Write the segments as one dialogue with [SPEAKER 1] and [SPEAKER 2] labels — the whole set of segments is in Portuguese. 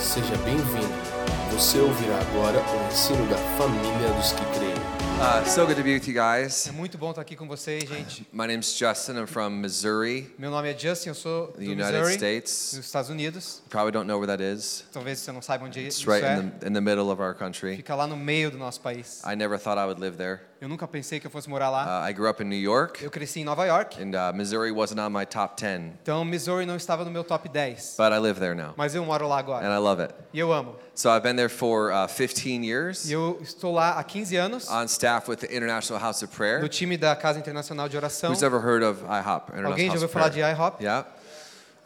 [SPEAKER 1] seja bem-vindo. Você ouvirá agora o ensino da família dos que creem.
[SPEAKER 2] Uh, so good to be with you
[SPEAKER 3] É
[SPEAKER 2] guys.
[SPEAKER 3] muito bom estar aqui com vocês, gente.
[SPEAKER 2] My name's Justin. I'm from Missouri,
[SPEAKER 3] Meu nome é Justin, eu sou do
[SPEAKER 2] the United
[SPEAKER 3] Missouri,
[SPEAKER 2] States.
[SPEAKER 3] dos Estados Unidos.
[SPEAKER 2] Probably don't know where that is.
[SPEAKER 3] Talvez você não saiba onde
[SPEAKER 2] It's
[SPEAKER 3] isso
[SPEAKER 2] right
[SPEAKER 3] é.
[SPEAKER 2] in the, in the middle of our country.
[SPEAKER 3] Fica lá no meio do nosso país.
[SPEAKER 2] I never thought I would live there.
[SPEAKER 3] Eu nunca pensei que eu fosse morar
[SPEAKER 2] Uh,
[SPEAKER 3] lá.
[SPEAKER 2] I grew up in New York,
[SPEAKER 3] Eu cresci em Nova York,
[SPEAKER 2] and uh, Missouri wasn't on my top 10,
[SPEAKER 3] então Missouri não estava no meu top 10.
[SPEAKER 2] but I live there now,
[SPEAKER 3] Mas eu moro lá
[SPEAKER 2] and
[SPEAKER 3] agora.
[SPEAKER 2] I love it.
[SPEAKER 3] E eu amo.
[SPEAKER 2] So I've been there for uh, 15
[SPEAKER 3] E
[SPEAKER 2] years
[SPEAKER 3] eu estou lá há 15 anos,
[SPEAKER 2] on staff with the International House of Prayer.
[SPEAKER 3] no time da Casa Internacional de Oração.
[SPEAKER 2] Who's ever heard of IHOP? International
[SPEAKER 3] Alguém já
[SPEAKER 2] House
[SPEAKER 3] ouviu
[SPEAKER 2] of
[SPEAKER 3] falar de
[SPEAKER 2] Prayer?
[SPEAKER 3] IHOP?
[SPEAKER 2] Yeah.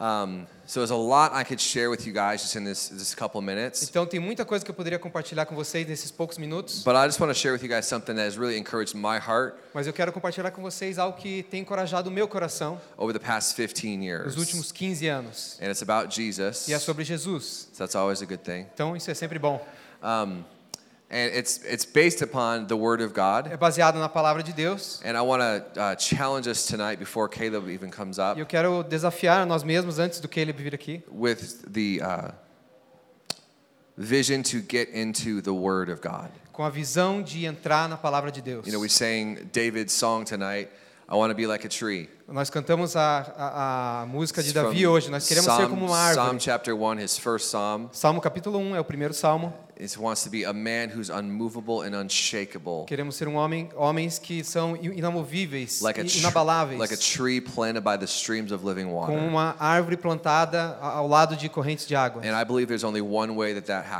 [SPEAKER 2] Um, so there's a lot I could share with you guys just in this, this couple minutes.
[SPEAKER 3] Então tem muita coisa que eu poderia compartilhar com vocês nesses poucos minutos,
[SPEAKER 2] But I just want to share with you guys something that has really encouraged my heart
[SPEAKER 3] mas eu quero compartilhar com vocês algo que tem encorajado o meu coração
[SPEAKER 2] over the past 15 years.
[SPEAKER 3] nos últimos 15 anos.
[SPEAKER 2] And it's about Jesus.
[SPEAKER 3] e é sobre Jesus.
[SPEAKER 2] So that's always a good thing.
[SPEAKER 3] Então isso é sempre bom.
[SPEAKER 2] Um, and it's, it's based upon the Word of God.
[SPEAKER 3] É baseado na palavra de Deus.
[SPEAKER 2] And I want to uh, challenge us tonight before Caleb even comes up
[SPEAKER 3] E eu quero desafiar nós mesmos antes do Caleb vir aqui,
[SPEAKER 2] with the uh, vision to get into the Word of God.
[SPEAKER 3] com a visão de entrar na palavra de Deus.
[SPEAKER 2] You know, we sang David's song tonight. I want to be like a tree.
[SPEAKER 3] Nós cantamos a, a, a música de
[SPEAKER 2] It's from
[SPEAKER 3] Davi hoje. Nós queremos ser
[SPEAKER 2] Psalm-
[SPEAKER 3] como uma
[SPEAKER 2] Psalm
[SPEAKER 3] árvore.
[SPEAKER 2] chapter 1, his first psalm.
[SPEAKER 3] Salmo capítulo 1 é o primeiro salmo.
[SPEAKER 2] It wants to be a man who's unmovable and unshakable,
[SPEAKER 3] Queremos ser um homem, homens que são in- inamovíveis,
[SPEAKER 2] like a,
[SPEAKER 3] e
[SPEAKER 2] tr- né?
[SPEAKER 3] inabaláveis,
[SPEAKER 2] like a tree planted by the streams of living
[SPEAKER 3] com
[SPEAKER 2] water.
[SPEAKER 3] uma árvore plantada a- ao lado de correntes de água.
[SPEAKER 2] And I believe there's only one way that that
[SPEAKER 3] Isso, eu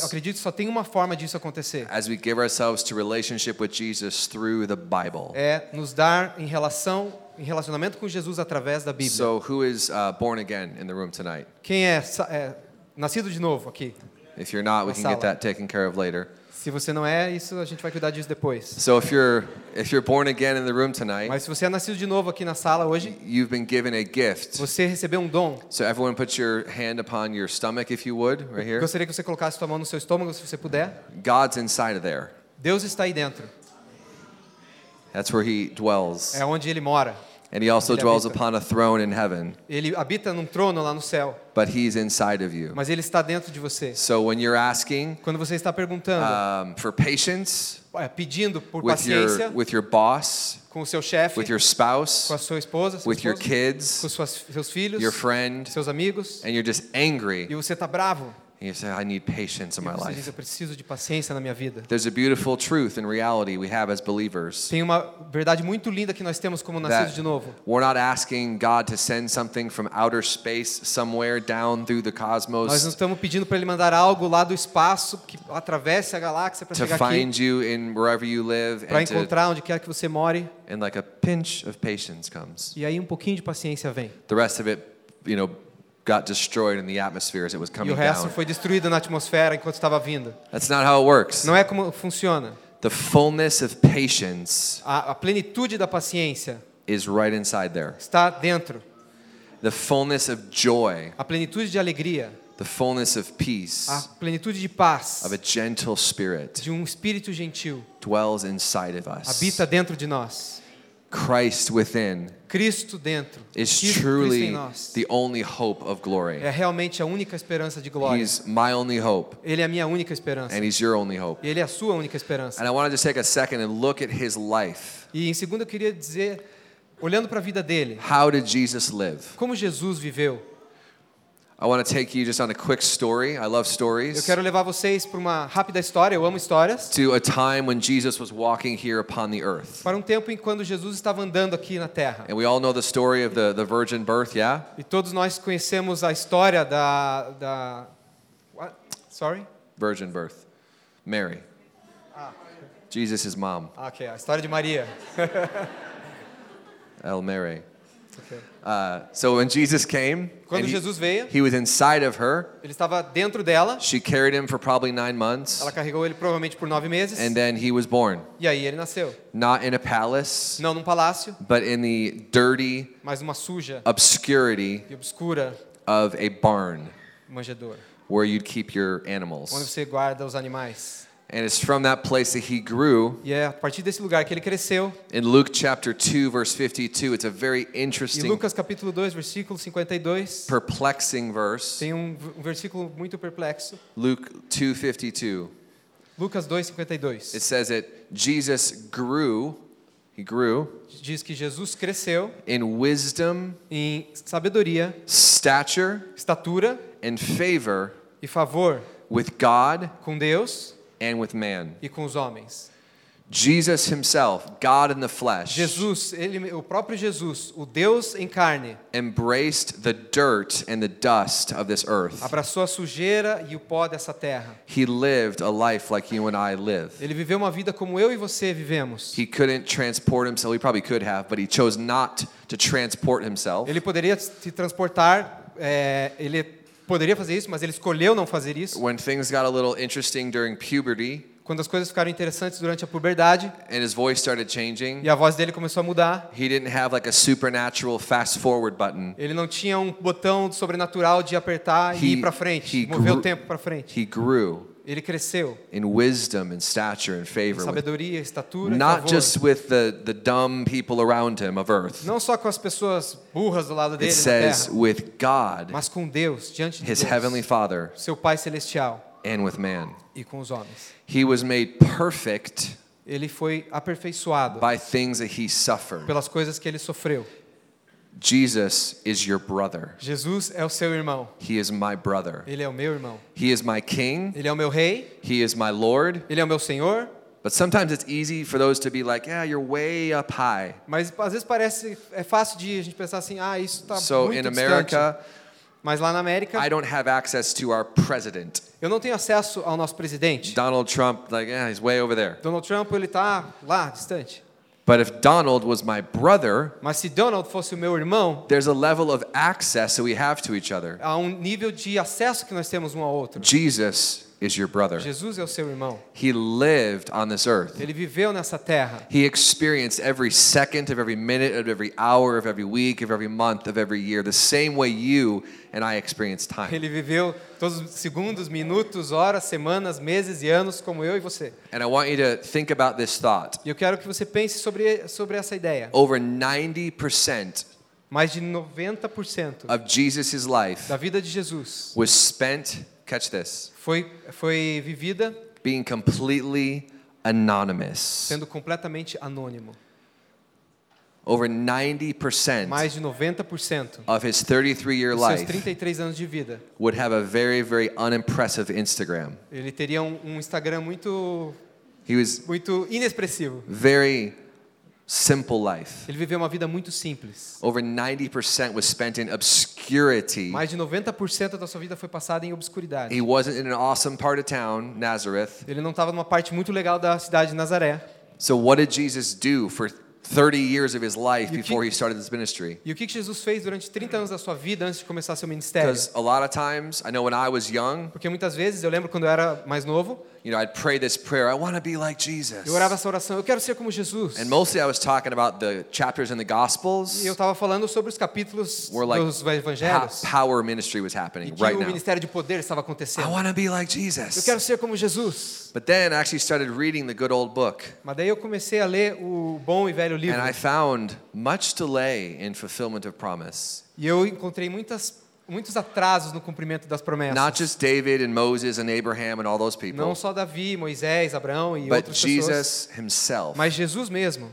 [SPEAKER 2] happens.
[SPEAKER 3] acredito que só tem uma forma disso acontecer.
[SPEAKER 2] As we give ourselves to relationship with Jesus through the Bible.
[SPEAKER 3] É nos dar em relação, em relacionamento com Jesus através da Bíblia.
[SPEAKER 2] So, who is uh, born again in the room tonight?
[SPEAKER 3] Quem é, sa- é, nascido de novo aqui?
[SPEAKER 2] If you're not, we can get that taken care of later.
[SPEAKER 3] Se você não é, isso a gente vai cuidar disso depois.
[SPEAKER 2] So, if you're if you're born again in the room tonight,
[SPEAKER 3] Mas se você é nascido de novo aqui na sala hoje,
[SPEAKER 2] you've been given a gift.
[SPEAKER 3] você recebeu um dom.
[SPEAKER 2] So, everyone, put your hand upon your stomach, if you would, right here.
[SPEAKER 3] Gostaria que você colocasse sua mão no seu estômago, se você puder.
[SPEAKER 2] God's inside of there.
[SPEAKER 3] Deus está aí dentro.
[SPEAKER 2] That's where He dwells.
[SPEAKER 3] É onde ele mora.
[SPEAKER 2] And he also
[SPEAKER 3] Ele
[SPEAKER 2] dwells
[SPEAKER 3] habita.
[SPEAKER 2] upon a throne in heaven,
[SPEAKER 3] Ele habita num trono lá no céu,
[SPEAKER 2] but he's inside of you.
[SPEAKER 3] mas ele está dentro de você.
[SPEAKER 2] So when you're asking
[SPEAKER 3] Quando você está perguntando,
[SPEAKER 2] um, for patience
[SPEAKER 3] é, pedindo por
[SPEAKER 2] with your,
[SPEAKER 3] paciência
[SPEAKER 2] with your boss,
[SPEAKER 3] com o seu chefe,
[SPEAKER 2] with your
[SPEAKER 3] com a
[SPEAKER 2] spouse,
[SPEAKER 3] sua esposa, seu
[SPEAKER 2] with your
[SPEAKER 3] esposo, com
[SPEAKER 2] kids,
[SPEAKER 3] suas, seus filhos,
[SPEAKER 2] your friend,
[SPEAKER 3] seus amigos,
[SPEAKER 2] and you're just angry,
[SPEAKER 3] e você está bravo,
[SPEAKER 2] and you say, I need patience in
[SPEAKER 3] e
[SPEAKER 2] my
[SPEAKER 3] você diz,
[SPEAKER 2] life.
[SPEAKER 3] eu preciso de paciência na minha vida.
[SPEAKER 2] There's a beautiful truth and reality we have as believers
[SPEAKER 3] Tem uma verdade muito linda que nós temos como nascidos
[SPEAKER 2] that
[SPEAKER 3] de novo.
[SPEAKER 2] we're not asking God to send something from outer space somewhere down through the
[SPEAKER 3] Nós não
[SPEAKER 2] cosmos
[SPEAKER 3] estamos pedindo para ele mandar algo lá do espaço que atravesse a galáxia para
[SPEAKER 2] to
[SPEAKER 3] chegar aqui,
[SPEAKER 2] find you in wherever you live
[SPEAKER 3] para
[SPEAKER 2] and to
[SPEAKER 3] encontrar onde quer que você more.
[SPEAKER 2] and like a pinch of patience comes.
[SPEAKER 3] E aí um pouquinho de paciência vem.
[SPEAKER 2] The rest of it, you know, got destroyed in the atmosphere as it was
[SPEAKER 3] E o
[SPEAKER 2] coming
[SPEAKER 3] resto
[SPEAKER 2] down.
[SPEAKER 3] foi destruído na atmosfera enquanto estava vindo.
[SPEAKER 2] That's not how it works.
[SPEAKER 3] Não é como funciona.
[SPEAKER 2] The fullness of patience
[SPEAKER 3] A, a plenitude da paciência
[SPEAKER 2] is right inside there.
[SPEAKER 3] está dentro.
[SPEAKER 2] The fullness of joy,
[SPEAKER 3] A plenitude de alegria,
[SPEAKER 2] the fullness of
[SPEAKER 3] a
[SPEAKER 2] peace,
[SPEAKER 3] plenitude de paz,
[SPEAKER 2] of a gentle spirit
[SPEAKER 3] de um espírito gentil,
[SPEAKER 2] dwells inside of us.
[SPEAKER 3] habita dentro de nós.
[SPEAKER 2] Christ within
[SPEAKER 3] Cristo dentro.
[SPEAKER 2] is
[SPEAKER 3] Cristo Cristo em
[SPEAKER 2] truly
[SPEAKER 3] nós.
[SPEAKER 2] the only hope of glory.
[SPEAKER 3] É realmente a única esperança de glória.
[SPEAKER 2] He's my only hope,
[SPEAKER 3] Ele é a minha única esperança.
[SPEAKER 2] and He's your only hope.
[SPEAKER 3] E ele é a sua única esperança.
[SPEAKER 2] And I want to just take a second and look at His life.
[SPEAKER 3] E em segundo, eu queria dizer, olhando para a vida dele,
[SPEAKER 2] How did Jesus live?
[SPEAKER 3] como Jesus viveu.
[SPEAKER 2] I want to take you just on a quick story. I love
[SPEAKER 3] Eu
[SPEAKER 2] stories.
[SPEAKER 3] quero levar vocês para uma rápida história, eu amo histórias,
[SPEAKER 2] To a time when Jesus was walking here upon the earth.
[SPEAKER 3] para um tempo em quando Jesus estava andando aqui na terra.
[SPEAKER 2] And we all know the story of the, the virgin birth, yeah?
[SPEAKER 3] E todos nós conhecemos a história da. da What? Sorry?
[SPEAKER 2] Virgin birth. Mary. Jesus' his mom,
[SPEAKER 3] Ah, ok, a história de Maria.
[SPEAKER 2] El Mary.
[SPEAKER 3] Ok.
[SPEAKER 2] Uh, so when Jesus came,
[SPEAKER 3] Quando
[SPEAKER 2] and he-
[SPEAKER 3] Jesus veio,
[SPEAKER 2] he was inside of her.
[SPEAKER 3] ele estava dentro dela,
[SPEAKER 2] She carried him for probably nine months.
[SPEAKER 3] ela carregou ele provavelmente por nove meses,
[SPEAKER 2] And then he was born.
[SPEAKER 3] e aí ele nasceu.
[SPEAKER 2] Not in a palace,
[SPEAKER 3] Não num palácio,
[SPEAKER 2] but in the dirty
[SPEAKER 3] mas numa suja
[SPEAKER 2] obscurity
[SPEAKER 3] e obscura
[SPEAKER 2] of a barn.
[SPEAKER 3] manjedoura.
[SPEAKER 2] where you'd keep your
[SPEAKER 3] onde
[SPEAKER 2] animals.
[SPEAKER 3] você guarda os animais.
[SPEAKER 2] And it's from that place that he grew.
[SPEAKER 3] E é a partir desse lugar que ele cresceu.
[SPEAKER 2] In Luke chapter 2, verse 52, it's a very
[SPEAKER 3] Em
[SPEAKER 2] interesting,
[SPEAKER 3] Lucas capítulo 2, versículo 52,
[SPEAKER 2] perplexing verse.
[SPEAKER 3] tem um, v- um versículo muito perplexo.
[SPEAKER 2] Luke 2:52.
[SPEAKER 3] Lucas 2,
[SPEAKER 2] It
[SPEAKER 3] 52.
[SPEAKER 2] says that Jesus grew, he grew
[SPEAKER 3] Diz que Jesus cresceu
[SPEAKER 2] in wisdom,
[SPEAKER 3] em sabedoria,
[SPEAKER 2] stature,
[SPEAKER 3] estatura
[SPEAKER 2] and favor
[SPEAKER 3] e favor
[SPEAKER 2] with God
[SPEAKER 3] com Deus
[SPEAKER 2] and with man.
[SPEAKER 3] e com os homens.
[SPEAKER 2] Jesus himself, God in the flesh,
[SPEAKER 3] Jesus, ele, o próprio Jesus, o Deus em carne,
[SPEAKER 2] embraced the dirt and the dust of this earth.
[SPEAKER 3] abraçou a sujeira e o pó dessa terra.
[SPEAKER 2] He lived a life like you and I live.
[SPEAKER 3] Ele viveu uma vida como eu e você vivemos.
[SPEAKER 2] He couldn't transport himself. He probably could have, but he chose not to transport himself.
[SPEAKER 3] Ele poderia se transportar, é, ele poderia fazer isso, mas ele escolheu não fazer isso.
[SPEAKER 2] When things got a little interesting during puberty
[SPEAKER 3] Quando as coisas ficaram interessantes durante a puberdade
[SPEAKER 2] and his voice started changing,
[SPEAKER 3] e a voz dele começou a mudar,
[SPEAKER 2] He didn't have like a supernatural fast forward button.
[SPEAKER 3] ele não tinha um botão sobrenatural de apertar e
[SPEAKER 2] He-
[SPEAKER 3] ir para frente,
[SPEAKER 2] he
[SPEAKER 3] mover o
[SPEAKER 2] grew-
[SPEAKER 3] tempo para frente.
[SPEAKER 2] He grew
[SPEAKER 3] Ele cresceu
[SPEAKER 2] in wisdom and stature and
[SPEAKER 3] em
[SPEAKER 2] favor, with,
[SPEAKER 3] sabedoria, estatura, e
[SPEAKER 2] not
[SPEAKER 3] favor.
[SPEAKER 2] just with the, the dumb people around him of earth.
[SPEAKER 3] não só com as pessoas burras do lado
[SPEAKER 2] It
[SPEAKER 3] dele na
[SPEAKER 2] says
[SPEAKER 3] terra,
[SPEAKER 2] with God,
[SPEAKER 3] mas com Deus, diante de
[SPEAKER 2] his heavenly
[SPEAKER 3] Deus,
[SPEAKER 2] Father,
[SPEAKER 3] seu Pai celestial
[SPEAKER 2] and with man.
[SPEAKER 3] e com os homens.
[SPEAKER 2] He was made perfect
[SPEAKER 3] Ele foi aperfeiçoado
[SPEAKER 2] by things that he suffered.
[SPEAKER 3] pelas coisas que ele sofreu.
[SPEAKER 2] Jesus is your brother.
[SPEAKER 3] Jesus é o seu irmão.
[SPEAKER 2] He is my brother.
[SPEAKER 3] Ele é o meu irmão.
[SPEAKER 2] He is my king.
[SPEAKER 3] Ele é o meu rei.
[SPEAKER 2] He is my Lord.
[SPEAKER 3] Ele é o meu senhor.
[SPEAKER 2] But sometimes it's easy for those to be like, yeah, you're way up high.
[SPEAKER 3] Mas às vezes parece é fácil de a gente pensar assim, ah, isso está
[SPEAKER 2] So
[SPEAKER 3] muito
[SPEAKER 2] in
[SPEAKER 3] distante.
[SPEAKER 2] America,
[SPEAKER 3] Mas lá na América,
[SPEAKER 2] I don't have access to our president.
[SPEAKER 3] eu não tenho acesso ao nosso presidente.
[SPEAKER 2] Donald Trump, like, yeah, he's way over there.
[SPEAKER 3] Donald Trump, ele está lá, distante.
[SPEAKER 2] But if Donald was my brother,
[SPEAKER 3] Mas se Donald fosse o meu irmão,
[SPEAKER 2] there's a level of access that we have to each other.
[SPEAKER 3] há um nível de acesso que nós temos um ao outro.
[SPEAKER 2] Jesus is your brother.
[SPEAKER 3] Jesus é o seu irmão.
[SPEAKER 2] He lived on this earth.
[SPEAKER 3] Ele viveu nessa terra.
[SPEAKER 2] He experienced every second of every minute of every hour of every week of every month of every year the same way you and I experience time.
[SPEAKER 3] Ele viveu todos os segundos, minutos, horas, semanas, meses e anos como eu e você.
[SPEAKER 2] And I want you to think about this thought.
[SPEAKER 3] E eu quero que você pense sobre, sobre essa ideia.
[SPEAKER 2] Over 90%
[SPEAKER 3] Mais de 90%
[SPEAKER 2] of Jesus' life
[SPEAKER 3] da vida de Jesus
[SPEAKER 2] was spent, catch this,
[SPEAKER 3] foi, foi vivida
[SPEAKER 2] being completely anonymous.
[SPEAKER 3] sendo completamente anônimo.
[SPEAKER 2] Over
[SPEAKER 3] Mais
[SPEAKER 2] 90%
[SPEAKER 3] de 90%
[SPEAKER 2] of his 33 year
[SPEAKER 3] dos seus e-
[SPEAKER 2] life
[SPEAKER 3] 33 anos de vida,
[SPEAKER 2] would have a very, very unimpressive Instagram.
[SPEAKER 3] ele teria um, um Instagram muito,
[SPEAKER 2] He was
[SPEAKER 3] muito inexpressivo.
[SPEAKER 2] very simple life.
[SPEAKER 3] Ele viveu uma vida muito simples.
[SPEAKER 2] Over 90% was spent in obscurity.
[SPEAKER 3] Mais de 90% da sua vida foi passada em obscuridade.
[SPEAKER 2] He wasn't in an awesome part of town, Nazareth.
[SPEAKER 3] Ele não estava numa parte muito legal da cidade de Nazaré.
[SPEAKER 2] So, what did Jesus do for 30 years of his life
[SPEAKER 3] You
[SPEAKER 2] before
[SPEAKER 3] keep-
[SPEAKER 2] he started this ministry?
[SPEAKER 3] E o que que Jesus fez durante 30 anos da sua vida antes de começar seu ministério?
[SPEAKER 2] Because a lot of times, I know when I was young,
[SPEAKER 3] Porque muitas vezes, eu lembro quando eu era mais novo,
[SPEAKER 2] you know, I'd pray this prayer I want to be like Jesus.
[SPEAKER 3] eu orava essa oração, eu quero ser como Jesus.
[SPEAKER 2] And mostly I was talking about the chapters in the Gospels
[SPEAKER 3] E eu estava falando sobre os capítulos
[SPEAKER 2] We're like,
[SPEAKER 3] dos
[SPEAKER 2] how
[SPEAKER 3] evangelhos
[SPEAKER 2] power ministry was
[SPEAKER 3] e
[SPEAKER 2] happening
[SPEAKER 3] que
[SPEAKER 2] right
[SPEAKER 3] o
[SPEAKER 2] now.
[SPEAKER 3] ministério de poder estava
[SPEAKER 2] I
[SPEAKER 3] acontecendo.
[SPEAKER 2] want to be like
[SPEAKER 3] Eu
[SPEAKER 2] Jesus.
[SPEAKER 3] quero ser como Jesus.
[SPEAKER 2] But then I actually started reading the good old book,
[SPEAKER 3] Mas daí eu comecei a ler o bom e velho livro
[SPEAKER 2] and I found much delay in fulfillment of promise.
[SPEAKER 3] e eu encontrei muitas, muitos atrasos no cumprimento das
[SPEAKER 2] Not
[SPEAKER 3] promessas.
[SPEAKER 2] just David and Moses and Abraham and all those
[SPEAKER 3] Não
[SPEAKER 2] people,
[SPEAKER 3] só Davi, Moisés, Abraão e
[SPEAKER 2] but
[SPEAKER 3] outras pessoas,
[SPEAKER 2] Jesus himself.
[SPEAKER 3] mas Jesus mesmo.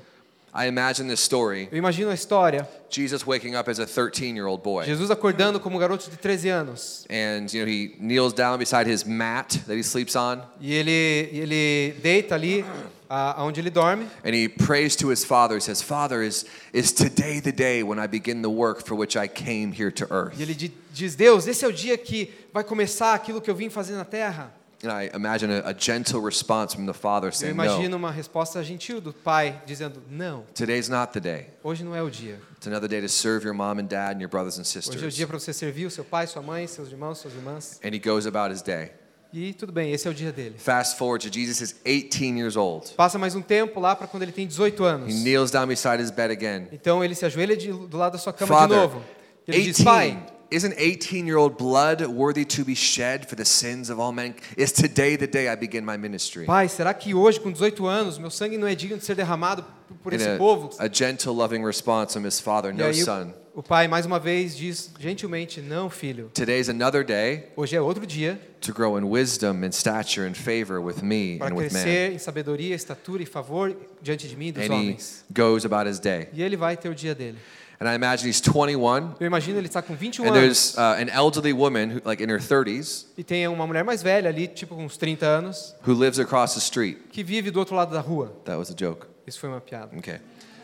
[SPEAKER 2] I imagine this story
[SPEAKER 3] Eu imagino a história.
[SPEAKER 2] Jesus waking up as a 13 year old boy.
[SPEAKER 3] Jesus acordando como um garoto de 13 anos.
[SPEAKER 2] And you know he kneels down beside his mat that he sleeps on,
[SPEAKER 3] E ele, ele deita ali a, aonde ele dorme.
[SPEAKER 2] and he prays to his father. He says, "Father, is is today the day when I begin the work for which I came here to earth?"
[SPEAKER 3] E ele di- diz: Deus, esse é o dia que vai começar aquilo que eu vim fazer na terra.
[SPEAKER 2] And I imagine a, a gentle response from the father
[SPEAKER 3] Eu
[SPEAKER 2] saying,
[SPEAKER 3] imagino
[SPEAKER 2] No,
[SPEAKER 3] uma resposta gentil do pai dizendo: Não,
[SPEAKER 2] today's not the day.
[SPEAKER 3] hoje não é o dia.
[SPEAKER 2] It's another day to serve your mom and dad and your brothers and
[SPEAKER 3] Hoje é o
[SPEAKER 2] sisters.
[SPEAKER 3] dia para você servir o seu pai, sua mãe, seus irmãos, suas irmãs.
[SPEAKER 2] And he goes about his day.
[SPEAKER 3] E tudo bem, esse é o dia dele.
[SPEAKER 2] Fast forward to Jesus is 18 years old.
[SPEAKER 3] Passa mais um tempo lá para quando ele tem 18 anos.
[SPEAKER 2] He kneels down beside his bed again.
[SPEAKER 3] Então ele se ajoelha de- do lado da sua cama de
[SPEAKER 2] Father,
[SPEAKER 3] novo. Ele diz:
[SPEAKER 2] 18,
[SPEAKER 3] Pai,
[SPEAKER 2] Isn't 18 year old blood worthy to be shed for the sins of all men? Is today the day I begin my ministry?
[SPEAKER 3] Pai, será que hoje, com 18 anos, meu sangue não é digno de ser derramado por
[SPEAKER 2] In
[SPEAKER 3] esse
[SPEAKER 2] a,
[SPEAKER 3] povo?
[SPEAKER 2] é a gentle, loving response from his father,
[SPEAKER 3] E
[SPEAKER 2] no
[SPEAKER 3] aí,
[SPEAKER 2] son.
[SPEAKER 3] o, o pai, mais uma vez, diz gentilmente: Não, filho,
[SPEAKER 2] Today's another day
[SPEAKER 3] hoje é outro dia
[SPEAKER 2] to grow in wisdom and stature and favor with me
[SPEAKER 3] para
[SPEAKER 2] and with man.
[SPEAKER 3] crescer em sabedoria, estatura e favor diante de mim e dos
[SPEAKER 2] And he
[SPEAKER 3] homens.
[SPEAKER 2] goes about his day.
[SPEAKER 3] E ele vai ter o dia dele.
[SPEAKER 2] And I imagine he's 21,
[SPEAKER 3] Eu imagino ele está com 21
[SPEAKER 2] and
[SPEAKER 3] anos
[SPEAKER 2] there's uh, an elderly woman, who, like in her 30s,
[SPEAKER 3] e tem uma mulher mais velha ali, tipo com uns 30 anos,
[SPEAKER 2] who lives across the street.
[SPEAKER 3] que vive do outro lado da rua.
[SPEAKER 2] That was a joke.
[SPEAKER 3] Isso foi uma piada.
[SPEAKER 2] Okay.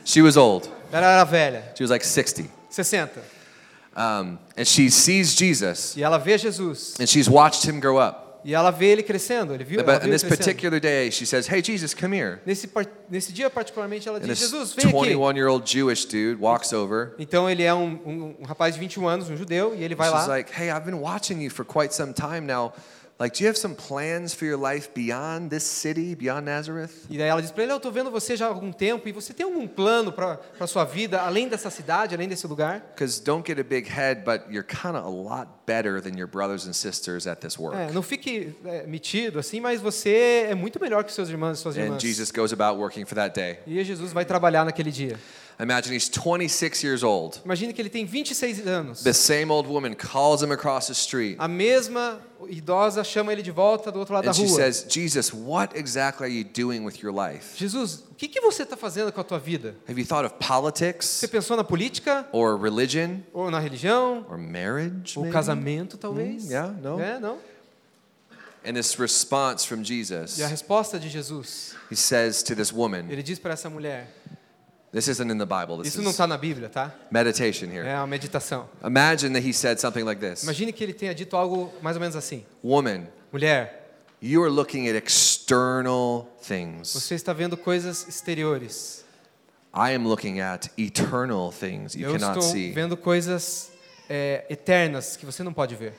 [SPEAKER 2] She was old.
[SPEAKER 3] Ela era velha,
[SPEAKER 2] She was like 60.
[SPEAKER 3] 60.
[SPEAKER 2] Um, and she sees Jesus,
[SPEAKER 3] E ela vê Jesus.
[SPEAKER 2] and she's watched him grow up.
[SPEAKER 3] E ela vê ele crescendo. Ele viu, ela
[SPEAKER 2] But
[SPEAKER 3] viu
[SPEAKER 2] on
[SPEAKER 3] ele
[SPEAKER 2] this
[SPEAKER 3] crescendo.
[SPEAKER 2] particular day, she says, Hey, Jesus, come here.
[SPEAKER 3] Nesse, par- nesse dia, particularmente, ela
[SPEAKER 2] And
[SPEAKER 3] diz:
[SPEAKER 2] this
[SPEAKER 3] Jesus, vem aqui.
[SPEAKER 2] 21 year old Jewish dude walks over.
[SPEAKER 3] Então ele é um, um, um rapaz de 21 anos, um judeu, e ele vai
[SPEAKER 2] She's
[SPEAKER 3] lá.
[SPEAKER 2] like, Hey, I've been watching you for quite some time now. Like, do you have some plans for your life beyond this city, beyond Nazareth?
[SPEAKER 3] E daí ela diz para ele: Eu estou vendo você já há algum tempo e você tem algum plano para a sua vida, além dessa cidade, além desse lugar?
[SPEAKER 2] Because don't get a big head, but you're kind of a lot better than your brothers and sisters at this work.
[SPEAKER 3] É, não fique é, metido assim, mas você é muito melhor que seus irmãos e suas
[SPEAKER 2] And
[SPEAKER 3] irmãs.
[SPEAKER 2] Jesus goes about working for that day.
[SPEAKER 3] E Jesus vai trabalhar naquele dia.
[SPEAKER 2] Imagine he's 26 years old.
[SPEAKER 3] Imagina que ele tem 26 anos.
[SPEAKER 2] The same old woman calls him across the street
[SPEAKER 3] A mesma idosa chama ele de volta do outro lado da
[SPEAKER 2] and she
[SPEAKER 3] rua.
[SPEAKER 2] says, Jesus, what exactly are you doing with your life?
[SPEAKER 3] Jesus, o que, que você está fazendo com a tua vida?
[SPEAKER 2] Have you thought of
[SPEAKER 3] Você
[SPEAKER 2] politics
[SPEAKER 3] pensou na política?
[SPEAKER 2] or religion
[SPEAKER 3] Ou na religião?
[SPEAKER 2] or marriage?
[SPEAKER 3] Ou
[SPEAKER 2] maybe?"
[SPEAKER 3] casamento, talvez?
[SPEAKER 2] Hum, yeah, não.
[SPEAKER 3] É, não?
[SPEAKER 2] And this response from Jesus,
[SPEAKER 3] E a resposta de Jesus,
[SPEAKER 2] he says to this woman,
[SPEAKER 3] ele diz para essa mulher,
[SPEAKER 2] this isn't in the Bible, this
[SPEAKER 3] isso não
[SPEAKER 2] is
[SPEAKER 3] está na Bíblia, tá?
[SPEAKER 2] meditation here.
[SPEAKER 3] É uma meditação.
[SPEAKER 2] Imagine that he said something like this
[SPEAKER 3] Imagine que ele tenha dito algo mais ou menos assim.
[SPEAKER 2] Woman,
[SPEAKER 3] Mulher,
[SPEAKER 2] you are looking at external things.
[SPEAKER 3] você está vendo coisas exteriores.
[SPEAKER 2] I am looking at eternal things you
[SPEAKER 3] Eu
[SPEAKER 2] cannot
[SPEAKER 3] estou
[SPEAKER 2] see.
[SPEAKER 3] vendo coisas é, eternas que você não pode ver.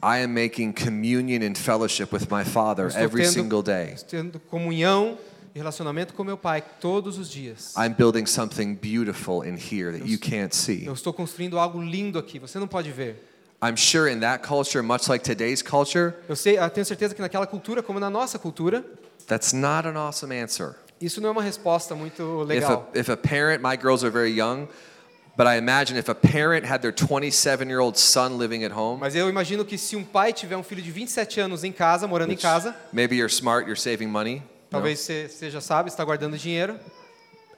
[SPEAKER 2] I am making communion and fellowship with my Father
[SPEAKER 3] Estou
[SPEAKER 2] every
[SPEAKER 3] tendo-
[SPEAKER 2] single day.
[SPEAKER 3] Estou tendo comunhão e relacionamento com meu Pai todos os dias.
[SPEAKER 2] I'm building something beautiful in here that you can't see.
[SPEAKER 3] Eu estou construindo algo lindo aqui, você não pode ver.
[SPEAKER 2] I'm sure in that culture, much like today's culture,
[SPEAKER 3] Eu sei, eu tenho certeza que naquela cultura, como na nossa cultura,
[SPEAKER 2] that's not an awesome answer.
[SPEAKER 3] isso não é uma resposta muito
[SPEAKER 2] If a,
[SPEAKER 3] legal.
[SPEAKER 2] if a parent, my girls are very young, but I imagine if a parent had their 27 year old son living at home,
[SPEAKER 3] Mas eu imagino que se um pai tiver um filho de 27 anos em casa, morando em
[SPEAKER 2] which
[SPEAKER 3] casa,
[SPEAKER 2] maybe you're smart, you're saving money, you know,
[SPEAKER 3] talvez você, você já sabe, está guardando dinheiro,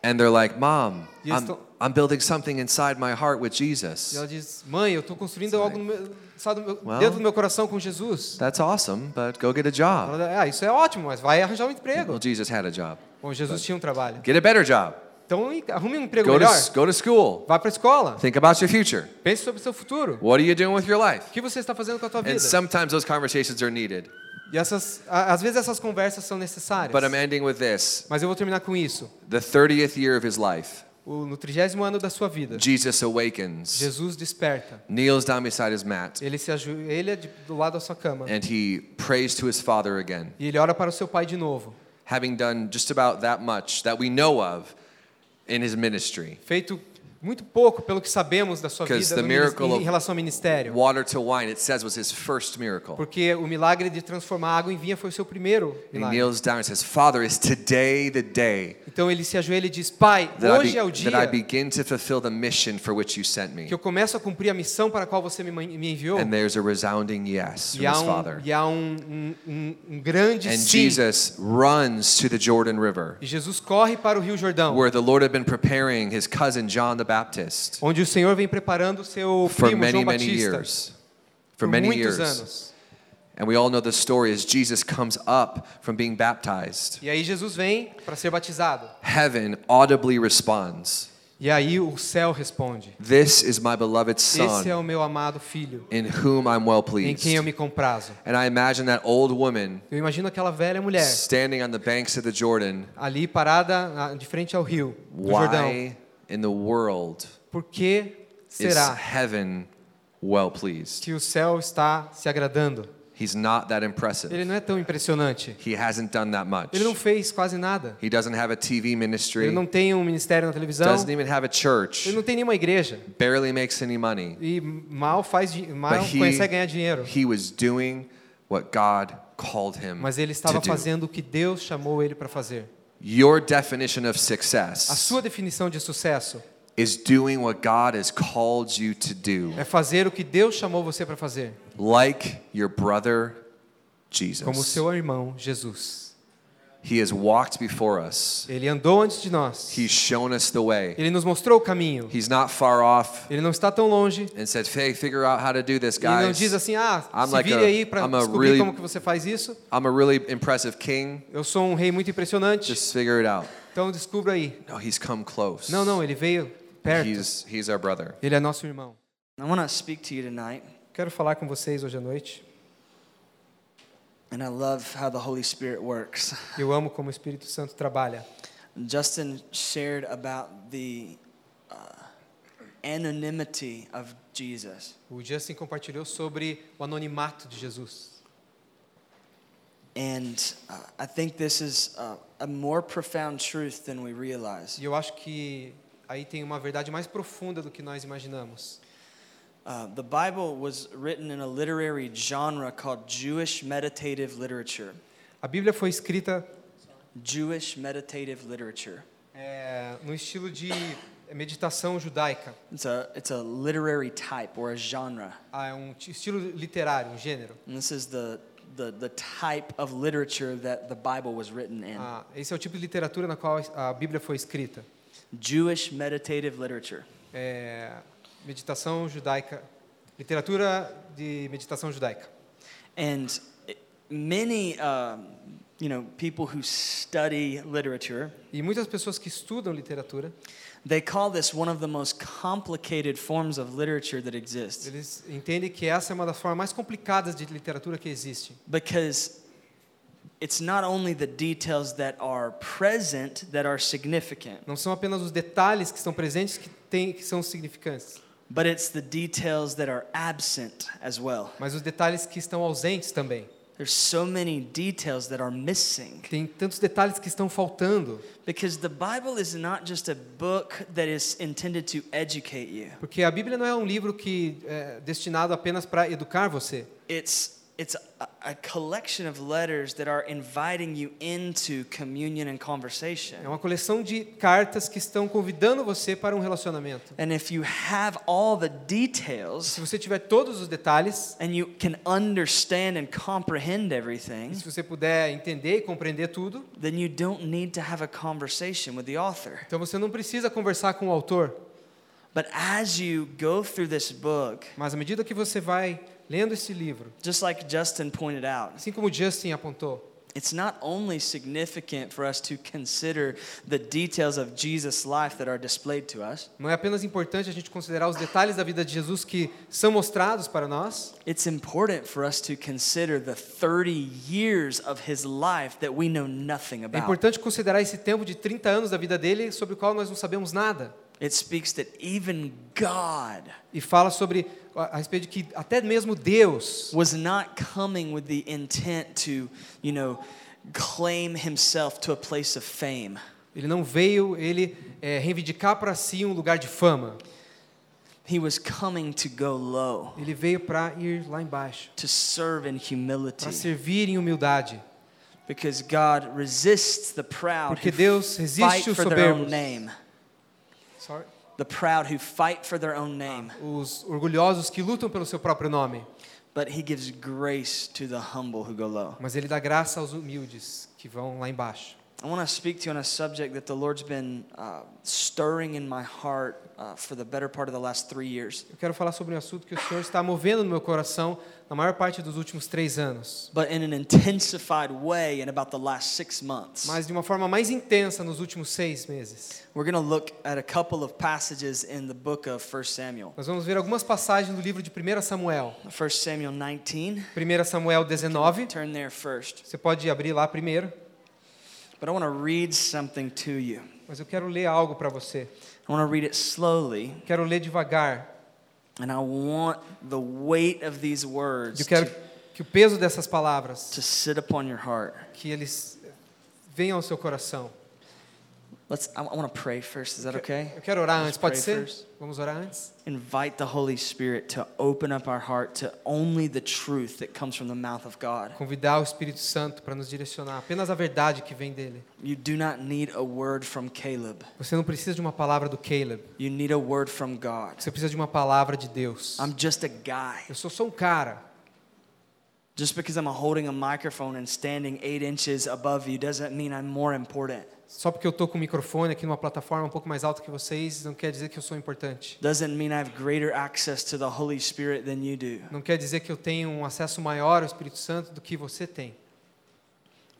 [SPEAKER 2] and they're like, Mom,
[SPEAKER 3] Yes,
[SPEAKER 2] I'm,
[SPEAKER 3] don't-
[SPEAKER 2] I'm building something inside my heart with
[SPEAKER 3] e
[SPEAKER 2] Jesus.
[SPEAKER 3] ela diz: Mãe, eu estou construindo algo no meu- sabe, do meu-
[SPEAKER 2] Well-
[SPEAKER 3] dentro do meu coração com Jesus.
[SPEAKER 2] That's awesome, but go get a job.
[SPEAKER 3] Ela, ah, isso é ótimo, mas vai arranjar um emprego.
[SPEAKER 2] Well, Jesus had a job.
[SPEAKER 3] Bom, Jesus tinha um trabalho.
[SPEAKER 2] Get a better job.
[SPEAKER 3] Então em- arrume um emprego
[SPEAKER 2] Go to,
[SPEAKER 3] melhor.
[SPEAKER 2] s- go to school.
[SPEAKER 3] Vá para a escola.
[SPEAKER 2] Think about your future.
[SPEAKER 3] Pense sobre o seu futuro.
[SPEAKER 2] What are you doing with your life?
[SPEAKER 3] O que você está fazendo com a tua vida?
[SPEAKER 2] And sometimes those conversations are needed.
[SPEAKER 3] E essas, a- às vezes essas conversas são necessárias.
[SPEAKER 2] But I'm ending with this.
[SPEAKER 3] Mas eu vou terminar com isso.
[SPEAKER 2] The 30th year of his life,
[SPEAKER 3] O- no trigésimo ano da sua vida,
[SPEAKER 2] Jesus awakens,
[SPEAKER 3] Jesus desperta.
[SPEAKER 2] kneels down beside his mat,
[SPEAKER 3] Ele se ajoelha de- do lado da sua cama.
[SPEAKER 2] and he prays to his father again.
[SPEAKER 3] E ele ora para o seu pai de novo.
[SPEAKER 2] Having done just about that much that we know of in his ministry
[SPEAKER 3] Feito muito pouco pelo que sabemos da sua
[SPEAKER 2] Because
[SPEAKER 3] vida
[SPEAKER 2] the
[SPEAKER 3] no minis-
[SPEAKER 2] miracle
[SPEAKER 3] em
[SPEAKER 2] of-
[SPEAKER 3] relação ao ministério.
[SPEAKER 2] water to wine, it says was his first miracle.
[SPEAKER 3] Porque o milagre de transformar água em vinho foi o seu primeiro
[SPEAKER 2] He
[SPEAKER 3] milagre.
[SPEAKER 2] kneels down and says, Father, is today the day
[SPEAKER 3] Então ele se ajoelha e diz: Pai,
[SPEAKER 2] that I,
[SPEAKER 3] hoje é o
[SPEAKER 2] be- that I
[SPEAKER 3] dia
[SPEAKER 2] begin to fulfill the mission for which you sent me?
[SPEAKER 3] que eu começo a cumprir a missão para a qual você me, man- me enviou.
[SPEAKER 2] And there's a resounding yes from
[SPEAKER 3] E há
[SPEAKER 2] his
[SPEAKER 3] um,
[SPEAKER 2] father.
[SPEAKER 3] e há um, um, um, um grande
[SPEAKER 2] And
[SPEAKER 3] sim.
[SPEAKER 2] Jesus runs to the Jordan River,
[SPEAKER 3] E Jesus corre para o Rio Jordão,
[SPEAKER 2] where the Lord had been preparing his cousin John the Baptist
[SPEAKER 3] onde o Senhor vem preparando o seu
[SPEAKER 2] for
[SPEAKER 3] primo
[SPEAKER 2] many,
[SPEAKER 3] João
[SPEAKER 2] many
[SPEAKER 3] Batista
[SPEAKER 2] years. For
[SPEAKER 3] por
[SPEAKER 2] many
[SPEAKER 3] muitos
[SPEAKER 2] years.
[SPEAKER 3] anos.
[SPEAKER 2] And we all know the story as Jesus comes up from being baptized.
[SPEAKER 3] E aí Jesus vem para ser batizado.
[SPEAKER 2] Heaven audibly responds
[SPEAKER 3] E aí o céu responde:
[SPEAKER 2] This is my beloved
[SPEAKER 3] Esse é
[SPEAKER 2] Son,
[SPEAKER 3] o meu amado filho,
[SPEAKER 2] in whom I'm well
[SPEAKER 3] em
[SPEAKER 2] pleased.
[SPEAKER 3] quem eu me comprazo.
[SPEAKER 2] And I imagine that old woman
[SPEAKER 3] Eu imagino aquela velha mulher
[SPEAKER 2] standing on the banks of the Jordan.
[SPEAKER 3] ali parada na- de frente ao rio do Jordão.
[SPEAKER 2] Why in the world
[SPEAKER 3] Por que
[SPEAKER 2] is
[SPEAKER 3] será
[SPEAKER 2] heaven well pleased?
[SPEAKER 3] que o céu está se agradando?
[SPEAKER 2] He's not that impressive.
[SPEAKER 3] Ele não é tão impressionante.
[SPEAKER 2] He hasn't done that much.
[SPEAKER 3] Ele não fez quase nada.
[SPEAKER 2] He doesn't have a TV
[SPEAKER 3] Ele
[SPEAKER 2] ministry.
[SPEAKER 3] não tem um ministério na televisão.
[SPEAKER 2] Doesn't even have a church.
[SPEAKER 3] Ele não tem nenhuma igreja.
[SPEAKER 2] Barely makes any money.
[SPEAKER 3] E mal faz, di- mal
[SPEAKER 2] But he,
[SPEAKER 3] consegue ganhar dinheiro.
[SPEAKER 2] he was doing what God called him
[SPEAKER 3] Mas
[SPEAKER 2] to
[SPEAKER 3] ele estava
[SPEAKER 2] do.
[SPEAKER 3] fazendo o que Deus chamou ele para fazer.
[SPEAKER 2] Your definition of
[SPEAKER 3] A
[SPEAKER 2] success
[SPEAKER 3] sua definição de sucesso
[SPEAKER 2] is doing what God has called you to do,
[SPEAKER 3] é fazer o que Deus chamou você para fazer,
[SPEAKER 2] like your brother Jesus.
[SPEAKER 3] como o seu irmão Jesus.
[SPEAKER 2] He has walked before us.
[SPEAKER 3] Ele andou antes de nós.
[SPEAKER 2] He's shown us the way.
[SPEAKER 3] Ele nos mostrou o caminho.
[SPEAKER 2] He's not far off
[SPEAKER 3] Ele não está tão longe.
[SPEAKER 2] and said, "Hey, figure out how to do this,
[SPEAKER 3] Ele não diz
[SPEAKER 2] guys.
[SPEAKER 3] assim, ah,
[SPEAKER 2] I'm
[SPEAKER 3] se
[SPEAKER 2] like
[SPEAKER 3] vire
[SPEAKER 2] a-
[SPEAKER 3] aí para
[SPEAKER 2] I'm a
[SPEAKER 3] descobrir
[SPEAKER 2] really-
[SPEAKER 3] como que você faz isso.
[SPEAKER 2] I'm a really impressive king.
[SPEAKER 3] Eu sou um rei muito impressionante,
[SPEAKER 2] Just figure it out."
[SPEAKER 3] então descubra aí.
[SPEAKER 2] No, he's come close.
[SPEAKER 3] Não, não, ele veio perto.
[SPEAKER 2] He's he's our brother.
[SPEAKER 3] Ele é nosso irmão.
[SPEAKER 4] I want to speak to you tonight,
[SPEAKER 3] Quero falar com vocês hoje à noite.
[SPEAKER 4] and I love how the Holy Spirit works.
[SPEAKER 3] Eu amo como o Espírito Santo trabalha.
[SPEAKER 4] Justin shared about the uh, anonymity of Jesus,
[SPEAKER 3] O Justin compartilhou sobre o anonimato de Jesus.
[SPEAKER 4] and uh, I think this is uh, a more profound truth than we realize.
[SPEAKER 3] E eu acho que aí tem uma verdade mais profunda do que nós imaginamos.
[SPEAKER 4] Uh, the Bible was written in a literary genre called Jewish meditative literature.
[SPEAKER 3] A Bíblia foi escrita
[SPEAKER 4] Jewish meditative literature.
[SPEAKER 3] é, no estilo de meditação judaica.
[SPEAKER 4] It's a, it's a literary type or a genre.
[SPEAKER 3] Ah, é um t- estilo literário, um gênero.
[SPEAKER 4] And this is the, the, the type of literature that the Bible was written in
[SPEAKER 3] Ah, esse é o tipo de literatura na qual a Bíblia foi escrita.
[SPEAKER 4] Jewish meditative literature.
[SPEAKER 3] É, meditação judaica, literatura de meditação judaica.
[SPEAKER 4] And it- many um, you know, people who study literature,
[SPEAKER 3] E muitas pessoas que estudam literatura,
[SPEAKER 4] they call this one of the most complicated forms of literature that exists
[SPEAKER 3] eles entendem que essa é uma das formas mais complicadas de literatura que existe,
[SPEAKER 4] because it's not only the details that are present that are significant,
[SPEAKER 3] Não são apenas os detalhes que estão presentes que, têm que são significantes,
[SPEAKER 4] but it's the details that are absent as well.
[SPEAKER 3] mas os detalhes que estão ausentes também.
[SPEAKER 4] There's so many details that are missing.
[SPEAKER 3] Tem tantos detalhes que estão faltando,
[SPEAKER 4] Because the Bible is not just a book that is intended to educate you.
[SPEAKER 3] porque a Bíblia não é um livro que é destinado apenas para educar você.
[SPEAKER 4] It's it's a, a collection of letters that are inviting you into communion and
[SPEAKER 3] É
[SPEAKER 4] conversation.
[SPEAKER 3] uma coleção de cartas que estão convidando você para um relacionamento.
[SPEAKER 4] And if you have all the
[SPEAKER 3] Se
[SPEAKER 4] details
[SPEAKER 3] você tiver todos os detalhes,
[SPEAKER 4] and you can understand and comprehend
[SPEAKER 3] e
[SPEAKER 4] everything,
[SPEAKER 3] se você puder entender e compreender tudo,
[SPEAKER 4] then you don't need to have a conversation with the author.
[SPEAKER 3] então você não precisa conversar com o autor,
[SPEAKER 4] But as you go through this book,
[SPEAKER 3] mas à medida que você vai lendo esse livro,
[SPEAKER 4] just like Justin pointed out,
[SPEAKER 3] assim como o Justin apontou,
[SPEAKER 4] It's not only significant for us to consider the details of Jesus' life that are displayed to us,
[SPEAKER 3] Não é apenas importante a gente considerar os detalhes da vida de Jesus que são mostrados para nós,
[SPEAKER 4] it's important for us to consider the 30 years of his life that we know nothing
[SPEAKER 3] é
[SPEAKER 4] about.
[SPEAKER 3] importante considerar esse tempo de 30 anos da vida dele sobre o qual nós não sabemos nada.
[SPEAKER 4] It speaks that even God
[SPEAKER 3] E fala sobre a a respeito de que até mesmo Deus
[SPEAKER 4] was not coming with the intent to, you know, claim himself to a place of fame.
[SPEAKER 3] ele não veio ele é, reivindicar para si um lugar de fama.
[SPEAKER 4] He was coming to go low,
[SPEAKER 3] Ele veio para ir lá embaixo,
[SPEAKER 4] to serve in
[SPEAKER 3] para
[SPEAKER 4] humility,
[SPEAKER 3] servir em humildade,
[SPEAKER 4] because God resists the proud
[SPEAKER 3] porque
[SPEAKER 4] who
[SPEAKER 3] Deus
[SPEAKER 4] fight
[SPEAKER 3] resiste os
[SPEAKER 4] for their own
[SPEAKER 3] soberbos,
[SPEAKER 4] name.
[SPEAKER 3] Sorry.
[SPEAKER 4] The proud who fight for their own name.
[SPEAKER 3] os orgulhosos que lutam pelo seu próprio nome,
[SPEAKER 4] But he gives grace to the humble who go low.
[SPEAKER 3] mas ele dá graça aos humildes que vão lá embaixo.
[SPEAKER 4] I want to speak to you on a subject that the Lord's been uh, stirring in my heart uh, for the better part of the last three years.
[SPEAKER 3] Eu quero falar sobre um assunto que o Senhor está movendo no meu coração na maior parte dos últimos três anos,
[SPEAKER 4] But in an intensified way in about the last six months.
[SPEAKER 3] mas de uma forma mais intensa nos últimos seis meses.
[SPEAKER 4] We're going to look at a couple of passages in the book of 1 Samuel.
[SPEAKER 3] Nós vamos ver algumas passagens do livro de 1 Samuel.
[SPEAKER 4] 1 Samuel 19.
[SPEAKER 3] 1 Samuel 19,
[SPEAKER 4] Turn there first.
[SPEAKER 3] você pode abrir lá primeiro,
[SPEAKER 4] But I want to read something to you.
[SPEAKER 3] mas eu quero ler algo para você.
[SPEAKER 4] I want to read it slowly
[SPEAKER 3] Quero ler devagar.
[SPEAKER 4] And I want the weight of these words
[SPEAKER 3] Eu quero
[SPEAKER 4] to,
[SPEAKER 3] que o peso dessas palavras,
[SPEAKER 4] to sit upon your heart.
[SPEAKER 3] que eles venham ao seu coração.
[SPEAKER 4] Let's. I, want to pray first. Is that okay?
[SPEAKER 3] Eu quero orar antes, pode
[SPEAKER 4] pray
[SPEAKER 3] ser?
[SPEAKER 4] first.
[SPEAKER 3] Vamos orar antes?
[SPEAKER 4] Invite the Holy Spirit to open up our heart to only the truth that comes from the mouth of God.
[SPEAKER 3] Convidar o Espírito Santo para nos direcionar, apenas a verdade que vem dele.
[SPEAKER 4] You do not need a word from Caleb.
[SPEAKER 3] Você não precisa de uma palavra do Caleb,
[SPEAKER 4] You need a word from God.
[SPEAKER 3] você precisa de uma palavra de Deus.
[SPEAKER 4] I'm just a guy.
[SPEAKER 3] Eu sou só um cara.
[SPEAKER 4] Just because I'm holding a microphone and standing eight inches above you doesn't mean I'm more important.
[SPEAKER 3] Só porque eu tô com o microfone aqui numa plataforma um pouco mais alta que vocês, não quer dizer que eu sou importante.
[SPEAKER 4] Doesn't mean I have greater access to the Holy Spirit than you do.
[SPEAKER 3] Não quer dizer que eu tenho um acesso maior ao Espírito Santo do que você tem.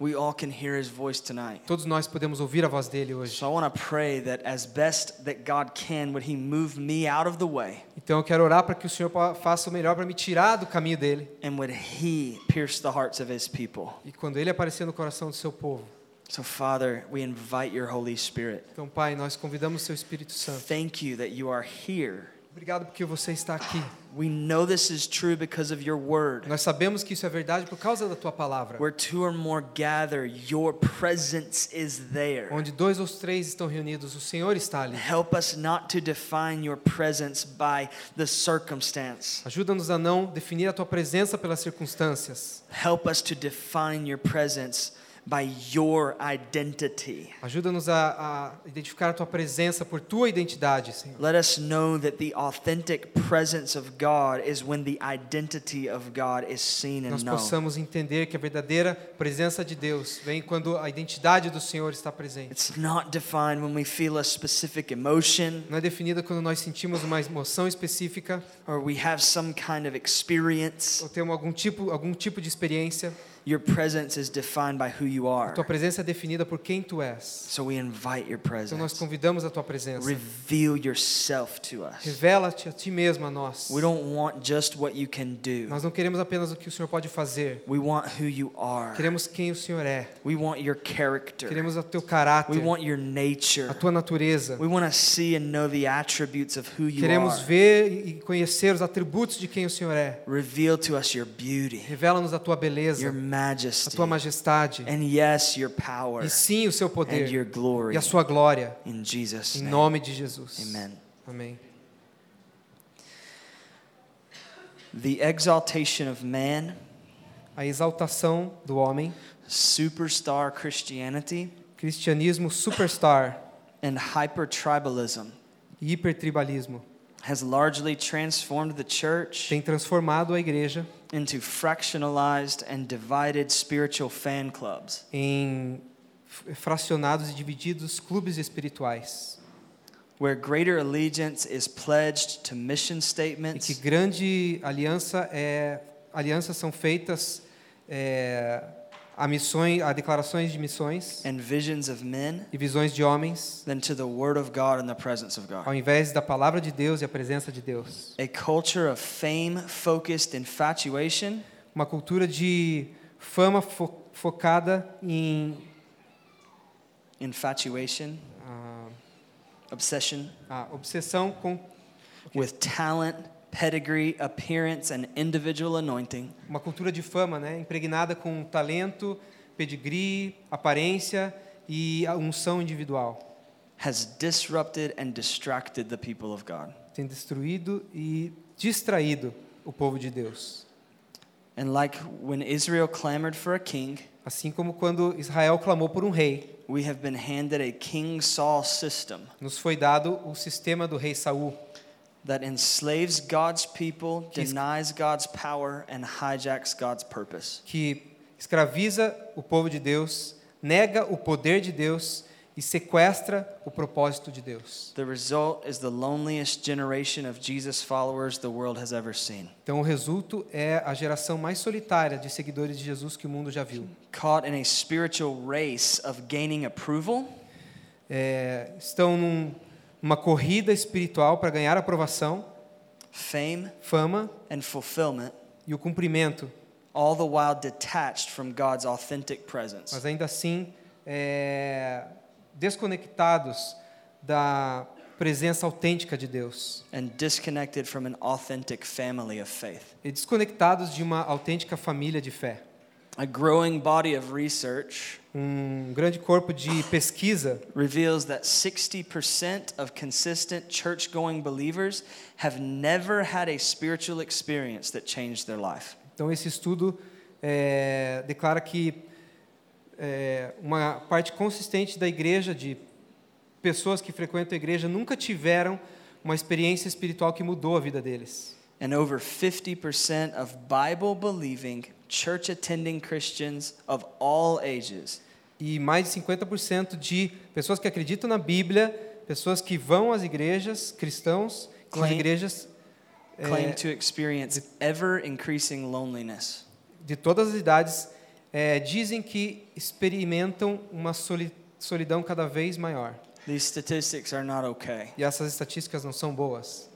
[SPEAKER 4] We all can hear His voice tonight.
[SPEAKER 3] Todos nós podemos ouvir a voz dele hoje.
[SPEAKER 4] So I want to pray that as best that God can, would He move me out of the way
[SPEAKER 3] Então eu quero orar para que o Senhor pa- faça o melhor para me tirar do caminho dele.
[SPEAKER 4] and would He pierce the hearts of His people.
[SPEAKER 3] E quando ele aparecer no coração do seu povo.
[SPEAKER 4] So, Father, we invite your Holy Spirit.
[SPEAKER 3] Então, Pai, nós convidamos o seu Espírito Santo.
[SPEAKER 4] Thank you that you are here.
[SPEAKER 3] Obrigado porque você está aqui.
[SPEAKER 4] We know this is true because of your word.
[SPEAKER 3] Nós sabemos que isso é verdade por causa da tua palavra.
[SPEAKER 4] Where two or more gather, your presence is there.
[SPEAKER 3] Onde dois ou três estão reunidos, o Senhor está ali.
[SPEAKER 4] Help us not to define your presence by the circumstance.
[SPEAKER 3] Ajuda-nos a não definir a tua presença pelas circunstâncias.
[SPEAKER 4] Help us to define your presence by your identity.
[SPEAKER 3] Ajuda-nos a, a identificar a tua presença por tua identidade, Senhor.
[SPEAKER 4] Let us know that the authentic presence of God is when the identity of God is seen
[SPEAKER 3] Nós
[SPEAKER 4] and known.
[SPEAKER 3] possamos entender que a verdadeira presença de Deus vem quando a identidade do Senhor está presente.
[SPEAKER 4] It's not defined when we feel a specific emotion
[SPEAKER 3] Não é definida quando nós sentimos uma emoção específica
[SPEAKER 4] or we have some kind of experience.
[SPEAKER 3] ou temos algum tipo, algum tipo de experiência.
[SPEAKER 4] Your presence is defined by who you
[SPEAKER 3] A
[SPEAKER 4] are.
[SPEAKER 3] tua presença é definida por quem tu és.
[SPEAKER 4] So we invite your
[SPEAKER 3] Então nós
[SPEAKER 4] presence.
[SPEAKER 3] convidamos a tua presença.
[SPEAKER 4] Reveal yourself to us.
[SPEAKER 3] Revela-te a ti mesmo a nós.
[SPEAKER 4] We don't want just what you can do.
[SPEAKER 3] Nós não queremos apenas o que o Senhor pode fazer.
[SPEAKER 4] We want who you are.
[SPEAKER 3] Queremos quem o Senhor é.
[SPEAKER 4] We want your character.
[SPEAKER 3] Queremos o teu
[SPEAKER 4] We
[SPEAKER 3] caráter,
[SPEAKER 4] want your
[SPEAKER 3] a
[SPEAKER 4] nature.
[SPEAKER 3] tua natureza.
[SPEAKER 4] We want to see and know the attributes of who you are.
[SPEAKER 3] Queremos ver e conhecer os atributos de quem o Senhor é.
[SPEAKER 4] Reveal to us your beauty,
[SPEAKER 3] Revela-nos a tua
[SPEAKER 4] your
[SPEAKER 3] beleza, a
[SPEAKER 4] majesty,
[SPEAKER 3] tua majestade
[SPEAKER 4] and yes, your power
[SPEAKER 3] e sim o seu
[SPEAKER 4] and your
[SPEAKER 3] poder
[SPEAKER 4] glory.
[SPEAKER 3] e a sua glória.
[SPEAKER 4] In Jesus'
[SPEAKER 3] Em
[SPEAKER 4] name.
[SPEAKER 3] nome de Jesus.
[SPEAKER 4] Amen.
[SPEAKER 3] Amém.
[SPEAKER 4] The exaltation of man,
[SPEAKER 3] A exaltação do homem,
[SPEAKER 4] superstar Christianity,
[SPEAKER 3] cristianismo superstar
[SPEAKER 4] and hypertribalism
[SPEAKER 3] e hipertribalismo
[SPEAKER 4] has largely transformed the church
[SPEAKER 3] tem transformado a igreja
[SPEAKER 4] into fractionalized and divided spiritual fan clubs.
[SPEAKER 3] em f- fracionados e divididos clubes espirituais.
[SPEAKER 4] Where greater allegiance is pledged to mission
[SPEAKER 3] E que
[SPEAKER 4] statements
[SPEAKER 3] grande aliança é alianças são feitas é, a missões, a declarações de missões
[SPEAKER 4] and visions of men
[SPEAKER 3] e visões de homens,
[SPEAKER 4] than to the Word of God and the presence of God.
[SPEAKER 3] ao invés da palavra de Deus e a presença de Deus.
[SPEAKER 4] A culture of fame focused infatuation
[SPEAKER 3] Uma cultura de fama fo focada em
[SPEAKER 4] infatuation,
[SPEAKER 3] ah,
[SPEAKER 4] obsession
[SPEAKER 3] a obsessão com
[SPEAKER 4] with talent, pedigree, appearance, and individual anointing,
[SPEAKER 3] uma cultura de fama, né, impregnada com talento, pedigree, aparência e a unção individual.
[SPEAKER 4] has disrupted and distracted the people of God.
[SPEAKER 3] Tem destruído e distraído o povo de Deus.
[SPEAKER 4] And like when Israel clamored for a king,
[SPEAKER 3] Assim como quando Israel clamou por um rei,
[SPEAKER 4] we have been handed a King Saul system
[SPEAKER 3] nos foi dado o sistema do rei Saul,
[SPEAKER 4] that enslaves God's people,
[SPEAKER 3] He's-
[SPEAKER 4] denies God's power, and hijacks God's purpose.
[SPEAKER 3] que escraviza o povo de Deus, nega o poder de Deus e sequestra o propósito de Deus.
[SPEAKER 4] The result is the loneliest generation of Jesus followers the world has ever seen.
[SPEAKER 3] Então o resultado é a geração mais solitária de seguidores de Jesus que o mundo já viu.
[SPEAKER 4] Caught in a spiritual race of gaining approval,
[SPEAKER 3] É, estão num, numa corrida espiritual para ganhar aprovação,
[SPEAKER 4] fame,
[SPEAKER 3] fama
[SPEAKER 4] and fulfillment,
[SPEAKER 3] e o cumprimento,
[SPEAKER 4] all the while detached from God's authentic presence.
[SPEAKER 3] mas ainda assim é, desconectados da presença autêntica de Deus
[SPEAKER 4] and disconnected from an authentic family of faith.
[SPEAKER 3] e desconectados de uma autêntica família de fé.
[SPEAKER 4] A growing body of research
[SPEAKER 3] Um grande corpo de pesquisa
[SPEAKER 4] reveals that 60% of consistent church going believers have never had a spiritual experience that changed their life.
[SPEAKER 3] Então, esse estudo eh, declara que eh, uma parte consistente da igreja, de pessoas que frequentam a igreja, nunca tiveram uma experiência espiritual que mudou a vida deles.
[SPEAKER 4] And over 50% of Bible believing, church attending Christians of all ages
[SPEAKER 3] E mais de 50% de pessoas que acreditam na Bíblia, pessoas que vão às igrejas, cristãos, que nas
[SPEAKER 4] Claim-
[SPEAKER 3] igrejas eh,
[SPEAKER 4] claim to experience ever increasing loneliness.
[SPEAKER 3] de todas as idades, eh, dizem que experimentam uma soli- solidão cada vez maior.
[SPEAKER 4] These statistics are not okay.
[SPEAKER 3] E essas estatísticas não são boas.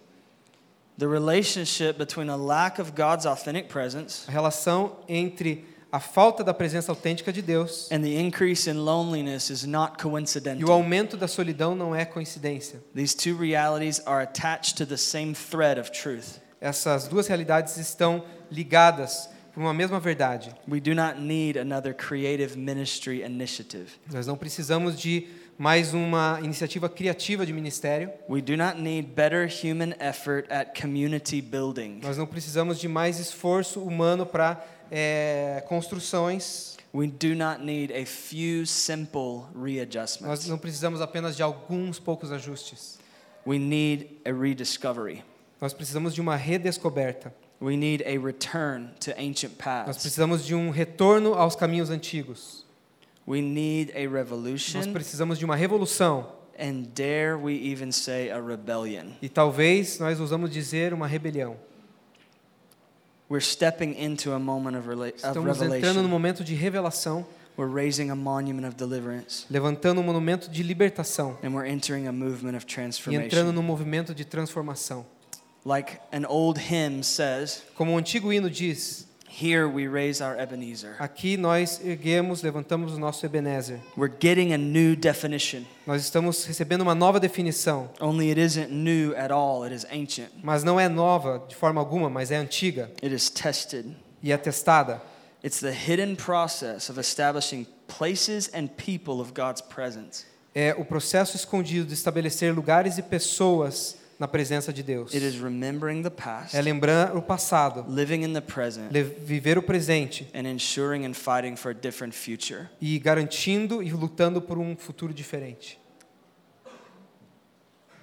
[SPEAKER 4] The relationship between a lack of God's authentic presence
[SPEAKER 3] a relação entre a falta da presença autêntica de Deus
[SPEAKER 4] and the increase in loneliness is
[SPEAKER 3] e
[SPEAKER 4] not
[SPEAKER 3] o
[SPEAKER 4] coincidental.
[SPEAKER 3] aumento da solidão não é coincidência.
[SPEAKER 4] These two realities are attached to the same thread of truth.
[SPEAKER 3] Essas duas realidades estão ligadas por uma mesma verdade.
[SPEAKER 4] We do not need another creative ministry initiative.
[SPEAKER 3] Nós não precisamos de mais uma iniciativa criativa de ministério,
[SPEAKER 4] We do not need better human effort at community building.
[SPEAKER 3] nós não precisamos de mais esforço humano para construções,
[SPEAKER 4] We do not need a few simple
[SPEAKER 3] nós
[SPEAKER 4] readjustments.
[SPEAKER 3] não precisamos apenas de alguns poucos ajustes.
[SPEAKER 4] We need a rediscovery.
[SPEAKER 3] Nós precisamos de uma redescoberta,
[SPEAKER 4] We need a return to ancient
[SPEAKER 3] nós
[SPEAKER 4] paths.
[SPEAKER 3] precisamos de um retorno aos caminhos antigos,
[SPEAKER 4] We need a
[SPEAKER 3] nós
[SPEAKER 4] revolution.
[SPEAKER 3] precisamos de uma revolução.
[SPEAKER 4] And dare we even say a rebellion?
[SPEAKER 3] E talvez nós usamos dizer uma rebelião.
[SPEAKER 4] We're stepping into a moment of, rela- of
[SPEAKER 3] Estamos entrando num
[SPEAKER 4] revelation.
[SPEAKER 3] momento de revelação,
[SPEAKER 4] We're raising a monument of deliverance.
[SPEAKER 3] levantando um monumento de libertação
[SPEAKER 4] And we're entering a movement of
[SPEAKER 3] e entrando
[SPEAKER 4] transformation.
[SPEAKER 3] num movimento de transformação.
[SPEAKER 4] Like an old hymn says,
[SPEAKER 3] Como o antigo hino diz,
[SPEAKER 4] here we raise our Ebenezer.
[SPEAKER 3] aqui nós erguemos, levantamos o nosso Ebenezer.
[SPEAKER 4] We're getting a new definition,
[SPEAKER 3] Nós estamos recebendo uma nova definição,
[SPEAKER 4] only it isn't new at all, it is ancient.
[SPEAKER 3] mas não é nova de forma alguma, mas é antiga
[SPEAKER 4] It is tested.
[SPEAKER 3] e é testada.
[SPEAKER 4] It's the hidden process of establishing places and people of God's presence.
[SPEAKER 3] É o processo escondido de estabelecer lugares e pessoas na presença de Deus.
[SPEAKER 4] It is remembering the past,
[SPEAKER 3] É lembrar o passado,
[SPEAKER 4] living in the present,
[SPEAKER 3] le- viver o presente
[SPEAKER 4] and ensuring and fighting for a different future.
[SPEAKER 3] e garantindo e lutando por um futuro diferente.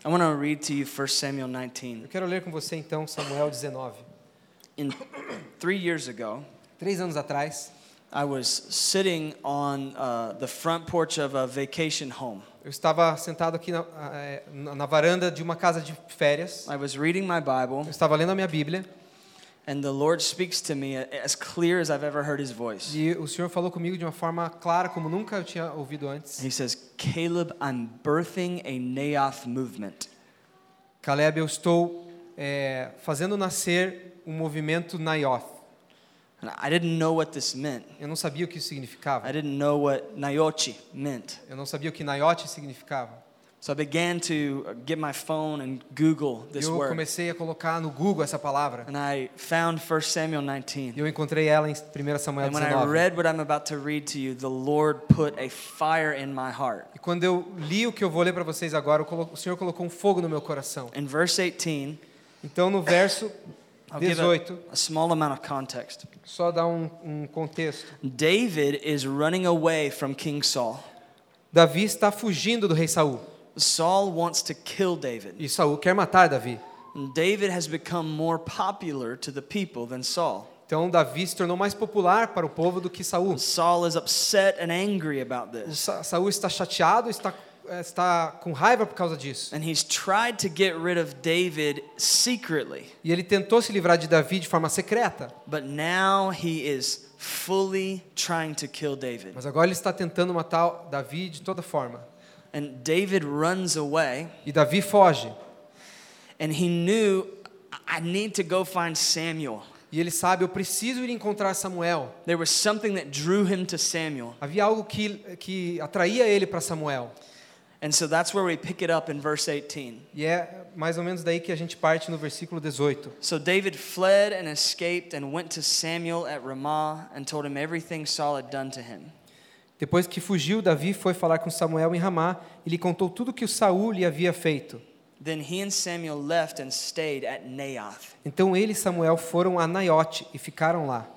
[SPEAKER 4] I want to read to you 1 Samuel
[SPEAKER 3] Eu
[SPEAKER 4] 19.
[SPEAKER 3] quero ler com você então Samuel 19.
[SPEAKER 4] In three years ago,
[SPEAKER 3] Três anos atrás,
[SPEAKER 4] I was sitting on uh, the front porch of a vacation home.
[SPEAKER 3] eu estava sentado aqui na, eh, na na varanda de uma casa de férias.
[SPEAKER 4] I was reading my Bible,
[SPEAKER 3] Eu estava lendo a minha Bíblia
[SPEAKER 4] and the Lord speaks to me as clear as I've ever heard His voice.
[SPEAKER 3] e o Senhor falou comigo de uma forma clara, como nunca eu tinha ouvido antes.
[SPEAKER 4] He says, Caleb, I'm birthing a Naoth movement.
[SPEAKER 3] Caleb, eu estou eh, fazendo nascer um movimento Naioth.
[SPEAKER 4] And I didn't know what this meant.
[SPEAKER 3] Eu não sabia o que isso
[SPEAKER 4] I
[SPEAKER 3] significava.
[SPEAKER 4] didn't know what Naochi meant.
[SPEAKER 3] Eu não sabia o que Naiote significava.
[SPEAKER 4] So I began to uh, get my phone and Google
[SPEAKER 3] E
[SPEAKER 4] this
[SPEAKER 3] eu
[SPEAKER 4] word.
[SPEAKER 3] comecei a colocar no Google essa palavra.
[SPEAKER 4] And I found 1 Samuel
[SPEAKER 3] E
[SPEAKER 4] 19.
[SPEAKER 3] eu encontrei ela em 1 Samuel
[SPEAKER 4] And when I
[SPEAKER 3] 19.
[SPEAKER 4] read what I'm about to read to you, the Lord put a fire in my heart.
[SPEAKER 3] E quando eu li o que eu vou ler para vocês agora, eu colo- o Senhor colocou um fogo no meu coração.
[SPEAKER 4] In verse 18,
[SPEAKER 3] Então, no verso
[SPEAKER 4] I'll give a,
[SPEAKER 3] 18,
[SPEAKER 4] a small amount of context.
[SPEAKER 3] só dá um, um contexto.
[SPEAKER 4] David is running away from King Saul.
[SPEAKER 3] Davi está fugindo do rei Saul.
[SPEAKER 4] Saul wants to kill David.
[SPEAKER 3] E Saul quer matar Davi.
[SPEAKER 4] And David has become more popular to the people than Saul.
[SPEAKER 3] Então, Davi se tornou mais popular para o povo do que Saul.
[SPEAKER 4] Saul is upset and angry about
[SPEAKER 3] O
[SPEAKER 4] this.
[SPEAKER 3] Sa Saul está chateado, está, eh, está com raiva por causa disso.
[SPEAKER 4] And he's tried to get rid of David secretly,
[SPEAKER 3] E ele tentou se livrar de Davi de forma secreta,
[SPEAKER 4] but now he is fully trying to kill David.
[SPEAKER 3] mas agora ele está tentando matar Davi de toda forma.
[SPEAKER 4] And David runs away,
[SPEAKER 3] E Davi foge.
[SPEAKER 4] and he knew, "I- I need to go find Samuel.
[SPEAKER 3] E ele sabe, eu preciso ir encontrar Samuel.
[SPEAKER 4] There was something that drew him to Samuel.
[SPEAKER 3] Havia algo que, que atraía ele para Samuel.
[SPEAKER 4] And so that's where we pick it up in verse 18.
[SPEAKER 3] E é mais ou menos daí que a gente parte no versículo 18.
[SPEAKER 4] So David fled and escaped and went to Samuel at Ramah and told him everything Saul had done to him.
[SPEAKER 3] Depois que fugiu, Davi foi falar com Samuel em Ramá e lhe contou tudo que o Saul lhe havia feito.
[SPEAKER 4] Then he and Samuel left and stayed at Naioth.
[SPEAKER 3] Então ele e Samuel foram a Naiote e ficaram lá.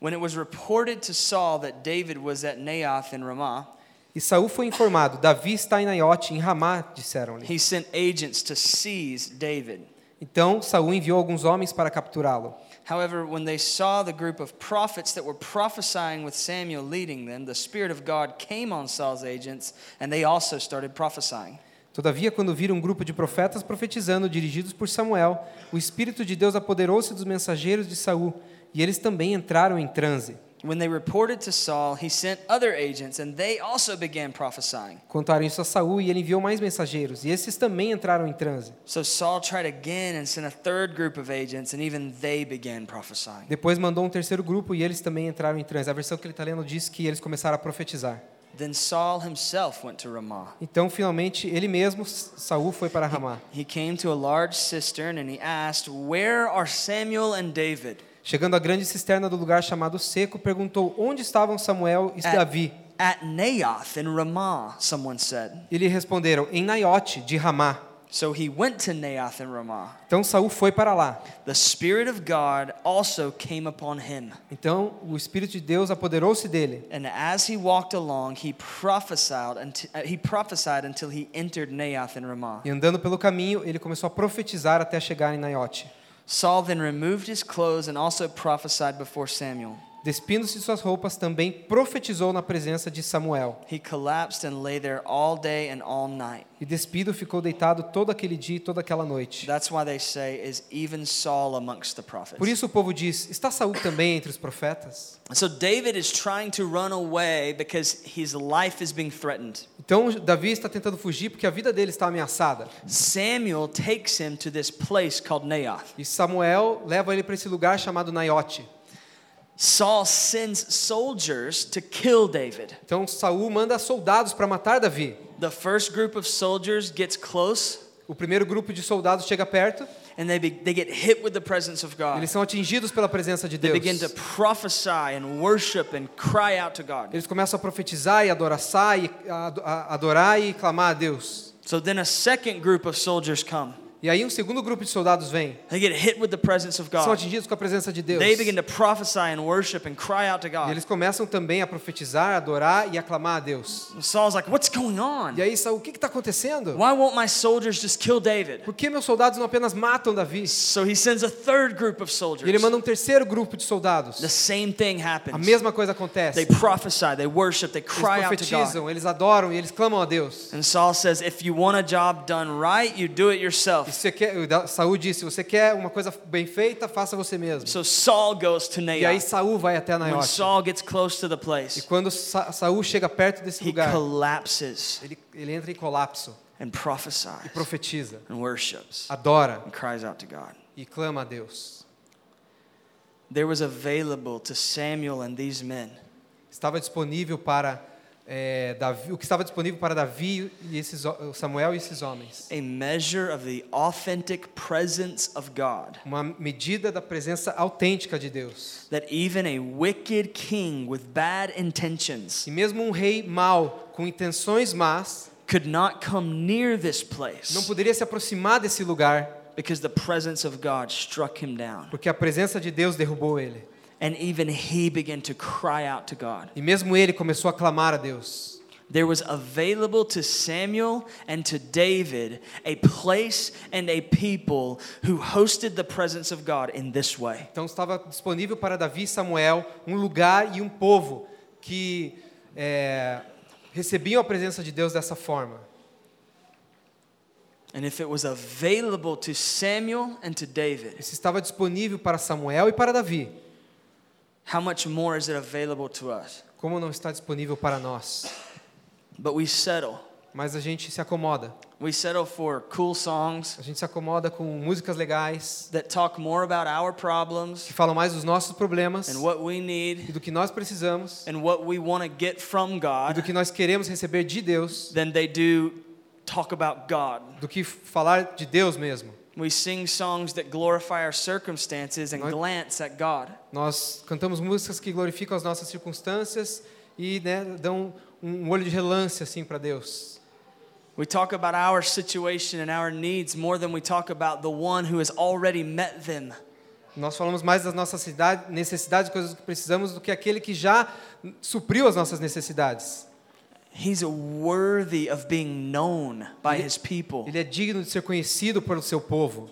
[SPEAKER 4] When it was reported to Saul that David was at Naioth in Ramah,
[SPEAKER 3] E Saul foi informado: Davi está em Naiote, em Ramá, disseram-lhe.
[SPEAKER 4] he sent agents to seize David.
[SPEAKER 3] Então Saul enviou alguns homens para capturá-lo.
[SPEAKER 4] However, when they saw the group of prophets that were prophesying with Samuel leading them, the Spirit of God came on Saul's agents, and they also started prophesying.
[SPEAKER 3] Todavia, quando viram um grupo de profetas profetizando, dirigidos por Samuel, o Espírito de Deus apoderou-se dos mensageiros de Saul, e eles também entraram em transe.
[SPEAKER 4] When they reported to Saul, he sent other agents, and they also began prophesying.
[SPEAKER 3] Contaram isso a Saul e ele enviou mais mensageiros, e esses também entraram em transe.
[SPEAKER 4] So Saul tried again and sent a third group of agents, and even they began prophesying.
[SPEAKER 3] Depois mandou um terceiro grupo e eles também entraram em transe. A versão que ele está lendo diz que eles começaram a profetizar.
[SPEAKER 4] Then Saul himself went to Ramah.
[SPEAKER 3] Então, finalmente, ele mesmo, Saul, foi para Ramá.
[SPEAKER 4] He came to a large cistern and he asked, Where are Samuel and David?
[SPEAKER 3] Chegando à grande cisterna do lugar chamado Seco, perguntou onde estavam Samuel e Davi.
[SPEAKER 4] At Naioth in Ramah, someone said.
[SPEAKER 3] E lhe responderam, em Naiote, de Ramá.
[SPEAKER 4] So he went to Naioth in Ramah.
[SPEAKER 3] Então, Saul foi para lá.
[SPEAKER 4] The Spirit of God also came upon him.
[SPEAKER 3] Então o Espírito de Deus apoderou-se dele.
[SPEAKER 4] And as he walked along, he prophesied, until, uh, he prophesied until he entered Naioth in Ramah.
[SPEAKER 3] E andando pelo caminho, ele começou a profetizar até chegar em Naiote.
[SPEAKER 4] Saul then removed his clothes and also prophesied before Samuel.
[SPEAKER 3] Despindo-se de suas roupas, também profetizou na presença de Samuel.
[SPEAKER 4] He collapsed and lay there all day and all night.
[SPEAKER 3] E despido ficou deitado todo aquele dia e toda aquela noite.
[SPEAKER 4] That's why they say, Is even Saul amongst the prophets?
[SPEAKER 3] Por isso o povo diz: Está Saul também entre os profetas?
[SPEAKER 4] So David is trying to run away because his life is being threatened.
[SPEAKER 3] Então Davi está tentando fugir porque a vida dele está ameaçada.
[SPEAKER 4] Samuel takes him to this place called Naioth.
[SPEAKER 3] E Samuel leva ele para esse lugar chamado Naiote.
[SPEAKER 4] Saul sends soldiers to kill David.
[SPEAKER 3] Então Saul manda soldados para matar Davi.
[SPEAKER 4] The first group of soldiers gets close
[SPEAKER 3] O primeiro grupo de soldados chega perto,
[SPEAKER 4] and they, be, they get hit with the presence of God.
[SPEAKER 3] eles são atingidos pela presença de
[SPEAKER 4] They begin
[SPEAKER 3] Deus.
[SPEAKER 4] to prophesy and worship and cry out to God.
[SPEAKER 3] Eles começam a profetizar e adorar, e a- a- adorar e clamar a Deus.
[SPEAKER 4] So then a second group of soldiers come.
[SPEAKER 3] E aí um segundo grupo de soldados vem,
[SPEAKER 4] They get hit with the presence of
[SPEAKER 3] são
[SPEAKER 4] God.
[SPEAKER 3] atingidos com a presença de Deus.
[SPEAKER 4] They begin
[SPEAKER 3] E
[SPEAKER 4] to prophesy and worship and cry out to God.
[SPEAKER 3] eles começam também a profetizar, a adorar e a clamar a Deus.
[SPEAKER 4] And Saul's like, What's going on?
[SPEAKER 3] E aí Saul, o que está acontecendo?
[SPEAKER 4] Why won't my soldiers just kill David?
[SPEAKER 3] Por que meus soldados não apenas matam Davi?
[SPEAKER 4] So he sends a third group
[SPEAKER 3] E ele
[SPEAKER 4] of soldiers.
[SPEAKER 3] manda um terceiro grupo de soldados.
[SPEAKER 4] The same thing
[SPEAKER 3] A
[SPEAKER 4] happens.
[SPEAKER 3] mesma coisa
[SPEAKER 4] They
[SPEAKER 3] acontece.
[SPEAKER 4] prophesy, they worship, they
[SPEAKER 3] Eles
[SPEAKER 4] cry out to God.
[SPEAKER 3] profetizam, eles adoram e eles clamam a Deus.
[SPEAKER 4] And Saul says, If you want a job done right, you do it
[SPEAKER 3] E se
[SPEAKER 4] yourself.
[SPEAKER 3] você quer, o da- Saul disse, se você quer uma coisa bem feita, faça você mesmo.
[SPEAKER 4] So Saul goes to
[SPEAKER 3] E aí
[SPEAKER 4] Naioth.
[SPEAKER 3] Saul vai até
[SPEAKER 4] When
[SPEAKER 3] Naiote.
[SPEAKER 4] Saul gets close to the
[SPEAKER 3] E
[SPEAKER 4] place,
[SPEAKER 3] quando Sa Saul chega perto desse
[SPEAKER 4] he
[SPEAKER 3] lugar,
[SPEAKER 4] collapses
[SPEAKER 3] ele, ele entra em colapso
[SPEAKER 4] and
[SPEAKER 3] e
[SPEAKER 4] prophesies
[SPEAKER 3] profetiza,
[SPEAKER 4] and worships
[SPEAKER 3] adora
[SPEAKER 4] and cries out to God.
[SPEAKER 3] e clama a Deus.
[SPEAKER 4] There was available to Samuel and these men
[SPEAKER 3] Estava disponível para eh, Davi, o que estava disponível para Davi e esses ho- Samuel e esses homens,
[SPEAKER 4] a measure of the authentic presence of God
[SPEAKER 3] uma medida da presença autêntica de Deus.
[SPEAKER 4] that even a wicked king with bad intentions
[SPEAKER 3] E mesmo um rei mau, com intenções más,
[SPEAKER 4] could not come near this
[SPEAKER 3] não
[SPEAKER 4] place
[SPEAKER 3] poderia se aproximar desse lugar,
[SPEAKER 4] because the presence of God struck him down.
[SPEAKER 3] porque a presença de Deus derrubou ele.
[SPEAKER 4] And even he began to cry out to God.
[SPEAKER 3] E mesmo ele começou a clamar a Deus.
[SPEAKER 4] There was available to Samuel and to David a place and a people who hosted the presence of God in this way.
[SPEAKER 3] Então estava disponível para Davi e Samuel um lugar e um povo que é, recebiam a presença de Deus dessa forma.
[SPEAKER 4] And if it was available to Samuel and to David,
[SPEAKER 3] Isso estava disponível para Samuel e para Davi,
[SPEAKER 4] how much more is it available to us?
[SPEAKER 3] como não está disponível para nós.
[SPEAKER 4] But we settle
[SPEAKER 3] Mas mas a gente se acomoda.
[SPEAKER 4] We settle for cool songs
[SPEAKER 3] A gente se acomoda com músicas legais,
[SPEAKER 4] that talk more about our
[SPEAKER 3] que
[SPEAKER 4] problems
[SPEAKER 3] falam mais dos nossos problemas
[SPEAKER 4] and what we
[SPEAKER 3] e
[SPEAKER 4] need
[SPEAKER 3] do que nós precisamos
[SPEAKER 4] and what we want to get from
[SPEAKER 3] e do
[SPEAKER 4] God
[SPEAKER 3] que nós queremos receber de Deus,
[SPEAKER 4] than they do talk about God.
[SPEAKER 3] do que falar de Deus mesmo.
[SPEAKER 4] We sing songs that glorify our circumstances and
[SPEAKER 3] Nós-
[SPEAKER 4] glance at God.
[SPEAKER 3] Nós cantamos músicas que glorificam as nossas circunstâncias e né, dão um olho de relance assim para Deus.
[SPEAKER 4] We talk about our situation and our needs more than we talk about the one who has already met them.
[SPEAKER 3] Nós falamos mais das nossas cidade- necessidades, coisas que precisamos, do que aquele que já supriu as nossas necessidades.
[SPEAKER 4] He's worthy of being known by his people.
[SPEAKER 3] Ele é digno de ser conhecido pelo seu povo.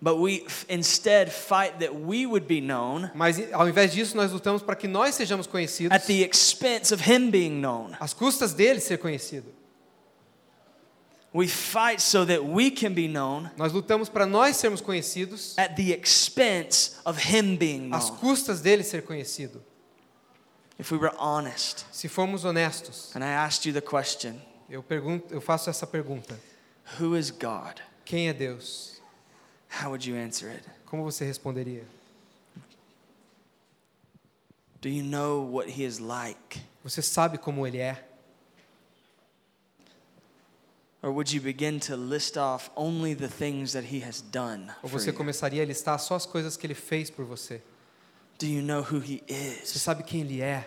[SPEAKER 4] But we f- instead fight that we would be known
[SPEAKER 3] Mas e- ao invés disso, nós lutamos para que nós sejamos conhecidos,
[SPEAKER 4] at the expense of him being known.
[SPEAKER 3] às custas dele ser conhecido.
[SPEAKER 4] We fight so that we can be known
[SPEAKER 3] Nós lutamos para nós sermos conhecidos,
[SPEAKER 4] at the expense of him being
[SPEAKER 3] às
[SPEAKER 4] known.
[SPEAKER 3] custas dele ser conhecido.
[SPEAKER 4] If we were honest,
[SPEAKER 3] Se formos honestos,
[SPEAKER 4] and I asked you the question,
[SPEAKER 3] eu, pergunto, eu faço essa pergunta:
[SPEAKER 4] who is God?
[SPEAKER 3] Quem é Deus?
[SPEAKER 4] How would you answer it?
[SPEAKER 3] Como você responderia?
[SPEAKER 4] Do you know what he is like?
[SPEAKER 3] Você sabe como ele é?
[SPEAKER 4] Or would you begin to list off only the things that he has done?
[SPEAKER 3] Ou
[SPEAKER 4] for
[SPEAKER 3] você
[SPEAKER 4] you?
[SPEAKER 3] começaria a listar só as coisas que ele fez por você?
[SPEAKER 4] Do you know who he
[SPEAKER 3] Você
[SPEAKER 4] is?
[SPEAKER 3] sabe quem ele é?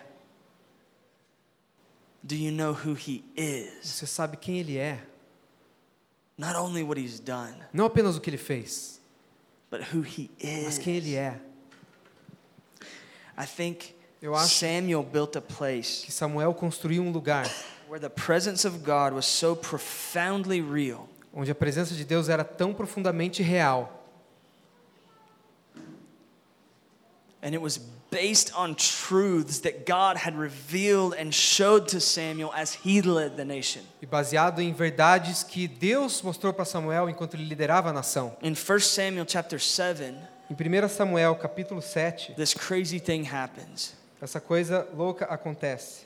[SPEAKER 4] Do you know who he is?
[SPEAKER 3] Você sabe quem ele é?
[SPEAKER 4] Not only what he's done,
[SPEAKER 3] Não apenas o que ele fez,
[SPEAKER 4] but who he
[SPEAKER 3] mas
[SPEAKER 4] is.
[SPEAKER 3] quem ele é.
[SPEAKER 4] I think
[SPEAKER 3] Eu acho-
[SPEAKER 4] Samuel built a place
[SPEAKER 3] Que Samuel construiu um lugar
[SPEAKER 4] where the presence of God was so profoundly real
[SPEAKER 3] onde a presença de Deus era tão profundamente real
[SPEAKER 4] and it was based on truths that God had revealed and showed to Samuel as he led the nation.
[SPEAKER 3] e baseado em verdades que Deus mostrou para Samuel enquanto ele liderava a nação.
[SPEAKER 4] In 1 Samuel chapter 7,
[SPEAKER 3] Em 1 Samuel, capítulo 7,
[SPEAKER 4] this crazy thing happens.
[SPEAKER 3] essa coisa louca acontece.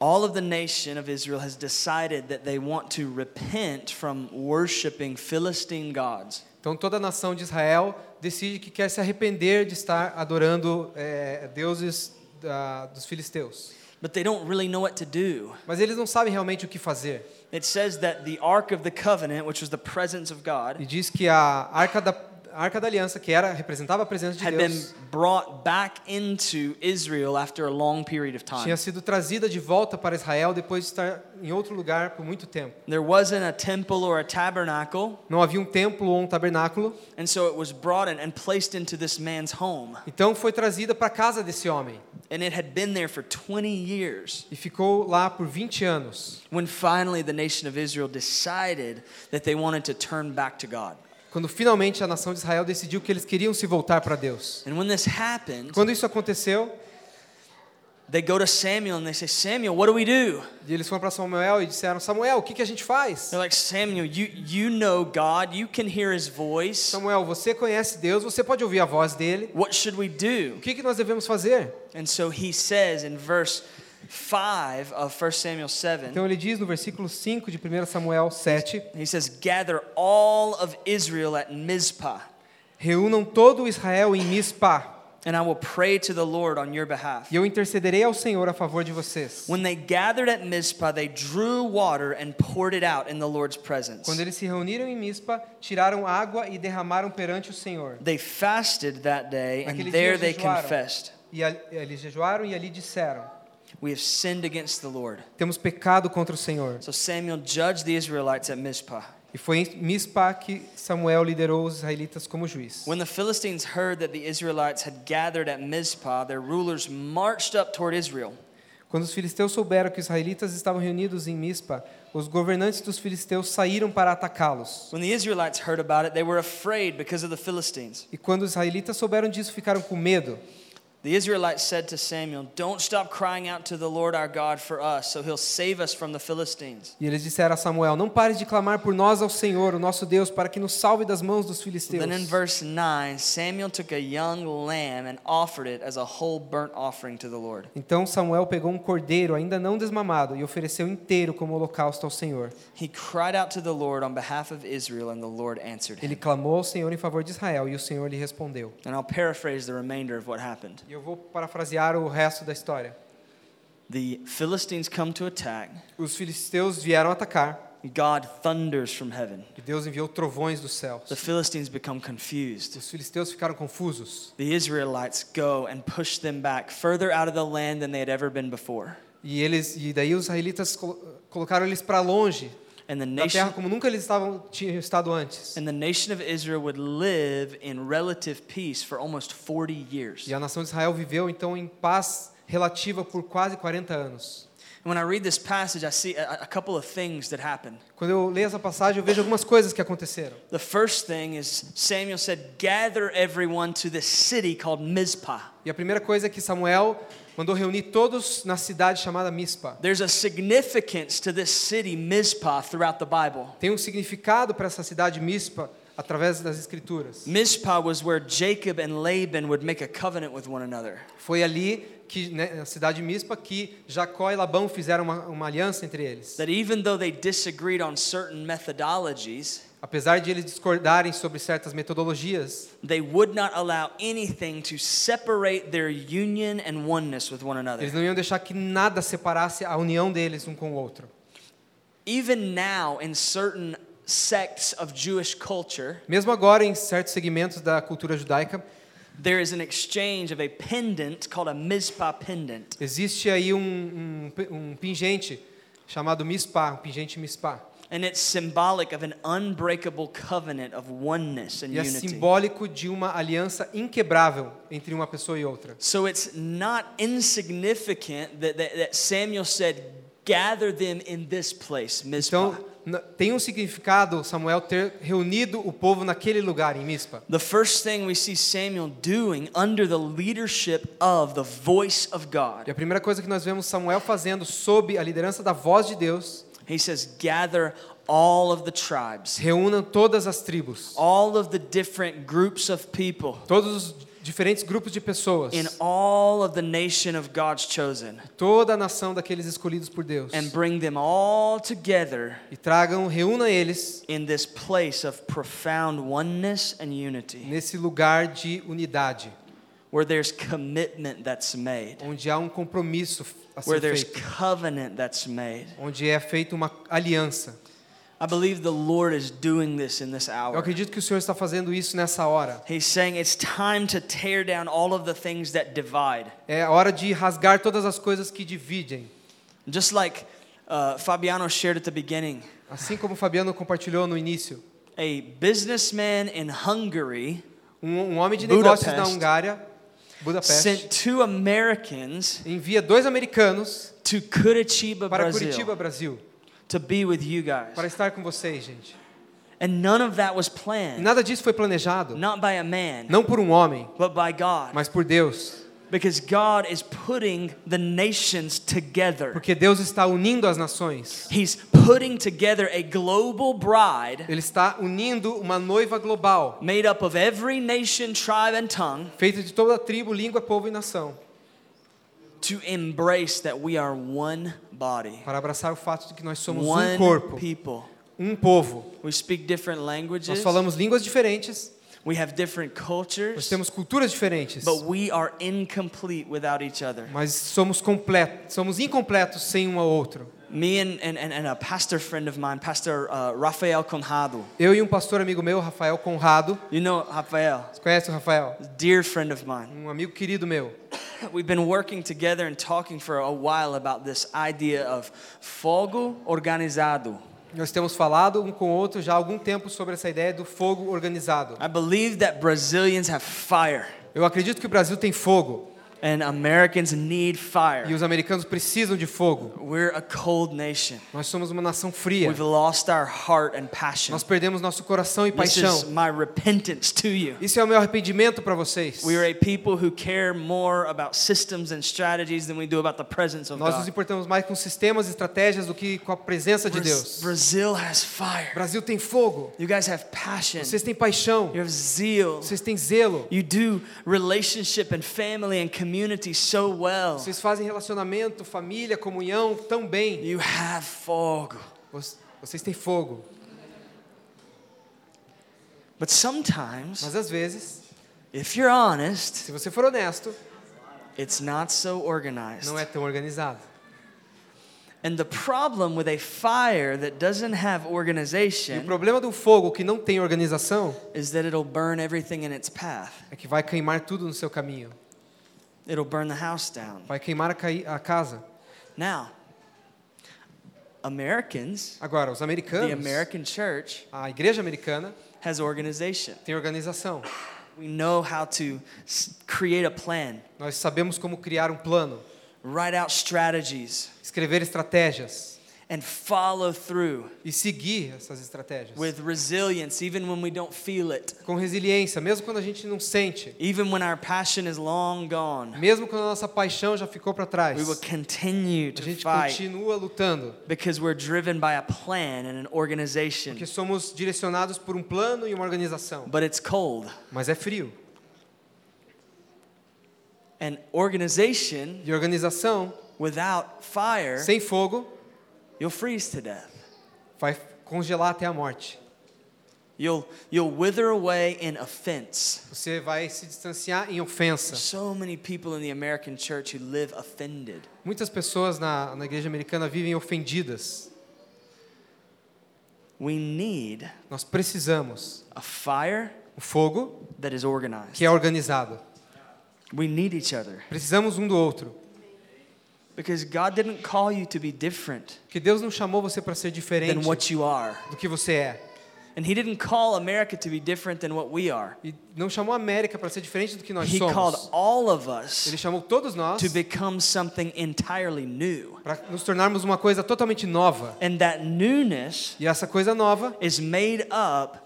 [SPEAKER 4] All of the nation of Israel has decided that they want to repent from worshiping Philistine gods.
[SPEAKER 3] Então toda a nação de Israel decide que quer se arrepender de estar adorando eh, deuses da- dos filisteus.
[SPEAKER 4] But they don't really know what to do.
[SPEAKER 3] Mas eles não sabem realmente o que fazer.
[SPEAKER 4] It says that the Ark of the Covenant, which was the presence of
[SPEAKER 3] E
[SPEAKER 4] God,
[SPEAKER 3] diz que a arca da, a arca da aliança, que era representava a presença de
[SPEAKER 4] had been
[SPEAKER 3] Deus,
[SPEAKER 4] brought back into Israel after a long period of
[SPEAKER 3] tinha
[SPEAKER 4] time.
[SPEAKER 3] sido trazida de volta para Israel depois de estar em outro lugar por muito tempo.
[SPEAKER 4] There wasn't a temple or a tabernacle,
[SPEAKER 3] Não havia um templo ou um tabernáculo,
[SPEAKER 4] and so it was brought in and placed into this man's home.
[SPEAKER 3] então foi trazida para a casa desse homem
[SPEAKER 4] And it had been there for 20 years.
[SPEAKER 3] e ficou lá por 20 anos.
[SPEAKER 4] when finally the nation of Israel decided that they wanted to turn back to God.
[SPEAKER 3] Quando finalmente a nação de Israel decidiu que eles queriam se voltar para Deus.
[SPEAKER 4] And when this happened,
[SPEAKER 3] Quando isso aconteceu,
[SPEAKER 4] they go to Samuel and they say, Samuel, what do we do?
[SPEAKER 3] E eles foram para Samuel e disseram: Samuel, o que, que a gente faz?
[SPEAKER 4] They're like, Samuel, you, you know God, you can hear his voice.
[SPEAKER 3] Samuel, você conhece Deus, você pode ouvir a voz dele.
[SPEAKER 4] What should we do?
[SPEAKER 3] O que, que nós devemos fazer?
[SPEAKER 4] And so he says in verse 5 of 1 Samuel 7,
[SPEAKER 3] Então ele diz no versículo 5 de 1 Samuel 7:
[SPEAKER 4] he says, Gather all of Israel at Mizpah,
[SPEAKER 3] Reúnam todo o Israel em Mispá,
[SPEAKER 4] and I will pray to the Lord on your behalf.
[SPEAKER 3] e eu intercederei ao Senhor a favor de vocês.
[SPEAKER 4] When they gathered at Mizpah, they drew water and poured it out in the Lord's presence.
[SPEAKER 3] Quando eles se reuniram em Mispa, tiraram água e derramaram perante o Senhor.
[SPEAKER 4] They fasted that day, and
[SPEAKER 3] Naquele
[SPEAKER 4] there
[SPEAKER 3] dia
[SPEAKER 4] they
[SPEAKER 3] jejuaram.
[SPEAKER 4] confessed,
[SPEAKER 3] E ali, eles jejuaram e ali disseram:
[SPEAKER 4] We have sinned against the Lord.
[SPEAKER 3] Temos pecado contra o Senhor.
[SPEAKER 4] So Samuel judged the Israelites at Mizpah.
[SPEAKER 3] E foi em Mispá que Samuel liderou os israelitas como juiz.
[SPEAKER 4] When the Philistines heard that the Israelites had gathered at Mizpah, their rulers marched up toward Israel.
[SPEAKER 3] Quando os filisteus souberam que os israelitas estavam reunidos em Mispa, os governantes dos filisteus saíram para atacá-los.
[SPEAKER 4] When the Israelites heard about it, they were afraid because of the Philistines.
[SPEAKER 3] E quando os israelitas souberam disso, ficaram com medo.
[SPEAKER 4] The Israelites said to Samuel, Don't stop crying out to the Lord our God for us, so he'll save us from the Philistines.
[SPEAKER 3] E eles disseram a Samuel: Não pares de clamar por nós ao Senhor, o nosso Deus, para que nos salve das mãos dos filisteus.
[SPEAKER 4] Then in verse 9, Samuel took a young lamb and offered it as a whole burnt offering to the Lord.
[SPEAKER 3] Então Samuel pegou um cordeiro ainda não desmamado e ofereceu inteiro como holocausto ao Senhor.
[SPEAKER 4] He cried out to the Lord on behalf of Israel, and the Lord answered
[SPEAKER 3] Ele
[SPEAKER 4] him.
[SPEAKER 3] clamou ao Senhor em favor de Israel e o Senhor lhe respondeu.
[SPEAKER 4] And I'll paraphrase the remainder of what happened.
[SPEAKER 3] E eu vou parafrasear o resto da história.
[SPEAKER 4] The Philistines come to attack.
[SPEAKER 3] Os filisteus vieram atacar
[SPEAKER 4] God thunders from heaven.
[SPEAKER 3] e Deus enviou trovões dos céus.
[SPEAKER 4] The Philistines become confused.
[SPEAKER 3] Os filisteus ficaram confusos
[SPEAKER 4] The Israelites go and push them back further out of the land than they had ever been before.
[SPEAKER 3] e eles e daí os israelitas colo- colocaram eles para longe
[SPEAKER 4] And the
[SPEAKER 3] da terra
[SPEAKER 4] nation
[SPEAKER 3] como nunca eles estavam tinham estado antes.
[SPEAKER 4] and the nation of Israel would live in relative peace for almost 40 years.
[SPEAKER 3] E a nação de Israel viveu então em paz relativa por quase 40 anos.
[SPEAKER 4] And when I read this passage, I see a, a couple of things that happen.
[SPEAKER 3] Quando eu leio essa passagem, eu vejo algumas coisas que aconteceram.
[SPEAKER 4] The first thing is Samuel said, "Gather everyone to this city called Mizpah."
[SPEAKER 3] E a primeira coisa é que Samuel mandou reunir todos na cidade chamada Mispa.
[SPEAKER 4] There's a significance to this city Mizpah throughout the Bible.
[SPEAKER 3] Tem um significado para essa cidade Mispa através das escrituras.
[SPEAKER 4] Mizpah was where Jacob and Laban would make a covenant with one another.
[SPEAKER 3] Foi ali que né, na cidade Mispa que Jacó e Labão fizeram uma, uma aliança entre eles.
[SPEAKER 4] That even though they disagreed on certain methodologies,
[SPEAKER 3] Apesar de eles discordarem sobre certas metodologias,
[SPEAKER 4] they would not allow anything to separate their union and oneness with one another.
[SPEAKER 3] eles não iam deixar que nada separasse a união deles um com o outro.
[SPEAKER 4] Even now, in certain sects of Jewish culture,
[SPEAKER 3] Mesmo agora, em certos segmentos da cultura judaica,
[SPEAKER 4] there is an exchange of a pendant called a Mizpah pendant.
[SPEAKER 3] existe aí um, um, um pingente chamado Mispá, um pingente Mispá.
[SPEAKER 4] And it's symbolic of an unbreakable covenant of oneness and
[SPEAKER 3] E é
[SPEAKER 4] unity.
[SPEAKER 3] simbólico de uma aliança inquebrável entre uma pessoa e outra.
[SPEAKER 4] So it's not insignificant that, that, that Samuel said, gather them in this place, Mizpah.
[SPEAKER 3] Então, n- tem um significado Samuel ter reunido o povo naquele lugar, em Mispa.
[SPEAKER 4] the first thing we see Samuel doing under the leadership of the voice
[SPEAKER 3] E
[SPEAKER 4] of God,
[SPEAKER 3] a primeira coisa que nós vemos Samuel fazendo sob a liderança da voz de Deus,
[SPEAKER 4] he says, gather all of the tribes,
[SPEAKER 3] reúnam todas as tribos,
[SPEAKER 4] all of the different groups of people
[SPEAKER 3] todos os diferentes grupos de pessoas,
[SPEAKER 4] in all of the nation of God's chosen,
[SPEAKER 3] toda a nação daqueles escolhidos por Deus,
[SPEAKER 4] and bring them all together
[SPEAKER 3] e tragam, reúna eles
[SPEAKER 4] in this place of profound oneness and unity,
[SPEAKER 3] nesse lugar de unidade.
[SPEAKER 4] where there's commitment that's made.
[SPEAKER 3] onde há um compromisso a ser
[SPEAKER 4] where there's
[SPEAKER 3] feito,
[SPEAKER 4] covenant that's made.
[SPEAKER 3] onde é feita uma aliança.
[SPEAKER 4] I believe the Lord is doing this in this
[SPEAKER 3] Eu
[SPEAKER 4] hour.
[SPEAKER 3] acredito que o Senhor está fazendo isso nessa hora.
[SPEAKER 4] He's saying it's time to tear down all of the things that divide.
[SPEAKER 3] É a hora de rasgar todas as coisas que dividem.
[SPEAKER 4] Just like uh, Fabiano shared at the beginning,
[SPEAKER 3] Assim como o Fabiano compartilhou no início,
[SPEAKER 4] a businessman in Hungary
[SPEAKER 3] um, um homem de
[SPEAKER 4] Budapeste.
[SPEAKER 3] negócios da Hungária, Budapeste,
[SPEAKER 4] sent two Americans
[SPEAKER 3] envia dois americanos
[SPEAKER 4] to Curitiba,
[SPEAKER 3] para
[SPEAKER 4] Brazil,
[SPEAKER 3] Curitiba, Brasil,
[SPEAKER 4] to be with you guys.
[SPEAKER 3] para estar com vocês, gente.
[SPEAKER 4] And none of that was
[SPEAKER 3] E
[SPEAKER 4] planned,
[SPEAKER 3] nada disso foi planejado,
[SPEAKER 4] not by a man,
[SPEAKER 3] não por um homem,
[SPEAKER 4] but by God.
[SPEAKER 3] mas por Deus,
[SPEAKER 4] Because God is putting the nations together.
[SPEAKER 3] porque Deus está unindo as nações.
[SPEAKER 4] He's putting together a global bride
[SPEAKER 3] Ele está unindo uma noiva global.
[SPEAKER 4] made up of every nation, tribe, and tongue
[SPEAKER 3] feito de toda tribo, língua, povo e nação,
[SPEAKER 4] to embrace that we are one body,
[SPEAKER 3] para abraçar o fato de que nós somos um
[SPEAKER 4] one
[SPEAKER 3] corpo,
[SPEAKER 4] people.
[SPEAKER 3] um povo.
[SPEAKER 4] We speak different
[SPEAKER 3] Nós
[SPEAKER 4] languages,
[SPEAKER 3] falamos línguas diferentes,
[SPEAKER 4] we have different
[SPEAKER 3] nós
[SPEAKER 4] cultures,
[SPEAKER 3] temos culturas diferentes,
[SPEAKER 4] but we are incomplete without each other.
[SPEAKER 3] mas somos completos, somos incompletos sem um ao outro.
[SPEAKER 4] Me and, and, and and a pastor friend of mine, Pastor uh, Rafael Conrado.
[SPEAKER 3] Eu e um pastor amigo meu, Rafael Conrado,
[SPEAKER 4] You know Rafael,
[SPEAKER 3] você conhece o Rafael?
[SPEAKER 4] dear friend of mine.
[SPEAKER 3] Um amigo querido meu.
[SPEAKER 4] We've been working together and talking for a while about this idea of fogo organizado.
[SPEAKER 3] Nós temos falado um com o outro já há algum tempo sobre essa ideia do fogo organizado.
[SPEAKER 4] I believe that Brazilians have fire.
[SPEAKER 3] Eu acredito que o Brasil tem fogo.
[SPEAKER 4] And Americans
[SPEAKER 3] E
[SPEAKER 4] need fire.
[SPEAKER 3] os americanos precisam de fogo.
[SPEAKER 4] We're a cold nation.
[SPEAKER 3] Nós somos uma nação fria.
[SPEAKER 4] We've lost our heart and passion.
[SPEAKER 3] Nós perdemos nosso coração e
[SPEAKER 4] This is
[SPEAKER 3] paixão.
[SPEAKER 4] my repentance to you.
[SPEAKER 3] Isso é o meu arrependimento para vocês.
[SPEAKER 4] We are a people who care more about systems and strategies than we do about the presence of
[SPEAKER 3] Nós nos
[SPEAKER 4] God.
[SPEAKER 3] importamos mais com sistemas e estratégias do que com a presença de Deus. O
[SPEAKER 4] Brazil has fire.
[SPEAKER 3] Brasil tem fogo.
[SPEAKER 4] You guys have passion.
[SPEAKER 3] Vocês têm paixão.
[SPEAKER 4] You have zeal.
[SPEAKER 3] Vocês têm zelo.
[SPEAKER 4] You do relationship and family and community so well.
[SPEAKER 3] Vocês fazem relacionamento, família, comunhão tão bem.
[SPEAKER 4] You have fog.
[SPEAKER 3] Voc- Vocês têm fogo.
[SPEAKER 4] But sometimes,
[SPEAKER 3] Mas às vezes,
[SPEAKER 4] if you're honest,
[SPEAKER 3] se você for honesto,
[SPEAKER 4] it's not so organized.
[SPEAKER 3] não é tão organizado.
[SPEAKER 4] And the problem with a fire that doesn't have
[SPEAKER 3] E o
[SPEAKER 4] organization
[SPEAKER 3] problema do fogo que não tem organização
[SPEAKER 4] is that it'll burn everything in its path.
[SPEAKER 3] é que vai queimar tudo no seu caminho.
[SPEAKER 4] It'll burn the house down.
[SPEAKER 3] Vai queimar a, cai- a casa.
[SPEAKER 4] Now, Americans,
[SPEAKER 3] Agora, os
[SPEAKER 4] the
[SPEAKER 3] americanos,
[SPEAKER 4] American church
[SPEAKER 3] a igreja americana
[SPEAKER 4] has organization.
[SPEAKER 3] tem organização.
[SPEAKER 4] We know how to s- create a plan,
[SPEAKER 3] Nós sabemos como criar um plano,
[SPEAKER 4] write out strategies,
[SPEAKER 3] escrever estratégias
[SPEAKER 4] and follow through
[SPEAKER 3] e seguir essas estratégias.
[SPEAKER 4] with resilience, even when we don't feel it,
[SPEAKER 3] Com resiliência, mesmo quando a gente não sente,
[SPEAKER 4] even when our passion is long gone.
[SPEAKER 3] mesmo quando a nossa paixão já ficou para trás,
[SPEAKER 4] We will continue
[SPEAKER 3] a
[SPEAKER 4] to
[SPEAKER 3] gente
[SPEAKER 4] fight
[SPEAKER 3] continua lutando,
[SPEAKER 4] because we're driven by a plan and an organization.
[SPEAKER 3] porque somos direcionados por um plano e uma organização.
[SPEAKER 4] But it's cold.
[SPEAKER 3] Mas é frio.
[SPEAKER 4] And organization
[SPEAKER 3] E organização
[SPEAKER 4] without fire,
[SPEAKER 3] sem fogo
[SPEAKER 4] you'll freeze to death.
[SPEAKER 3] vai congelar até a morte.
[SPEAKER 4] You'll, you'll wither away in offense.
[SPEAKER 3] Você vai se distanciar em ofensa.
[SPEAKER 4] So many people in the American church who live offended.
[SPEAKER 3] Muitas pessoas na, na igreja americana vivem ofendidas.
[SPEAKER 4] We need
[SPEAKER 3] Nós precisamos
[SPEAKER 4] a fire
[SPEAKER 3] o fogo
[SPEAKER 4] that is organized.
[SPEAKER 3] que é organizado.
[SPEAKER 4] We need each other
[SPEAKER 3] Precisamos um do outro.
[SPEAKER 4] because God didn't call you to be different
[SPEAKER 3] Que Deus não chamou você para ser diferente
[SPEAKER 4] than what you are.
[SPEAKER 3] do que você é.
[SPEAKER 4] And He didn't call America to be different than what we are.
[SPEAKER 3] E não chamou a América para ser diferente do que nós
[SPEAKER 4] He called
[SPEAKER 3] somos.
[SPEAKER 4] all of
[SPEAKER 3] Ele
[SPEAKER 4] us
[SPEAKER 3] chamou todos nós
[SPEAKER 4] to become something entirely new.
[SPEAKER 3] para nos tornarmos uma coisa totalmente nova.
[SPEAKER 4] And that newness
[SPEAKER 3] E essa coisa nova
[SPEAKER 4] is made up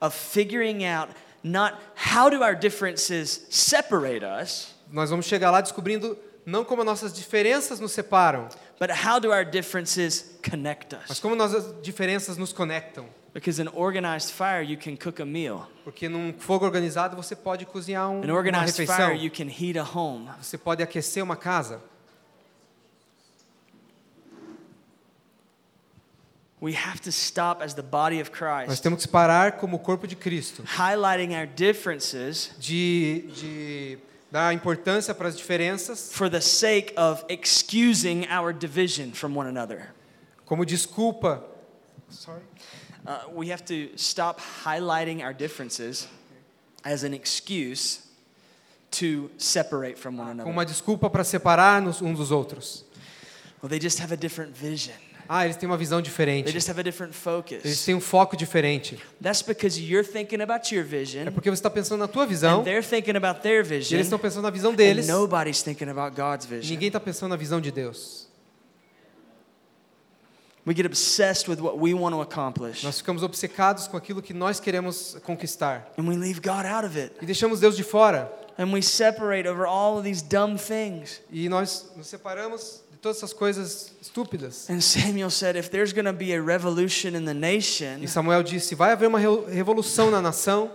[SPEAKER 4] of figuring out not how do our differences separate us,
[SPEAKER 3] Nós vamos chegar lá descobrindo não como nossas diferenças nos separam,
[SPEAKER 4] but how do our differences connect
[SPEAKER 3] mas
[SPEAKER 4] us.
[SPEAKER 3] como nossas diferenças nos conectam.
[SPEAKER 4] Because in organized fire, you can cook a meal.
[SPEAKER 3] Porque num fogo organizado você pode cozinhar um,
[SPEAKER 4] In
[SPEAKER 3] uma
[SPEAKER 4] organized
[SPEAKER 3] refeição,
[SPEAKER 4] fire, you can heat a home.
[SPEAKER 3] você pode aquecer uma casa.
[SPEAKER 4] We have to stop as the body of
[SPEAKER 3] Nós
[SPEAKER 4] Christ,
[SPEAKER 3] temos que parar como o corpo de Cristo,
[SPEAKER 4] highlighting our differences
[SPEAKER 3] de, de dar importância para as diferenças
[SPEAKER 4] for the sake of excusing our division from one another.
[SPEAKER 3] como desculpa.
[SPEAKER 4] Uh, we have to stop highlighting our differences as an excuse to separate from one
[SPEAKER 3] Com
[SPEAKER 4] another.
[SPEAKER 3] uma desculpa para separar-nos um dos outros.
[SPEAKER 4] Well, they just have a different vision.
[SPEAKER 3] Ah, eles têm uma visão
[SPEAKER 4] They
[SPEAKER 3] diferente.
[SPEAKER 4] just have a different
[SPEAKER 3] Eles
[SPEAKER 4] focus.
[SPEAKER 3] têm um foco diferente.
[SPEAKER 4] That's because you're thinking about your
[SPEAKER 3] É
[SPEAKER 4] vision,
[SPEAKER 3] porque você está pensando na tua visão
[SPEAKER 4] and they're thinking about their
[SPEAKER 3] e eles
[SPEAKER 4] vision,
[SPEAKER 3] estão pensando na visão
[SPEAKER 4] and
[SPEAKER 3] deles.
[SPEAKER 4] nobody's thinking about God's
[SPEAKER 3] E
[SPEAKER 4] vision.
[SPEAKER 3] ninguém está pensando na visão de Deus.
[SPEAKER 4] We get obsessed with what we want to accomplish,
[SPEAKER 3] Nós ficamos obcecados com aquilo que nós queremos conquistar
[SPEAKER 4] and we leave God out of it,
[SPEAKER 3] e deixamos Deus de fora.
[SPEAKER 4] and we separate over all of these dumb things.
[SPEAKER 3] E nós nos separamos de todas essas coisas estúpidas.
[SPEAKER 4] And Samuel said, if there's going to be a revolution in the nation,
[SPEAKER 3] E Samuel disse: vai haver uma reu- revolução na nação,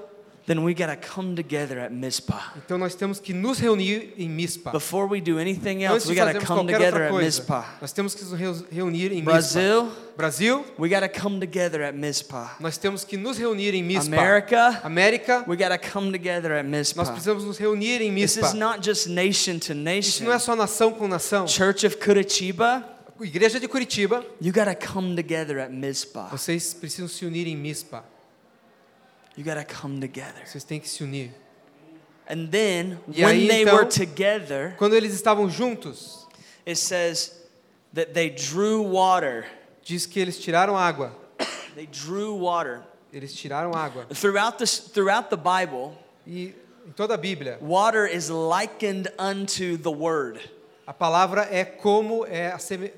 [SPEAKER 4] then we got to come together at Mizpah.
[SPEAKER 3] então nós temos que nos reunir em Mispa.
[SPEAKER 4] Before we do anything else,
[SPEAKER 3] Antes
[SPEAKER 4] we
[SPEAKER 3] de
[SPEAKER 4] got
[SPEAKER 3] fazermos
[SPEAKER 4] to Então, come
[SPEAKER 3] qualquer
[SPEAKER 4] together
[SPEAKER 3] outra
[SPEAKER 4] at
[SPEAKER 3] coisa,
[SPEAKER 4] Mizpah.
[SPEAKER 3] nós temos que nos reu- reunir em Mispa.
[SPEAKER 4] Brazil,
[SPEAKER 3] Brasil,
[SPEAKER 4] we got to come together at Mizpah.
[SPEAKER 3] nós temos que nos reunir em Mispa.
[SPEAKER 4] America,
[SPEAKER 3] América,
[SPEAKER 4] we got to come together at
[SPEAKER 3] nós
[SPEAKER 4] Mizpah.
[SPEAKER 3] precisamos nos reunir em
[SPEAKER 4] This
[SPEAKER 3] Mispa.
[SPEAKER 4] is not just nation to
[SPEAKER 3] Isso
[SPEAKER 4] nation.
[SPEAKER 3] não é só nação com nação.
[SPEAKER 4] Church of Curitiba,
[SPEAKER 3] A Igreja de Curitiba,
[SPEAKER 4] you got to come together at Mizpah.
[SPEAKER 3] vocês precisam se unir em Mispa.
[SPEAKER 4] You got to come together.
[SPEAKER 3] Vocês têm que se unir.
[SPEAKER 4] And then
[SPEAKER 3] E
[SPEAKER 4] when
[SPEAKER 3] aí,
[SPEAKER 4] they
[SPEAKER 3] então-
[SPEAKER 4] were together,
[SPEAKER 3] Quando eles estavam juntos,
[SPEAKER 4] it says that they drew water.
[SPEAKER 3] diz que eles tiraram água.
[SPEAKER 4] They drew water.
[SPEAKER 3] Eles tiraram água.
[SPEAKER 4] Throughout this throughout the Bible,
[SPEAKER 3] E em toda a Bíblia,
[SPEAKER 4] Water is likened unto the word.
[SPEAKER 3] a palavra é como é, asseme-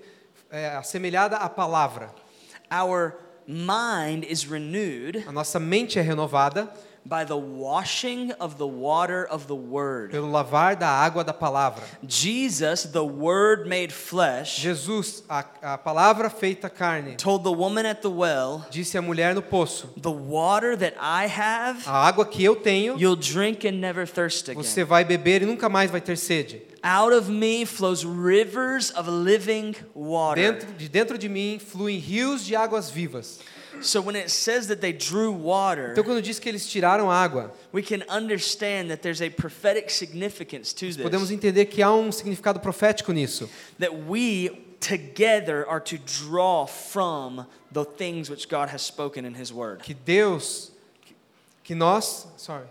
[SPEAKER 3] é assemelhada à palavra.
[SPEAKER 4] Our mind is renewed
[SPEAKER 3] A nossa mente é renovada
[SPEAKER 4] by the washing of the water of the word.
[SPEAKER 3] pelo lavar da água da palavra.
[SPEAKER 4] Jesus, the word made flesh,
[SPEAKER 3] Jesus, a, a palavra feita carne,
[SPEAKER 4] told the woman at the well,
[SPEAKER 3] disse à mulher no poço:
[SPEAKER 4] The water that I have,
[SPEAKER 3] A água que eu tenho,
[SPEAKER 4] you'll drink and never thirst
[SPEAKER 3] você
[SPEAKER 4] again.
[SPEAKER 3] vai beber e nunca mais vai ter sede.
[SPEAKER 4] Out of me flows rivers of living water.
[SPEAKER 3] Dentro de, dentro de mim fluem rios de águas vivas.
[SPEAKER 4] So when it says that they drew
[SPEAKER 3] Então,
[SPEAKER 4] water,
[SPEAKER 3] quando diz que eles tiraram a água,
[SPEAKER 4] we can understand that there's a prophetic significance to
[SPEAKER 3] podemos
[SPEAKER 4] this.
[SPEAKER 3] entender que há um significado profético nisso.
[SPEAKER 4] That we together are to draw from the things which God has spoken in His Word.
[SPEAKER 3] Que Deus, que- que nós, sorry,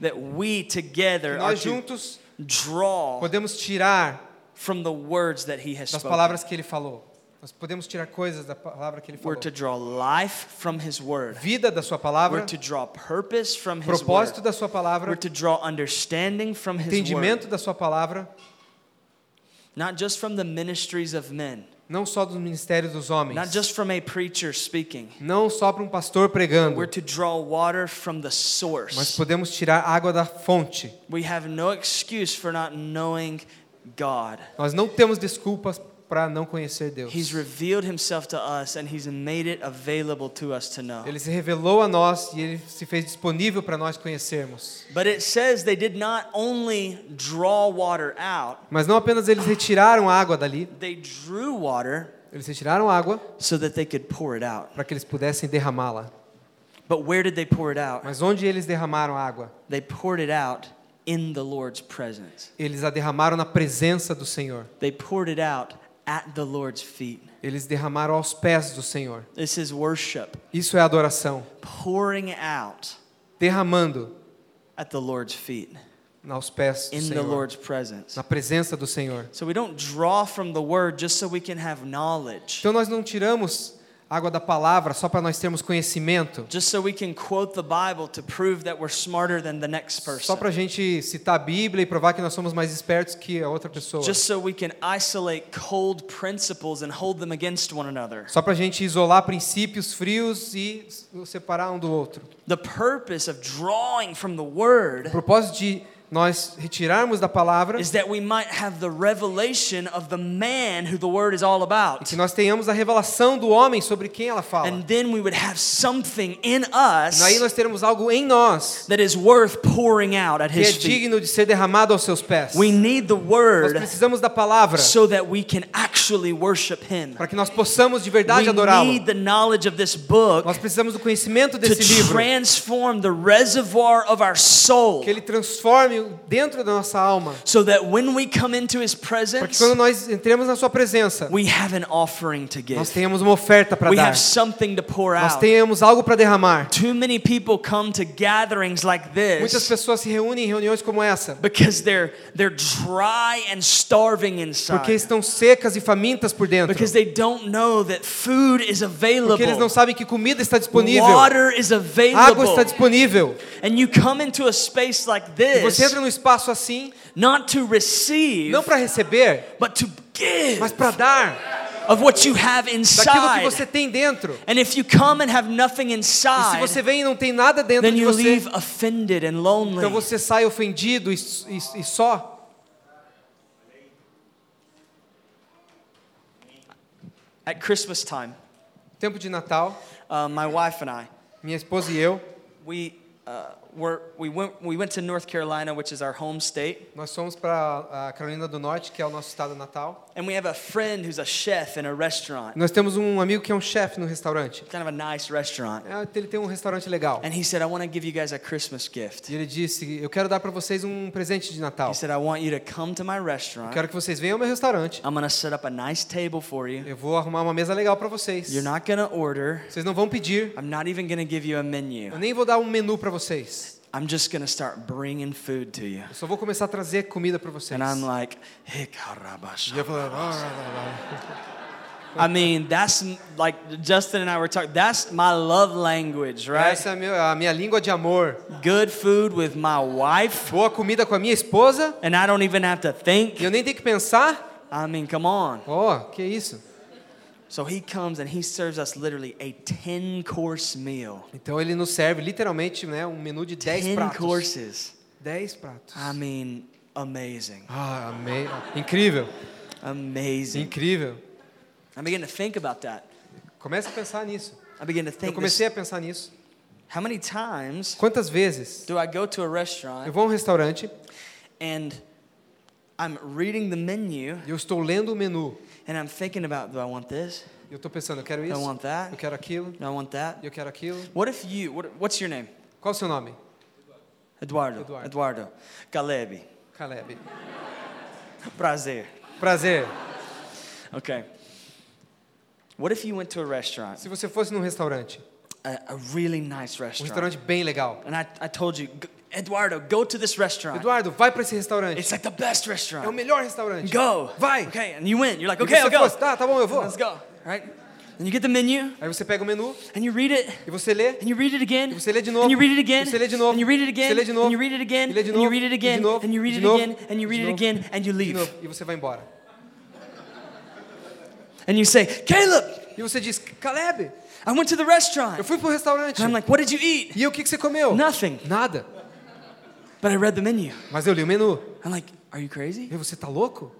[SPEAKER 4] That we
[SPEAKER 3] que
[SPEAKER 4] together are
[SPEAKER 3] nós
[SPEAKER 4] to
[SPEAKER 3] juntos
[SPEAKER 4] draw
[SPEAKER 3] podemos tirar
[SPEAKER 4] from the words that He has
[SPEAKER 3] das
[SPEAKER 4] spoken.
[SPEAKER 3] palavras que ele falou. Nós podemos tirar coisas da palavra que ele
[SPEAKER 4] We're
[SPEAKER 3] falou.
[SPEAKER 4] to draw life from His Word.
[SPEAKER 3] Vida da sua
[SPEAKER 4] We're
[SPEAKER 3] palavra,
[SPEAKER 4] to draw purpose from His
[SPEAKER 3] propósito
[SPEAKER 4] Word.
[SPEAKER 3] da sua
[SPEAKER 4] We're
[SPEAKER 3] palavra,
[SPEAKER 4] to draw understanding from His Word.
[SPEAKER 3] entendimento da sua palavra,
[SPEAKER 4] Not just from the ministries of men.
[SPEAKER 3] não só dos ministérios dos
[SPEAKER 4] Not
[SPEAKER 3] homens,
[SPEAKER 4] just from a preacher speaking.
[SPEAKER 3] não só para um pastor pregando,
[SPEAKER 4] We're to draw water from the
[SPEAKER 3] mas
[SPEAKER 4] source.
[SPEAKER 3] podemos tirar água da fonte.
[SPEAKER 4] We have no excuse for not knowing God.
[SPEAKER 3] Nós não temos desculpas para não conhecer Deus.
[SPEAKER 4] He's revealed himself to us and he's made it available to us to know.
[SPEAKER 3] Ele se revelou a nós e ele se fez disponível para nós conhecermos.
[SPEAKER 4] But it says they did not only draw water out,
[SPEAKER 3] Mas não apenas eles retiraram a água dali,
[SPEAKER 4] they drew water
[SPEAKER 3] eles retiraram a água
[SPEAKER 4] so that they could pour it out.
[SPEAKER 3] para que eles pudessem derramá-la.
[SPEAKER 4] But where did they pour it out?
[SPEAKER 3] Mas onde eles derramaram a água?
[SPEAKER 4] They poured it out in the Lord's presence.
[SPEAKER 3] Eles a derramaram na presença do Senhor.
[SPEAKER 4] They poured it out at the Lord's feet.
[SPEAKER 3] Eles derramaram aos pés do Senhor.
[SPEAKER 4] This is worship,
[SPEAKER 3] Isso é adoração.
[SPEAKER 4] pouring out
[SPEAKER 3] Derramando
[SPEAKER 4] at the Lord's feet.
[SPEAKER 3] aos pés do
[SPEAKER 4] in the
[SPEAKER 3] Senhor.
[SPEAKER 4] Lord's presence.
[SPEAKER 3] Na presença do Senhor.
[SPEAKER 4] So we don't draw from the word just so we can have knowledge,
[SPEAKER 3] Então nós não tiramos água da palavra só para nós termos conhecimento.
[SPEAKER 4] just so we can quote the Bible to prove that we're smarter than the next
[SPEAKER 3] Só para a
[SPEAKER 4] person,
[SPEAKER 3] gente citar a Bíblia e provar que nós somos mais espertos que a outra pessoa.
[SPEAKER 4] just so we can isolate cold principles and hold them against one another.
[SPEAKER 3] Só para a gente isolar princípios frios e s- separar um do outro.
[SPEAKER 4] The purpose of drawing from the
[SPEAKER 3] O
[SPEAKER 4] word
[SPEAKER 3] propósito de nós retirarmos da palavra
[SPEAKER 4] is that we might have the revelation of the man who the word is all about.
[SPEAKER 3] que nós tenhamos a revelação do homem sobre quem ela fala.
[SPEAKER 4] And then we would have something in
[SPEAKER 3] Aí
[SPEAKER 4] us
[SPEAKER 3] nós teremos algo em nós
[SPEAKER 4] that is worth pouring out at
[SPEAKER 3] que é
[SPEAKER 4] his feet.
[SPEAKER 3] digno de ser derramado aos seus pés.
[SPEAKER 4] We need the
[SPEAKER 3] Nós
[SPEAKER 4] word
[SPEAKER 3] precisamos da palavra
[SPEAKER 4] so that we can actually worship him.
[SPEAKER 3] para que nós possamos de verdade
[SPEAKER 4] We
[SPEAKER 3] adorá-lo.
[SPEAKER 4] need the knowledge of this book
[SPEAKER 3] Nós precisamos do conhecimento
[SPEAKER 4] to
[SPEAKER 3] desse livro
[SPEAKER 4] transform the reservoir of our soul
[SPEAKER 3] que ele transforme dentro da nossa alma
[SPEAKER 4] so that when we come into his
[SPEAKER 3] para que
[SPEAKER 4] presence,
[SPEAKER 3] quando nós entremos na sua presença
[SPEAKER 4] we have an offering to
[SPEAKER 3] nós
[SPEAKER 4] give.
[SPEAKER 3] tenhamos uma oferta para
[SPEAKER 4] We
[SPEAKER 3] dar.
[SPEAKER 4] have something to pour
[SPEAKER 3] Nós
[SPEAKER 4] out.
[SPEAKER 3] tenhamos algo para derramar.
[SPEAKER 4] Too many people come to gatherings like
[SPEAKER 3] Muitas
[SPEAKER 4] this
[SPEAKER 3] pessoas se reúnem em reuniões como essa
[SPEAKER 4] because they're they're dry and starving
[SPEAKER 3] porque
[SPEAKER 4] inside.
[SPEAKER 3] estão secas e famintas por dentro.
[SPEAKER 4] Because they don't know that food is
[SPEAKER 3] Porque eles não
[SPEAKER 4] available.
[SPEAKER 3] sabem que comida está disponível,
[SPEAKER 4] Water is
[SPEAKER 3] água
[SPEAKER 4] available.
[SPEAKER 3] está disponível.
[SPEAKER 4] And you come into a space like
[SPEAKER 3] E você
[SPEAKER 4] this
[SPEAKER 3] entra num espaço assim,
[SPEAKER 4] not to receive,
[SPEAKER 3] não para receber,
[SPEAKER 4] but to give
[SPEAKER 3] mas para dar
[SPEAKER 4] of what you have
[SPEAKER 3] daquilo que
[SPEAKER 4] inside.
[SPEAKER 3] você tem dentro.
[SPEAKER 4] And if you come and have nothing
[SPEAKER 3] E se
[SPEAKER 4] inside,
[SPEAKER 3] você vem e não tem nada dentro
[SPEAKER 4] then
[SPEAKER 3] de
[SPEAKER 4] you leave
[SPEAKER 3] você,
[SPEAKER 4] offended and lonely.
[SPEAKER 3] então você sai ofendido e, e- e só.
[SPEAKER 4] At Christmas time,
[SPEAKER 3] Tempo de Natal,
[SPEAKER 4] uh, my wife and I,
[SPEAKER 3] minha esposa e eu,
[SPEAKER 4] we uh, were we went we went to North Carolina, which is our home state,
[SPEAKER 3] nós fomos para a Carolina do Norte, que é o nosso estado natal.
[SPEAKER 4] and we have a friend who's a chef in a restaurant,
[SPEAKER 3] Nós temos um amigo que é um chefe no restaurante.
[SPEAKER 4] kind of a nice restaurant,
[SPEAKER 3] É, Ele tem um restaurante legal.
[SPEAKER 4] and he said, "I want to give you guys a Christmas gift."
[SPEAKER 3] E ele disse: Eu quero dar para vocês um presente de Natal.
[SPEAKER 4] He said, "I want you to come to my
[SPEAKER 3] Eu
[SPEAKER 4] restaurant.
[SPEAKER 3] quero que vocês venham ao meu restaurante.
[SPEAKER 4] I'm gonna set up a nice table for you."
[SPEAKER 3] Eu vou arrumar uma mesa legal para vocês.
[SPEAKER 4] You're not going to order.
[SPEAKER 3] Vocês não vão pedir.
[SPEAKER 4] I'm not even going to give you a menu.
[SPEAKER 3] Eu nem vou dar um menu para vocês.
[SPEAKER 4] I'm just going to start bringing food to you.
[SPEAKER 3] Eu só vou começar a trazer comida para vocês.
[SPEAKER 4] And I'm like,
[SPEAKER 3] E eu falo, "Ah, lá, lá, lá."
[SPEAKER 4] I mean, that's like Justin and I were talking. That's my love language, right?
[SPEAKER 3] Essa é a meu- a minha língua de amor.
[SPEAKER 4] Good food with my wife,
[SPEAKER 3] Boa comida com a minha esposa
[SPEAKER 4] and I don't even have to
[SPEAKER 3] e
[SPEAKER 4] think.
[SPEAKER 3] eu nem tenho que pensar.
[SPEAKER 4] I mean, come on.
[SPEAKER 3] Oh, que isso.
[SPEAKER 4] So he comes and he serves us literally a 10 course meal.
[SPEAKER 3] Então ele nos serve literalmente né, um menu de 10
[SPEAKER 4] 10
[SPEAKER 3] pratos.
[SPEAKER 4] courses.
[SPEAKER 3] 10 pratos.
[SPEAKER 4] I mean, amazing.
[SPEAKER 3] Ah, amei. Incrível,
[SPEAKER 4] Amazing.
[SPEAKER 3] incrível.
[SPEAKER 4] I begin to think about that.
[SPEAKER 3] Comece a pensar nisso.
[SPEAKER 4] I begin to
[SPEAKER 3] Eu
[SPEAKER 4] think, this,
[SPEAKER 3] comecei a pensar nisso.
[SPEAKER 4] how many times
[SPEAKER 3] Quantas vezes
[SPEAKER 4] do I go to a
[SPEAKER 3] eu
[SPEAKER 4] restaurant
[SPEAKER 3] vou a um restaurante
[SPEAKER 4] and I'm reading the menu
[SPEAKER 3] e eu estou lendo o menu.
[SPEAKER 4] and I'm thinking about, do I want this?
[SPEAKER 3] E eu estou pensando, eu quero
[SPEAKER 4] Do I
[SPEAKER 3] isso,
[SPEAKER 4] want that?
[SPEAKER 3] eu quero aquilo,
[SPEAKER 4] Do I want that?
[SPEAKER 3] eu quero aquilo.
[SPEAKER 4] What if you, what, what's your name?
[SPEAKER 3] Qual o seu nome?
[SPEAKER 4] Eduardo.
[SPEAKER 3] Eduardo.
[SPEAKER 4] Eduardo. Caleb.
[SPEAKER 3] Caleb.
[SPEAKER 4] Prazer.
[SPEAKER 3] Prazer.
[SPEAKER 4] Okay. What if you went to a restaurant,
[SPEAKER 3] Se você fosse num restaurante,
[SPEAKER 4] a, a really nice
[SPEAKER 3] um
[SPEAKER 4] restaurant,
[SPEAKER 3] restaurante bem legal.
[SPEAKER 4] and I, I told you, "G- Eduardo, go to this restaurant.
[SPEAKER 3] Eduardo, vai para esse restaurante.
[SPEAKER 4] It's like the best
[SPEAKER 3] É o
[SPEAKER 4] restaurant.
[SPEAKER 3] melhor restaurante.
[SPEAKER 4] Go.
[SPEAKER 3] Vai.
[SPEAKER 4] Okay, and you went. You're like,
[SPEAKER 3] E
[SPEAKER 4] okay,
[SPEAKER 3] você
[SPEAKER 4] I'll go.
[SPEAKER 3] fosse, tá, tá bom, eu vou.
[SPEAKER 4] Let's go. Right? And you get the menu,
[SPEAKER 3] Aí você pega o menu
[SPEAKER 4] and you read it,
[SPEAKER 3] e você lê.
[SPEAKER 4] and you read it again,
[SPEAKER 3] você lê de novo,
[SPEAKER 4] and you read it
[SPEAKER 3] e
[SPEAKER 4] again,
[SPEAKER 3] você lê de novo,
[SPEAKER 4] and you read
[SPEAKER 3] e
[SPEAKER 4] it
[SPEAKER 3] você lê
[SPEAKER 4] again,
[SPEAKER 3] de novo,
[SPEAKER 4] and you read it again,
[SPEAKER 3] e lê de
[SPEAKER 4] and you
[SPEAKER 3] novo,
[SPEAKER 4] read it
[SPEAKER 3] e de
[SPEAKER 4] again,
[SPEAKER 3] novo,
[SPEAKER 4] and you read
[SPEAKER 3] de
[SPEAKER 4] it
[SPEAKER 3] novo,
[SPEAKER 4] again, and
[SPEAKER 3] de
[SPEAKER 4] you read it
[SPEAKER 3] novo,
[SPEAKER 4] again, and you
[SPEAKER 3] De
[SPEAKER 4] leave.
[SPEAKER 3] novo, e você vai embora.
[SPEAKER 4] And you say, Caleb,
[SPEAKER 3] E você diz, Caleb,
[SPEAKER 4] I went to the restaurant.
[SPEAKER 3] eu fui pro restaurante.
[SPEAKER 4] And I'm like, what did you eat?
[SPEAKER 3] E o que, que você comeu?
[SPEAKER 4] Nothing.
[SPEAKER 3] Nada.
[SPEAKER 4] But I read the menu.
[SPEAKER 3] Mas eu li o menu.
[SPEAKER 4] I'm like, are you crazy?
[SPEAKER 3] E você tá louco?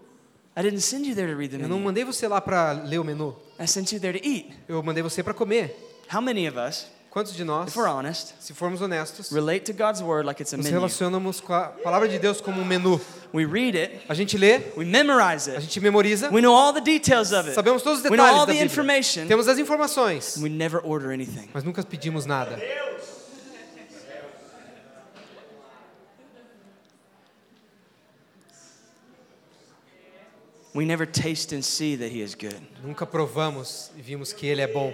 [SPEAKER 4] I didn't send you there to read the
[SPEAKER 3] Eu não
[SPEAKER 4] menu.
[SPEAKER 3] mandei você lá pra ler o menu.
[SPEAKER 4] I sent you there to eat.
[SPEAKER 3] Eu mandei você pra comer.
[SPEAKER 4] How many of us,
[SPEAKER 3] Quantos de nós,
[SPEAKER 4] if we're honest,
[SPEAKER 3] se formos honestos,
[SPEAKER 4] relate to God's word like it's a
[SPEAKER 3] nos
[SPEAKER 4] menu?
[SPEAKER 3] relacionamos com a palavra de Deus como um menu?
[SPEAKER 4] We read it,
[SPEAKER 3] A gente lê,
[SPEAKER 4] we memorize
[SPEAKER 3] a
[SPEAKER 4] it,
[SPEAKER 3] gente memoriza,
[SPEAKER 4] we know all the details of it,
[SPEAKER 3] sabemos todos os
[SPEAKER 4] we know
[SPEAKER 3] detalhes
[SPEAKER 4] all
[SPEAKER 3] da
[SPEAKER 4] the
[SPEAKER 3] Bíblia. um
[SPEAKER 4] information,
[SPEAKER 3] Temos as informações,
[SPEAKER 4] and we never order anything.
[SPEAKER 3] mas nunca pedimos nada.
[SPEAKER 4] We never taste and see that He is good.
[SPEAKER 3] Nunca provamos e vimos que Ele é bom.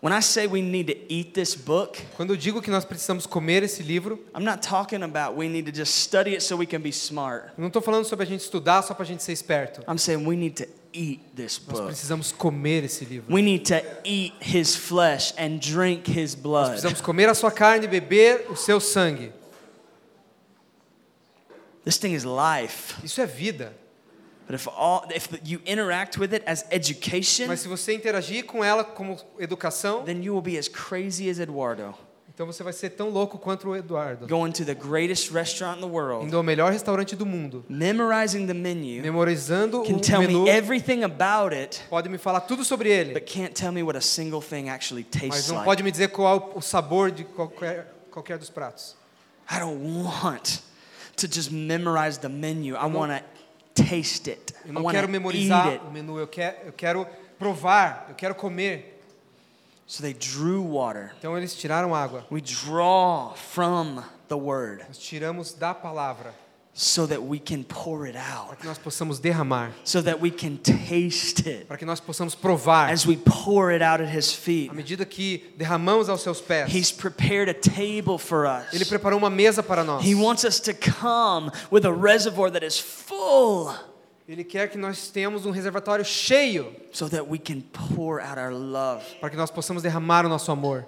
[SPEAKER 4] When I say we need to eat this book,
[SPEAKER 3] Quando eu digo que nós precisamos comer esse livro,
[SPEAKER 4] I'm not talking about we need to just study it so we can be smart.
[SPEAKER 3] eu não estou falando sobre a gente estudar só para a gente ser esperto.
[SPEAKER 4] I'm saying we need to eat this
[SPEAKER 3] Nós
[SPEAKER 4] book.
[SPEAKER 3] precisamos comer esse livro.
[SPEAKER 4] We need to eat His flesh and drink His blood.
[SPEAKER 3] Precisamos comer a sua carne e beber o seu sangue.
[SPEAKER 4] This thing is life.
[SPEAKER 3] Isso é vida.
[SPEAKER 4] But if all if you interact with it as education,
[SPEAKER 3] Mas se você interagir com ela como educação,
[SPEAKER 4] then you will be as crazy as Eduardo,
[SPEAKER 3] então você vai ser tão louco quanto o Eduardo.
[SPEAKER 4] going to the greatest restaurant in the world,
[SPEAKER 3] Indo ao melhor restaurante do mundo,
[SPEAKER 4] memorizing the menu,
[SPEAKER 3] memorizando o
[SPEAKER 4] can tell
[SPEAKER 3] menu,
[SPEAKER 4] me everything about it,
[SPEAKER 3] pode me falar tudo sobre ele,
[SPEAKER 4] but can't tell me what a single thing actually
[SPEAKER 3] mas
[SPEAKER 4] tastes
[SPEAKER 3] não
[SPEAKER 4] like.
[SPEAKER 3] pode me dizer qual o sabor de qualquer, qualquer dos pratos.
[SPEAKER 4] I don't want to just memorize the menu. I want to taste it.
[SPEAKER 3] Eu
[SPEAKER 4] I
[SPEAKER 3] não
[SPEAKER 4] want
[SPEAKER 3] quero
[SPEAKER 4] to eat it.
[SPEAKER 3] memorizar o menu, eu quero, eu quero provar, eu quero comer.
[SPEAKER 4] So they drew water.
[SPEAKER 3] Então eles tiraram água.
[SPEAKER 4] We draw from the word
[SPEAKER 3] Nós tiramos da palavra
[SPEAKER 4] so that we can pour it out,
[SPEAKER 3] para que nós possamos derramar,
[SPEAKER 4] so that we can taste it
[SPEAKER 3] para que nós possamos provar.
[SPEAKER 4] as we pour it out at his feet.
[SPEAKER 3] À medida que derramamos aos seus pés,
[SPEAKER 4] He's prepared a table for
[SPEAKER 3] ele
[SPEAKER 4] us.
[SPEAKER 3] preparou uma mesa para nós.
[SPEAKER 4] He wants us to come with a reservoir that is full
[SPEAKER 3] Ele quer que nós tenhamos um reservatório cheio
[SPEAKER 4] so that we can pour out our love
[SPEAKER 3] para que nós possamos derramar o nosso amor.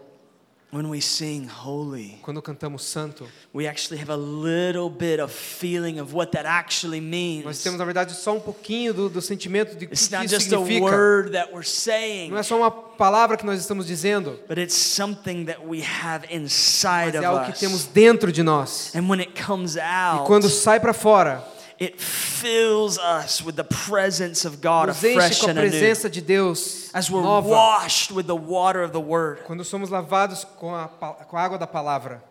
[SPEAKER 4] when we sing holy.
[SPEAKER 3] Quando cantamos santo,
[SPEAKER 4] We actually have a little bit of feeling of what that actually
[SPEAKER 3] nós
[SPEAKER 4] means.
[SPEAKER 3] temos na verdade só um pouquinho do, do sentimento de o que
[SPEAKER 4] It's not
[SPEAKER 3] isso
[SPEAKER 4] just a
[SPEAKER 3] significa.
[SPEAKER 4] word that we're saying.
[SPEAKER 3] Não é só uma palavra que nós estamos dizendo,
[SPEAKER 4] But it's something that we have inside
[SPEAKER 3] mas é
[SPEAKER 4] of
[SPEAKER 3] algo que
[SPEAKER 4] us.
[SPEAKER 3] temos dentro de nós.
[SPEAKER 4] And when it comes out,
[SPEAKER 3] E quando sai para fora,
[SPEAKER 4] it fills us with the presence of God
[SPEAKER 3] nos enche
[SPEAKER 4] afresh
[SPEAKER 3] com a
[SPEAKER 4] and anew.
[SPEAKER 3] presença de Deus
[SPEAKER 4] As we're
[SPEAKER 3] nova.
[SPEAKER 4] washed with the water of the Word.
[SPEAKER 3] Quando somos lavados com a, pa- com a água da palavra,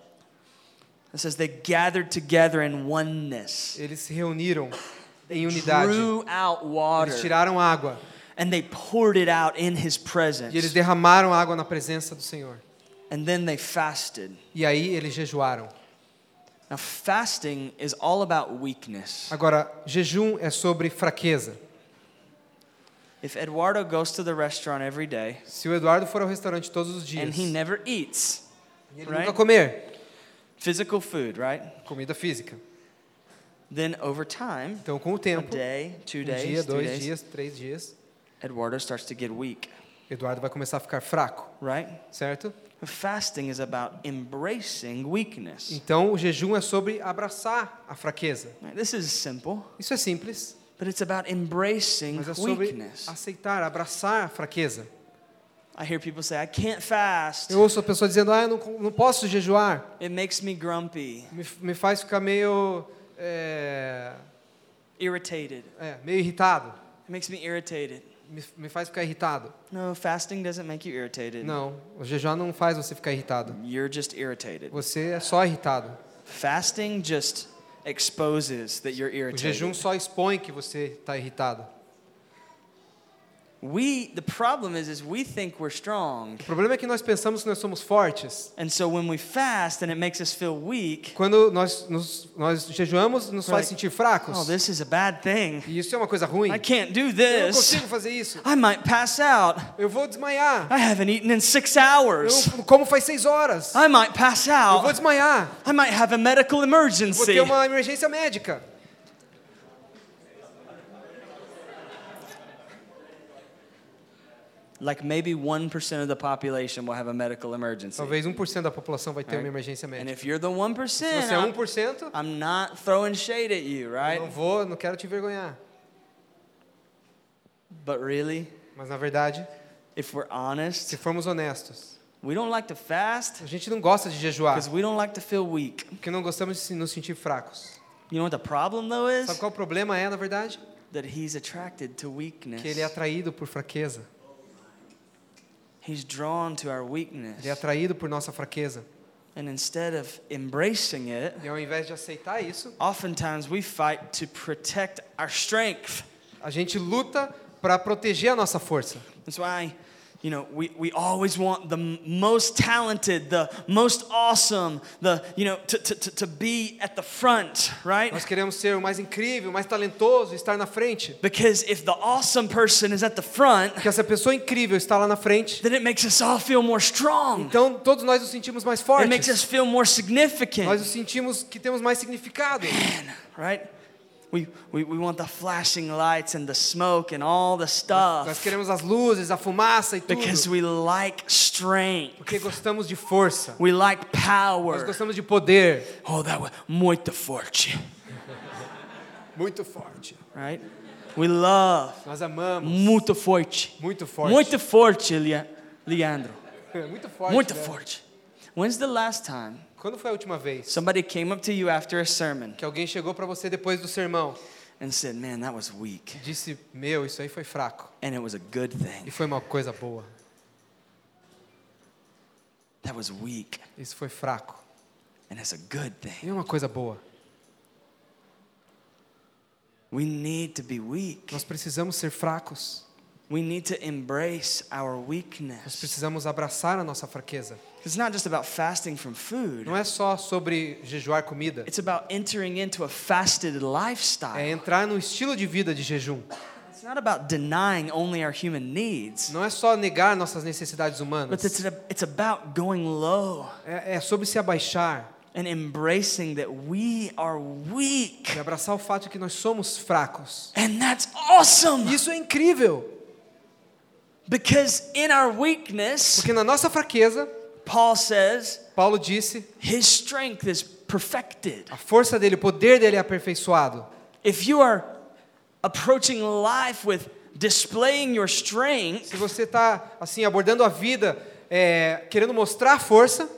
[SPEAKER 4] It says they gathered together in oneness.
[SPEAKER 3] eles se reuniram em unidade.
[SPEAKER 4] Drew out
[SPEAKER 3] Eles
[SPEAKER 4] water
[SPEAKER 3] tiraram água
[SPEAKER 4] and they poured it out in
[SPEAKER 3] e eles
[SPEAKER 4] His presence.
[SPEAKER 3] derramaram água na presença do Senhor.
[SPEAKER 4] And then they fasted.
[SPEAKER 3] E aí eles jejuaram.
[SPEAKER 4] Now, fasting is all about weakness.
[SPEAKER 3] Agora, jejum é sobre fraqueza.
[SPEAKER 4] If Eduardo goes to the restaurant every day
[SPEAKER 3] Se o Eduardo for ao restaurante todos os dias
[SPEAKER 4] and he never eats
[SPEAKER 3] e ele
[SPEAKER 4] right?
[SPEAKER 3] nunca comer
[SPEAKER 4] physical food, right?
[SPEAKER 3] comida física,
[SPEAKER 4] Then over time,
[SPEAKER 3] Então, com o
[SPEAKER 4] a
[SPEAKER 3] tempo,
[SPEAKER 4] day, two
[SPEAKER 3] um
[SPEAKER 4] days,
[SPEAKER 3] dia,
[SPEAKER 4] three
[SPEAKER 3] dois
[SPEAKER 4] days,
[SPEAKER 3] dias, três dias,
[SPEAKER 4] Eduardo starts to get weak,
[SPEAKER 3] Eduardo vai começar a ficar fraco,
[SPEAKER 4] right?
[SPEAKER 3] certo?
[SPEAKER 4] Fasting is about embracing weakness.
[SPEAKER 3] Então, o jejum é sobre abraçar a fraqueza.
[SPEAKER 4] Right? This is simple,
[SPEAKER 3] Isso é simples,
[SPEAKER 4] but it's about embracing
[SPEAKER 3] mas é sobre
[SPEAKER 4] weakness.
[SPEAKER 3] aceitar, abraçar a fraqueza.
[SPEAKER 4] I hear people say, I can't fast.
[SPEAKER 3] Eu ouço a pessoa dizendo, ah, eu não, co- não posso jejuar,
[SPEAKER 4] It makes me grumpy,
[SPEAKER 3] me, f- me faz ficar meio, é,
[SPEAKER 4] irritated.
[SPEAKER 3] é, meio irritado,
[SPEAKER 4] It makes me irritated.
[SPEAKER 3] me, f- me faz ficar irritado.
[SPEAKER 4] No, fasting doesn't make you irritated.
[SPEAKER 3] Não, o jejuar não faz você ficar irritado.
[SPEAKER 4] You're just irritated.
[SPEAKER 3] Você é só irritado.
[SPEAKER 4] Fasting just exposes that you're
[SPEAKER 3] O
[SPEAKER 4] irritated.
[SPEAKER 3] jejum só expõe que você está irritado.
[SPEAKER 4] We the problem is is we think we're strong.
[SPEAKER 3] O problema é que nós pensamos que nós somos fortes.
[SPEAKER 4] And so when we fast and it makes us feel weak,
[SPEAKER 3] Quando nós, nos, nós jejuamos, nos faz
[SPEAKER 4] Right.
[SPEAKER 3] sentir fracos.
[SPEAKER 4] oh, this is a bad thing.
[SPEAKER 3] E isso é uma coisa ruim.
[SPEAKER 4] I can't do
[SPEAKER 3] Eu não
[SPEAKER 4] this.
[SPEAKER 3] consigo fazer isso.
[SPEAKER 4] I might pass out.
[SPEAKER 3] Eu vou desmaiar.
[SPEAKER 4] I haven't eaten in 6 hours.
[SPEAKER 3] Eu como faz seis horas.
[SPEAKER 4] I might pass
[SPEAKER 3] Eu vou
[SPEAKER 4] out.
[SPEAKER 3] desmaiar.
[SPEAKER 4] I might have a medical
[SPEAKER 3] Vou
[SPEAKER 4] emergency.
[SPEAKER 3] ter uma emergência médica.
[SPEAKER 4] Like maybe 1% of the population will have a medical emergency.
[SPEAKER 3] Talvez 1% da população vai ter uma emergência
[SPEAKER 4] And
[SPEAKER 3] médica.
[SPEAKER 4] if you're the 1%,
[SPEAKER 3] Se você é
[SPEAKER 4] I'm-
[SPEAKER 3] 1%,
[SPEAKER 4] I'm not throwing shade at you,
[SPEAKER 3] eu
[SPEAKER 4] right?
[SPEAKER 3] não vou, não quero te envergonhar.
[SPEAKER 4] But really,
[SPEAKER 3] Mas na verdade,
[SPEAKER 4] if we're
[SPEAKER 3] se
[SPEAKER 4] honest,
[SPEAKER 3] formos honestos,
[SPEAKER 4] we don't like to fast
[SPEAKER 3] a gente não gosta de jejuar,
[SPEAKER 4] because we don't like to feel weak.
[SPEAKER 3] porque não gostamos de se- nos sentir fracos.
[SPEAKER 4] You know what the problem though is?
[SPEAKER 3] Sabe qual o problema é, na verdade?
[SPEAKER 4] That he's attracted
[SPEAKER 3] Que
[SPEAKER 4] to
[SPEAKER 3] ele é
[SPEAKER 4] weakness.
[SPEAKER 3] atraído por fraqueza.
[SPEAKER 4] He's drawn to our
[SPEAKER 3] Ele é
[SPEAKER 4] weakness.
[SPEAKER 3] atraído por nossa fraqueza.
[SPEAKER 4] And instead of embracing it,
[SPEAKER 3] E ao invés de aceitar isso,
[SPEAKER 4] oftentimes we fight to protect our strength.
[SPEAKER 3] A gente luta para proteger a nossa força.
[SPEAKER 4] That's why, you know, we, we always want the m- most talented, the most awesome, the, you know, to, to, to, to be at the front, right?
[SPEAKER 3] Nós queremos ser o mais incrível, o mais talentoso, estar na frente.
[SPEAKER 4] Because if the awesome person is at the front,
[SPEAKER 3] Porque essa pessoa incrível está lá na frente.
[SPEAKER 4] then it makes us all feel more strong.
[SPEAKER 3] Então todos nós nos sentimos mais
[SPEAKER 4] It makes us
[SPEAKER 3] fortes.
[SPEAKER 4] feel more
[SPEAKER 3] Nós nos
[SPEAKER 4] significant,
[SPEAKER 3] sentimos que temos mais significado.
[SPEAKER 4] right? We, we, we want the flashing lights and the smoke and all the
[SPEAKER 3] Nós
[SPEAKER 4] stuff
[SPEAKER 3] queremos as luzes, a fumaça e tudo.
[SPEAKER 4] because we like
[SPEAKER 3] Porque
[SPEAKER 4] strength.
[SPEAKER 3] gostamos de força.
[SPEAKER 4] We like
[SPEAKER 3] Nós
[SPEAKER 4] power.
[SPEAKER 3] gostamos de poder.
[SPEAKER 4] Oh, that was muito forte,
[SPEAKER 3] Muito forte.
[SPEAKER 4] right? We love
[SPEAKER 3] Nós amamos.
[SPEAKER 4] muito forte.
[SPEAKER 3] Muito forte.
[SPEAKER 4] Muito forte, Lea- Leandro.
[SPEAKER 3] Muito forte.
[SPEAKER 4] Muito
[SPEAKER 3] né?
[SPEAKER 4] forte. When's the last time
[SPEAKER 3] Quando foi a última vez
[SPEAKER 4] somebody came up to you after a sermon
[SPEAKER 3] que alguém chegou para você depois do sermão
[SPEAKER 4] and said, Man, that was weak.
[SPEAKER 3] e disse: Meu, isso aí foi fraco.
[SPEAKER 4] And it was a good
[SPEAKER 3] E
[SPEAKER 4] thing.
[SPEAKER 3] foi uma coisa boa.
[SPEAKER 4] That was weak.
[SPEAKER 3] Isso foi fraco.
[SPEAKER 4] And it's a good thing.
[SPEAKER 3] E é uma coisa boa.
[SPEAKER 4] We need to be weak.
[SPEAKER 3] Nós precisamos ser fracos.
[SPEAKER 4] We need to embrace our
[SPEAKER 3] Nós
[SPEAKER 4] weakness.
[SPEAKER 3] precisamos abraçar a nossa fraqueza.
[SPEAKER 4] It's not just about fasting from food,
[SPEAKER 3] Não é só sobre jejuar comida.
[SPEAKER 4] it's about entering into a fasted
[SPEAKER 3] É
[SPEAKER 4] lifestyle.
[SPEAKER 3] entrar num estilo de vida de jejum.
[SPEAKER 4] It's not about denying only our human needs,
[SPEAKER 3] Não é só negar nossas necessidades
[SPEAKER 4] but
[SPEAKER 3] humanas.
[SPEAKER 4] it's, it's about going low
[SPEAKER 3] É, é sobre se abaixar
[SPEAKER 4] and embracing that we are weak.
[SPEAKER 3] e abraçar o fato de que nós somos fracos.
[SPEAKER 4] And that's awesome
[SPEAKER 3] Isso é incrível,
[SPEAKER 4] because in our weakness,
[SPEAKER 3] porque na nossa fraqueza,
[SPEAKER 4] Paul says,
[SPEAKER 3] Paulo disse,
[SPEAKER 4] his strength is perfected.
[SPEAKER 3] a força dele, o poder dele é aperfeiçoado.
[SPEAKER 4] If you are approaching life with displaying your strength
[SPEAKER 3] Se você está assim abordando a vida, é, querendo mostrar a força,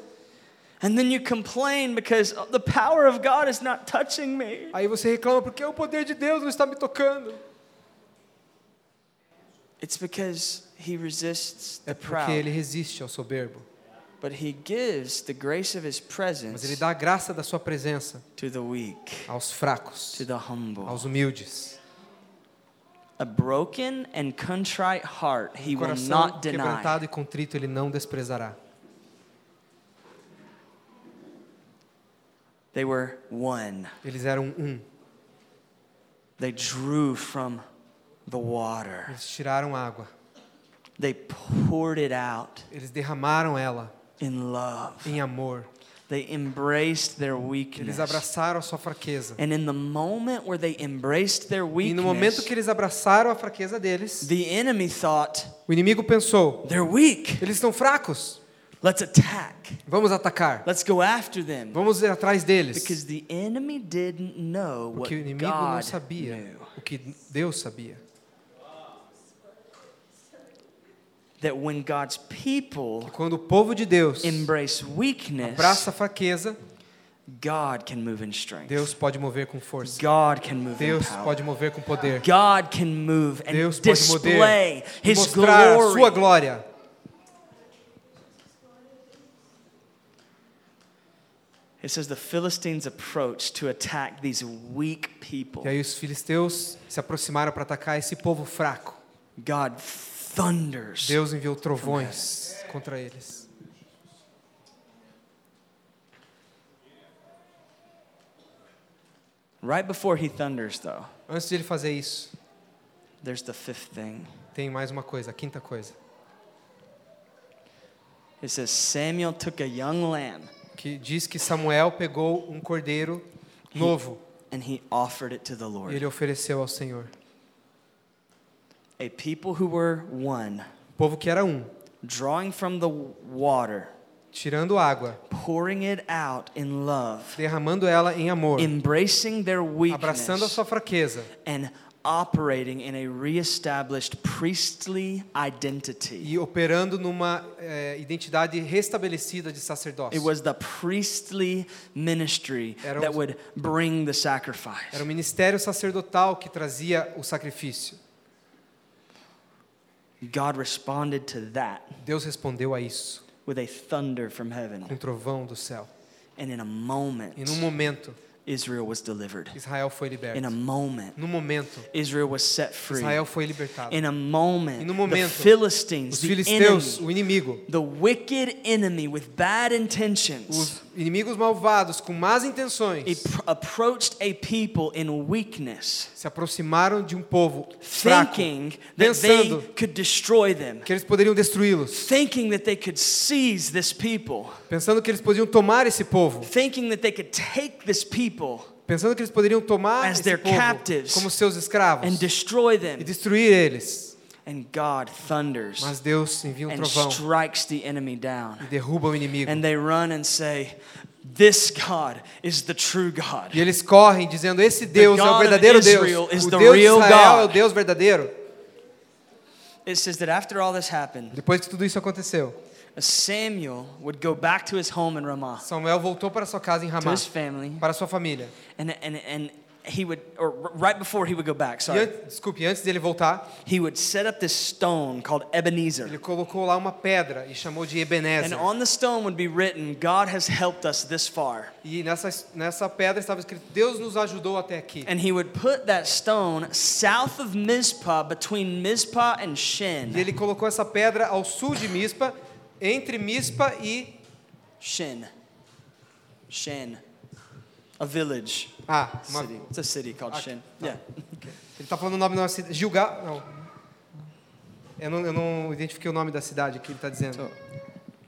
[SPEAKER 4] and then you complain because "Oh, the power of God is not touching me,
[SPEAKER 3] aí você reclama porque o poder de Deus não está me tocando.
[SPEAKER 4] it's because he resists
[SPEAKER 3] É
[SPEAKER 4] the
[SPEAKER 3] porque ele
[SPEAKER 4] proud,
[SPEAKER 3] resiste ao soberbo.
[SPEAKER 4] but he gives the grace of
[SPEAKER 3] Mas
[SPEAKER 4] his
[SPEAKER 3] ele
[SPEAKER 4] presence
[SPEAKER 3] dá a graça da sua presença
[SPEAKER 4] to the weak,
[SPEAKER 3] aos fracos,
[SPEAKER 4] to the humble.
[SPEAKER 3] aos humildes.
[SPEAKER 4] A broken and contrite heart he
[SPEAKER 3] O
[SPEAKER 4] will
[SPEAKER 3] coração
[SPEAKER 4] not deny.
[SPEAKER 3] quebrantado e contrito ele não desprezará.
[SPEAKER 4] They were one.
[SPEAKER 3] Eles eram um.
[SPEAKER 4] They drew from the water.
[SPEAKER 3] Eles tiraram água.
[SPEAKER 4] They poured it out
[SPEAKER 3] Eles derramaram ela
[SPEAKER 4] in love.
[SPEAKER 3] em amor.
[SPEAKER 4] They embraced their
[SPEAKER 3] Eles
[SPEAKER 4] weakness.
[SPEAKER 3] abraçaram a sua fraqueza.
[SPEAKER 4] And in the moment where they embraced their
[SPEAKER 3] E no momento
[SPEAKER 4] weakness,
[SPEAKER 3] que eles abraçaram a fraqueza deles,
[SPEAKER 4] the enemy thought,
[SPEAKER 3] o inimigo pensou:
[SPEAKER 4] they're weak.
[SPEAKER 3] eles estão fracos,
[SPEAKER 4] Let's attack.
[SPEAKER 3] vamos atacar,
[SPEAKER 4] Let's go after them.
[SPEAKER 3] vamos ir atrás deles.
[SPEAKER 4] Because the enemy didn't know what
[SPEAKER 3] Porque o inimigo não
[SPEAKER 4] God
[SPEAKER 3] sabia
[SPEAKER 4] knew.
[SPEAKER 3] o que Deus sabia.
[SPEAKER 4] That when God's people
[SPEAKER 3] Quando o povo de Deus
[SPEAKER 4] embrace weakness,
[SPEAKER 3] abraça a fraqueza,
[SPEAKER 4] God can move in strength.
[SPEAKER 3] Deus pode mover com força,
[SPEAKER 4] God can move in
[SPEAKER 3] Deus
[SPEAKER 4] power.
[SPEAKER 3] pode mover com poder,
[SPEAKER 4] God can move and
[SPEAKER 3] Deus pode
[SPEAKER 4] display
[SPEAKER 3] poder
[SPEAKER 4] His
[SPEAKER 3] mostrar a
[SPEAKER 4] glory.
[SPEAKER 3] sua glória.
[SPEAKER 4] It says the Philistines approached to attack these weak people.
[SPEAKER 3] E aí os filisteus se aproximaram para atacar esse povo fraco.
[SPEAKER 4] God thunders.
[SPEAKER 3] Deus enviou trovões contra eles.
[SPEAKER 4] Right before He thunders, though,
[SPEAKER 3] Antes de ele fazer isso,
[SPEAKER 4] there's the fifth thing.
[SPEAKER 3] tem mais uma coisa, a quinta coisa,
[SPEAKER 4] It says Samuel took a young lamb
[SPEAKER 3] que diz que Samuel pegou um cordeiro novo
[SPEAKER 4] and he offered it to the Lord.
[SPEAKER 3] e ele ofereceu ao Senhor.
[SPEAKER 4] A people who were one,
[SPEAKER 3] O povo que era um,
[SPEAKER 4] drawing from the water,
[SPEAKER 3] tirando água,
[SPEAKER 4] pouring it out in love,
[SPEAKER 3] derramando ela em amor,
[SPEAKER 4] embracing their weakness,
[SPEAKER 3] abraçando a sua fraqueza
[SPEAKER 4] and operating in a reestablished priestly identity.
[SPEAKER 3] e operando numa eh, identidade restabelecida de
[SPEAKER 4] It
[SPEAKER 3] sacerdócio.
[SPEAKER 4] was the priestly ministry
[SPEAKER 3] Era um-
[SPEAKER 4] that would bring the sacrifice.
[SPEAKER 3] Era o ministério sacerdotal que trazia o sacrifício.
[SPEAKER 4] God responded to that
[SPEAKER 3] Deus respondeu a isso
[SPEAKER 4] with a thunder from
[SPEAKER 3] com
[SPEAKER 4] heaven.
[SPEAKER 3] um trovão do céu.
[SPEAKER 4] And in a
[SPEAKER 3] E num
[SPEAKER 4] moment,
[SPEAKER 3] momento,
[SPEAKER 4] Israel was delivered.
[SPEAKER 3] Israel foi
[SPEAKER 4] In a
[SPEAKER 3] liberto.
[SPEAKER 4] moment,
[SPEAKER 3] No momento,
[SPEAKER 4] Israel was set free.
[SPEAKER 3] Israel foi libertado.
[SPEAKER 4] In a moment,
[SPEAKER 3] E no
[SPEAKER 4] the
[SPEAKER 3] momento,
[SPEAKER 4] Philistines,
[SPEAKER 3] Os
[SPEAKER 4] the
[SPEAKER 3] filisteus,
[SPEAKER 4] enemy,
[SPEAKER 3] o inimigo,
[SPEAKER 4] the wicked enemy with bad intentions,
[SPEAKER 3] os inimigos malvados com más
[SPEAKER 4] it
[SPEAKER 3] intenções
[SPEAKER 4] pr- approached a people in weakness,
[SPEAKER 3] se aproximaram de um povo fraco,
[SPEAKER 4] thinking that they
[SPEAKER 3] pensando
[SPEAKER 4] could destroy them,
[SPEAKER 3] que eles poderiam destruí-los,
[SPEAKER 4] thinking that they could seize this people,
[SPEAKER 3] pensando que eles podiam tomar esse povo,
[SPEAKER 4] thinking that they could take this people
[SPEAKER 3] pensando que eles poderiam tomar
[SPEAKER 4] As
[SPEAKER 3] esse
[SPEAKER 4] their
[SPEAKER 3] povo
[SPEAKER 4] captives.
[SPEAKER 3] como seus escravos
[SPEAKER 4] and destroy
[SPEAKER 3] e
[SPEAKER 4] them.
[SPEAKER 3] destruir eles.
[SPEAKER 4] And God thunders
[SPEAKER 3] Mas Deus envia um
[SPEAKER 4] and
[SPEAKER 3] trovão
[SPEAKER 4] strikes the
[SPEAKER 3] e
[SPEAKER 4] enemy down.
[SPEAKER 3] derruba o inimigo.
[SPEAKER 4] And they run and say, This God is the true God.
[SPEAKER 3] E eles correm dizendo: Esse Deus é
[SPEAKER 4] God
[SPEAKER 3] o
[SPEAKER 4] of
[SPEAKER 3] verdadeiro
[SPEAKER 4] Israel
[SPEAKER 3] Deus.
[SPEAKER 4] is
[SPEAKER 3] O
[SPEAKER 4] the
[SPEAKER 3] Deus de
[SPEAKER 4] real
[SPEAKER 3] Israel
[SPEAKER 4] God."
[SPEAKER 3] é o Deus verdadeiro.
[SPEAKER 4] It says that after all this happened,
[SPEAKER 3] Depois que tudo isso aconteceu,
[SPEAKER 4] Samuel would go back to his home in Ramah,
[SPEAKER 3] Samuel voltou para sua casa em
[SPEAKER 4] to
[SPEAKER 3] Ramá,
[SPEAKER 4] his family,
[SPEAKER 3] para sua família.
[SPEAKER 4] and, and, and he would, or r- right before he would go back,
[SPEAKER 3] E
[SPEAKER 4] sorry,
[SPEAKER 3] an... Desculpe, antes dele voltar,
[SPEAKER 4] he would set up this stone called
[SPEAKER 3] ele
[SPEAKER 4] Ebenezer.
[SPEAKER 3] colocou lá uma pedra e chamou de
[SPEAKER 4] And
[SPEAKER 3] Ebenezer.
[SPEAKER 4] on the stone would be written, God has helped us this far.
[SPEAKER 3] E nessa, nessa pedra estava escrito: Deus nos ajudou até aqui.
[SPEAKER 4] And he would put that stone south of Mizpah, between Mizpah and
[SPEAKER 3] E
[SPEAKER 4] Shin.
[SPEAKER 3] ele colocou essa pedra ao sul de Mispa, entre Mispa e.
[SPEAKER 4] Shin. Shin. A village.
[SPEAKER 3] Ah, uma...
[SPEAKER 4] City. It's a city called Shin. Yeah.
[SPEAKER 3] ele tá falando o nome da cidade. Gilgal. Não. Eu não, eu não identifiquei o nome da cidade que ele está dizendo.
[SPEAKER 4] So,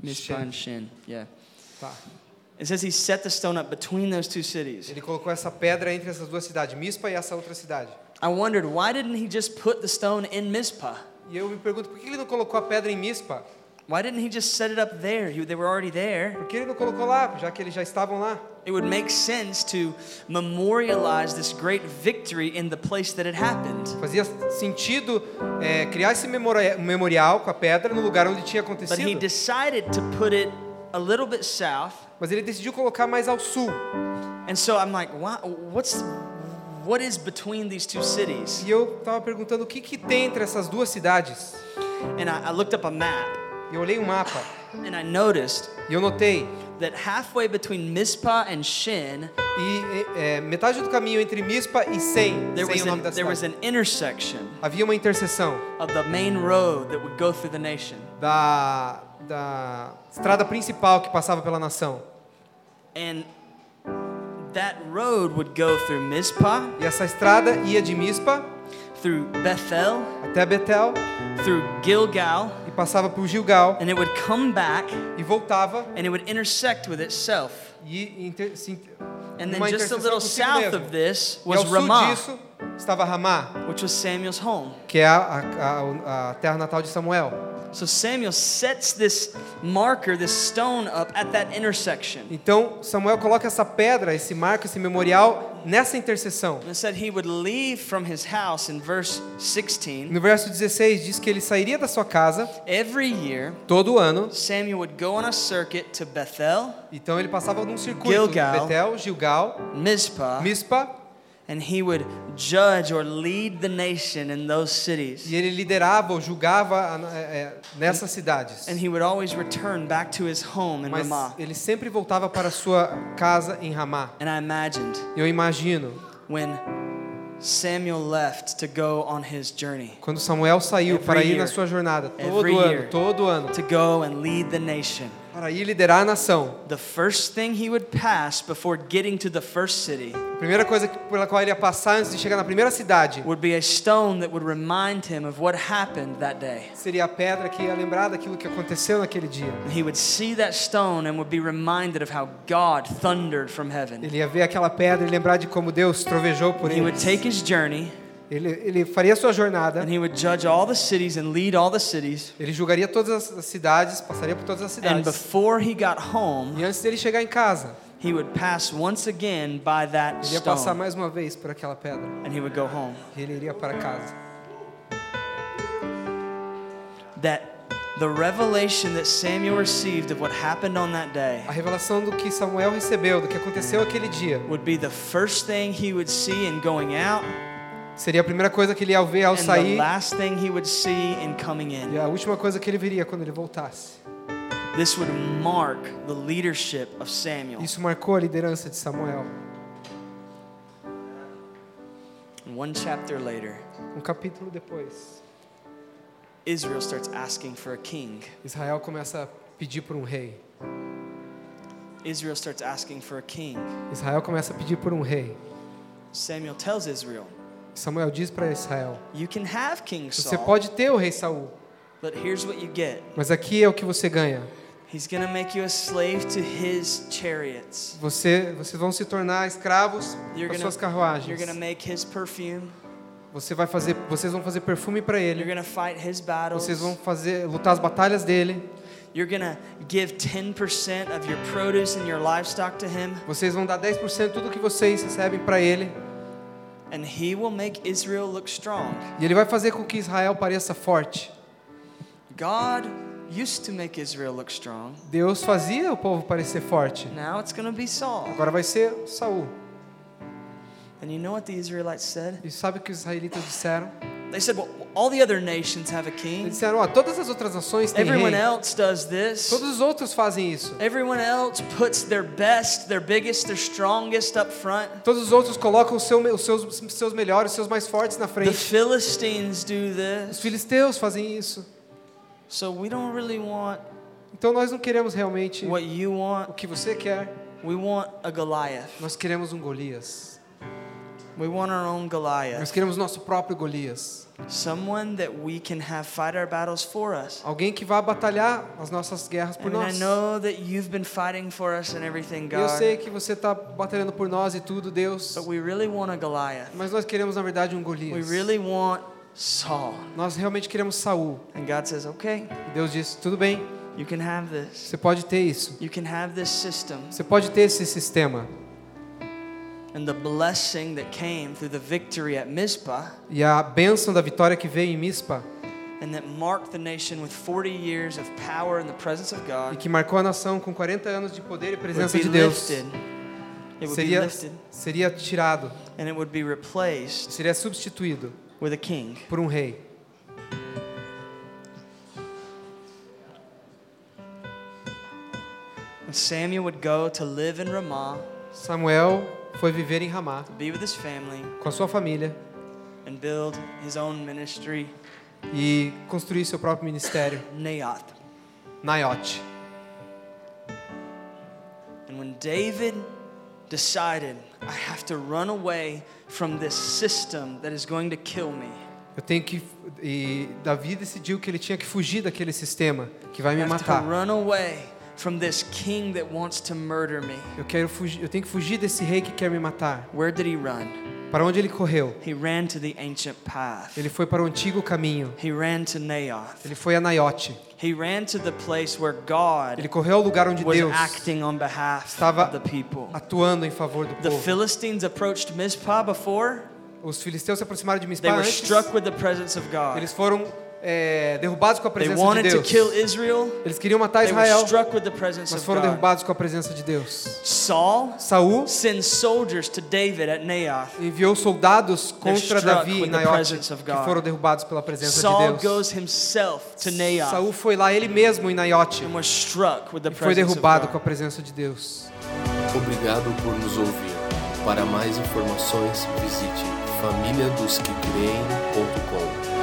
[SPEAKER 4] Mizpah
[SPEAKER 3] Shin.
[SPEAKER 4] and Shin. Yeah.
[SPEAKER 3] Tá.
[SPEAKER 4] It says he set the stone up between those two cities.
[SPEAKER 3] Ele colocou essa pedra entre essas duas cidades, Mispa e essa outra cidade.
[SPEAKER 4] I wondered why didn't he just put the stone in Mizpah?
[SPEAKER 3] E eu me pergunto por que ele não colocou a pedra em Mispa?
[SPEAKER 4] Why didn't he just set it up there? He, they were already there.
[SPEAKER 3] Por que ele não colocou lá, já que eles já estavam lá?
[SPEAKER 4] It would make sense to memorialize this great victory in the place that it happened.
[SPEAKER 3] Fazia sentido é, criar esse memora- memorial com a pedra no lugar onde tinha
[SPEAKER 4] But he
[SPEAKER 3] acontecido.
[SPEAKER 4] decided to put it a little bit south.
[SPEAKER 3] Mas ele decidiu colocar mais ao sul.
[SPEAKER 4] And so I'm like, why, what's what is between these two cities?
[SPEAKER 3] E eu tava perguntando o que, que tem entre essas duas cidades.
[SPEAKER 4] And I, I looked up a map
[SPEAKER 3] E eu olhei o mapa
[SPEAKER 4] and I noticed
[SPEAKER 3] e eu notei.
[SPEAKER 4] that halfway between Mizpah and Shin,
[SPEAKER 3] E é, é, metade do caminho entre Mispa e Sem,
[SPEAKER 4] there
[SPEAKER 3] Sem é
[SPEAKER 4] was
[SPEAKER 3] o nome
[SPEAKER 4] an,
[SPEAKER 3] da
[SPEAKER 4] there was
[SPEAKER 3] cidade,
[SPEAKER 4] an intersection
[SPEAKER 3] havia uma interseção.
[SPEAKER 4] of the main road that would go through the nation.
[SPEAKER 3] da, da estrada principal que passava pela nação.
[SPEAKER 4] And that road would go through Mizpah
[SPEAKER 3] E essa estrada ia de Mispa
[SPEAKER 4] through Bethel,
[SPEAKER 3] até Betel
[SPEAKER 4] through Gilgal,
[SPEAKER 3] e passava por Gilgal
[SPEAKER 4] and it would come back
[SPEAKER 3] e voltava
[SPEAKER 4] and it would intersect with itself.
[SPEAKER 3] e inter, se, inter-
[SPEAKER 4] And then
[SPEAKER 3] numa
[SPEAKER 4] just a
[SPEAKER 3] interseção
[SPEAKER 4] little
[SPEAKER 3] consigo
[SPEAKER 4] south
[SPEAKER 3] mesmo.
[SPEAKER 4] of this
[SPEAKER 3] e ao
[SPEAKER 4] was
[SPEAKER 3] sul
[SPEAKER 4] Ramah,
[SPEAKER 3] disso estava Ramá,
[SPEAKER 4] which was Samuel's home.
[SPEAKER 3] que é a, a- a- a terra natal de Samuel.
[SPEAKER 4] So Samuel sets this marker, this stone up at that intersection.
[SPEAKER 3] Então Samuel coloca essa pedra, esse marco, esse memorial nessa intercessão.
[SPEAKER 4] And it said he would leave from his house in verse 16.
[SPEAKER 3] No verso 16 diz que ele sairia da sua casa
[SPEAKER 4] Every year,
[SPEAKER 3] todo ano.
[SPEAKER 4] Samuel would go on a circuit to Bethel,
[SPEAKER 3] Então ele passava num circuito
[SPEAKER 4] Gilgal.
[SPEAKER 3] Betel, Gilgal,
[SPEAKER 4] Mizpah,
[SPEAKER 3] Mispa
[SPEAKER 4] and he would judge or lead the nation in those cities.
[SPEAKER 3] e ele liderava ou julgava a- é, é, nessas cidades.
[SPEAKER 4] And he would always return back to his home in
[SPEAKER 3] Mas
[SPEAKER 4] Ramah.
[SPEAKER 3] ele sempre voltava para sua casa em Ramá.
[SPEAKER 4] And I imagined
[SPEAKER 3] Eu imagino
[SPEAKER 4] when Samuel left to go on his journey,
[SPEAKER 3] quando Samuel saiu
[SPEAKER 4] Every
[SPEAKER 3] para ir
[SPEAKER 4] year.
[SPEAKER 3] na sua jornada todo
[SPEAKER 4] Every
[SPEAKER 3] ano,
[SPEAKER 4] year.
[SPEAKER 3] todo ano,
[SPEAKER 4] to go and lead the nation.
[SPEAKER 3] para ir liderar a nação.
[SPEAKER 4] The first thing he would pass before getting to the first city
[SPEAKER 3] A primeira coisa que- pela qual ele ia passar antes de chegar na primeira cidade
[SPEAKER 4] would be a stone that would remind him of what happened that day.
[SPEAKER 3] seria a pedra que ia lembrar daquilo que aconteceu naquele dia.
[SPEAKER 4] And he would see that stone and would be reminded of how God thundered from heaven.
[SPEAKER 3] Ele ia ver aquela pedra e lembrar de como Deus trovejou por
[SPEAKER 4] He
[SPEAKER 3] ele.
[SPEAKER 4] would take his journey
[SPEAKER 3] Ele, ele faria sua jornada,
[SPEAKER 4] and he would judge all the cities and lead all the cities.
[SPEAKER 3] ele julgaria todas as cidades, passaria por todas as
[SPEAKER 4] And
[SPEAKER 3] cidades.
[SPEAKER 4] before he got home,
[SPEAKER 3] E antes dele chegar em casa,
[SPEAKER 4] he would pass once again by that
[SPEAKER 3] ele ia passar
[SPEAKER 4] stone
[SPEAKER 3] mais uma vez por aquela pedra.
[SPEAKER 4] and he would go home.
[SPEAKER 3] E ele iria para casa.
[SPEAKER 4] That the revelation that Samuel received of what happened on that day
[SPEAKER 3] A revelação do que Samuel recebeu, do que aconteceu aquele dia,
[SPEAKER 4] would be the first thing he would see in going out
[SPEAKER 3] seria a primeira coisa que ele ia ver ao
[SPEAKER 4] and the
[SPEAKER 3] sair
[SPEAKER 4] last thing he would see in coming
[SPEAKER 3] e
[SPEAKER 4] in.
[SPEAKER 3] a última coisa que ele veria quando ele voltasse.
[SPEAKER 4] This would mark the leadership of Samuel.
[SPEAKER 3] Isso marcou a liderança de Samuel.
[SPEAKER 4] And One chapter later,
[SPEAKER 3] Um capítulo depois,
[SPEAKER 4] Israel starts asking for a king.
[SPEAKER 3] Israel começa a pedir por um rei.
[SPEAKER 4] Israel starts asking for a king.
[SPEAKER 3] Israel começa a pedir por um rei.
[SPEAKER 4] Samuel tells Israel,
[SPEAKER 3] Samuel diz para Israel:
[SPEAKER 4] You can have King
[SPEAKER 3] Você
[SPEAKER 4] Saul,
[SPEAKER 3] pode ter o rei Saul,
[SPEAKER 4] but here's what you get.
[SPEAKER 3] mas aqui é o que você ganha.
[SPEAKER 4] He's going to make you a slave to his chariots.
[SPEAKER 3] Você, vocês vão se tornar escravos
[SPEAKER 4] You're
[SPEAKER 3] das
[SPEAKER 4] gonna-
[SPEAKER 3] suas
[SPEAKER 4] You're
[SPEAKER 3] carruagens.
[SPEAKER 4] going to make his perfume.
[SPEAKER 3] Você vai fazer, vocês vão fazer perfume para
[SPEAKER 4] You're
[SPEAKER 3] ele.
[SPEAKER 4] going to fight his battles.
[SPEAKER 3] Vocês vão fazer lutar as batalhas dele.
[SPEAKER 4] You're going to give 10% of your produce and your livestock to him,
[SPEAKER 3] Vocês vão dar 10% de tudo que vocês recebem para ele.
[SPEAKER 4] and he will make Israel look strong.
[SPEAKER 3] E ele vai fazer com que Israel pareça forte.
[SPEAKER 4] God used to make Israel look strong.
[SPEAKER 3] Deus fazia o povo parecer forte.
[SPEAKER 4] Now it's going to be Saul.
[SPEAKER 3] Agora vai ser Saul.
[SPEAKER 4] And you know what the Israelites said?
[SPEAKER 3] E sabe o que os israelitas disseram?
[SPEAKER 4] They said, Well, all the other nations have a
[SPEAKER 3] Eles
[SPEAKER 4] king.
[SPEAKER 3] disseram: ó, todas as outras nações têm
[SPEAKER 4] Everyone
[SPEAKER 3] rei.
[SPEAKER 4] else does this.
[SPEAKER 3] Todos os outros fazem isso.
[SPEAKER 4] Everyone else puts their best, their biggest, their strongest up front.
[SPEAKER 3] Todos os outros colocam o seu- os seus, os seus melhores, os seus mais fortes na
[SPEAKER 4] The
[SPEAKER 3] frente.
[SPEAKER 4] Philistines do
[SPEAKER 3] Os
[SPEAKER 4] this.
[SPEAKER 3] filisteus fazem isso.
[SPEAKER 4] So we don't really want
[SPEAKER 3] Então nós não queremos realmente
[SPEAKER 4] what you
[SPEAKER 3] o
[SPEAKER 4] want.
[SPEAKER 3] que você quer.
[SPEAKER 4] We want a Goliath.
[SPEAKER 3] Nós queremos um Golias.
[SPEAKER 4] We want our own
[SPEAKER 3] Nós
[SPEAKER 4] Goliath.
[SPEAKER 3] queremos nosso próprio Golias.
[SPEAKER 4] Someone that we can have fight our battles for us.
[SPEAKER 3] Alguém que vá batalhar as nossas guerras por
[SPEAKER 4] And I
[SPEAKER 3] nós.
[SPEAKER 4] know that you've been fighting for us and everything,
[SPEAKER 3] Eu
[SPEAKER 4] God.
[SPEAKER 3] sei que você está batalhando por nós e tudo, Deus.
[SPEAKER 4] But we really want a Goliath.
[SPEAKER 3] Mas nós queremos, na verdade, um
[SPEAKER 4] We
[SPEAKER 3] Golias.
[SPEAKER 4] really want Saul.
[SPEAKER 3] Nós realmente queremos Saul.
[SPEAKER 4] And God says, okay,
[SPEAKER 3] E Deus diz: tudo bem,
[SPEAKER 4] you can have this.
[SPEAKER 3] você pode ter isso.
[SPEAKER 4] You can have this system.
[SPEAKER 3] Você pode ter esse sistema.
[SPEAKER 4] And the blessing that came through the victory at Mizpah
[SPEAKER 3] E a bênção da vitória que veio em Mispa
[SPEAKER 4] and that marked the nation with 40 years of power in the presence of
[SPEAKER 3] e
[SPEAKER 4] God
[SPEAKER 3] que marcou a nação com 40 anos de poder e
[SPEAKER 4] would
[SPEAKER 3] presença
[SPEAKER 4] be
[SPEAKER 3] de Deus
[SPEAKER 4] lifted. It would be
[SPEAKER 3] seria,
[SPEAKER 4] lifted
[SPEAKER 3] seria tirado,
[SPEAKER 4] and it would be replaced
[SPEAKER 3] seria substituído
[SPEAKER 4] with a king.
[SPEAKER 3] por um rei.
[SPEAKER 4] And Samuel would go to live in Ramah,
[SPEAKER 3] Samuel foi viver em Ramá
[SPEAKER 4] be with his family,
[SPEAKER 3] com a sua família
[SPEAKER 4] and build his own ministry,
[SPEAKER 3] e construir seu próprio ministério,
[SPEAKER 4] Naoth.
[SPEAKER 3] Naiote.
[SPEAKER 4] And when David decided, I have to run away from this system that is going to kill me.
[SPEAKER 3] Eu tenho que. E Davi decidiu que ele tinha que fugir daquele sistema que vai
[SPEAKER 4] I
[SPEAKER 3] me
[SPEAKER 4] have to
[SPEAKER 3] matar.
[SPEAKER 4] run away from this king that wants to murder me.
[SPEAKER 3] Eu quero fugir. Eu tenho que fugir desse rei que quer me matar.
[SPEAKER 4] Where did he run?
[SPEAKER 3] Para onde ele correu?
[SPEAKER 4] He ran to the ancient path.
[SPEAKER 3] Ele foi para o antigo caminho.
[SPEAKER 4] He ran to Naoth.
[SPEAKER 3] Ele foi a Naiote.
[SPEAKER 4] He ran to the place where God
[SPEAKER 3] Ele correu ao lugar onde
[SPEAKER 4] was
[SPEAKER 3] Deus
[SPEAKER 4] acting on behalf
[SPEAKER 3] estava
[SPEAKER 4] of the people.
[SPEAKER 3] atuando em favor do
[SPEAKER 4] The
[SPEAKER 3] povo.
[SPEAKER 4] Philistines approached Mizpah before
[SPEAKER 3] Os filisteus se aproximaram de
[SPEAKER 4] they
[SPEAKER 3] Mispah
[SPEAKER 4] were
[SPEAKER 3] antes.
[SPEAKER 4] struck with the presence of God.
[SPEAKER 3] Eles foram é, derrubados com a
[SPEAKER 4] They
[SPEAKER 3] presença de
[SPEAKER 4] wanted to kill
[SPEAKER 3] Deus.
[SPEAKER 4] Israel.
[SPEAKER 3] Eles queriam matar
[SPEAKER 4] They were
[SPEAKER 3] Israel,
[SPEAKER 4] struck with the presence
[SPEAKER 3] mas
[SPEAKER 4] of
[SPEAKER 3] foram
[SPEAKER 4] God.
[SPEAKER 3] derrubados com a presença de Deus.
[SPEAKER 4] Saul
[SPEAKER 3] Saul
[SPEAKER 4] sends soldiers to David at Naoth.
[SPEAKER 3] enviou soldados contra
[SPEAKER 4] struck
[SPEAKER 3] Davi
[SPEAKER 4] with
[SPEAKER 3] e
[SPEAKER 4] the
[SPEAKER 3] Naiote
[SPEAKER 4] presence of God.
[SPEAKER 3] que foram derrubados pela presença
[SPEAKER 4] Saul
[SPEAKER 3] de Deus.
[SPEAKER 4] goes himself to Naoth
[SPEAKER 3] Saul foi lá ele mesmo em Naiote
[SPEAKER 4] and was struck with the
[SPEAKER 3] e foi
[SPEAKER 4] presence of
[SPEAKER 3] derrubado com a
[SPEAKER 4] God.
[SPEAKER 3] presença de Deus.
[SPEAKER 1] Obrigado por nos ouvir. Para mais informações, visite famíliadosquecreem.com.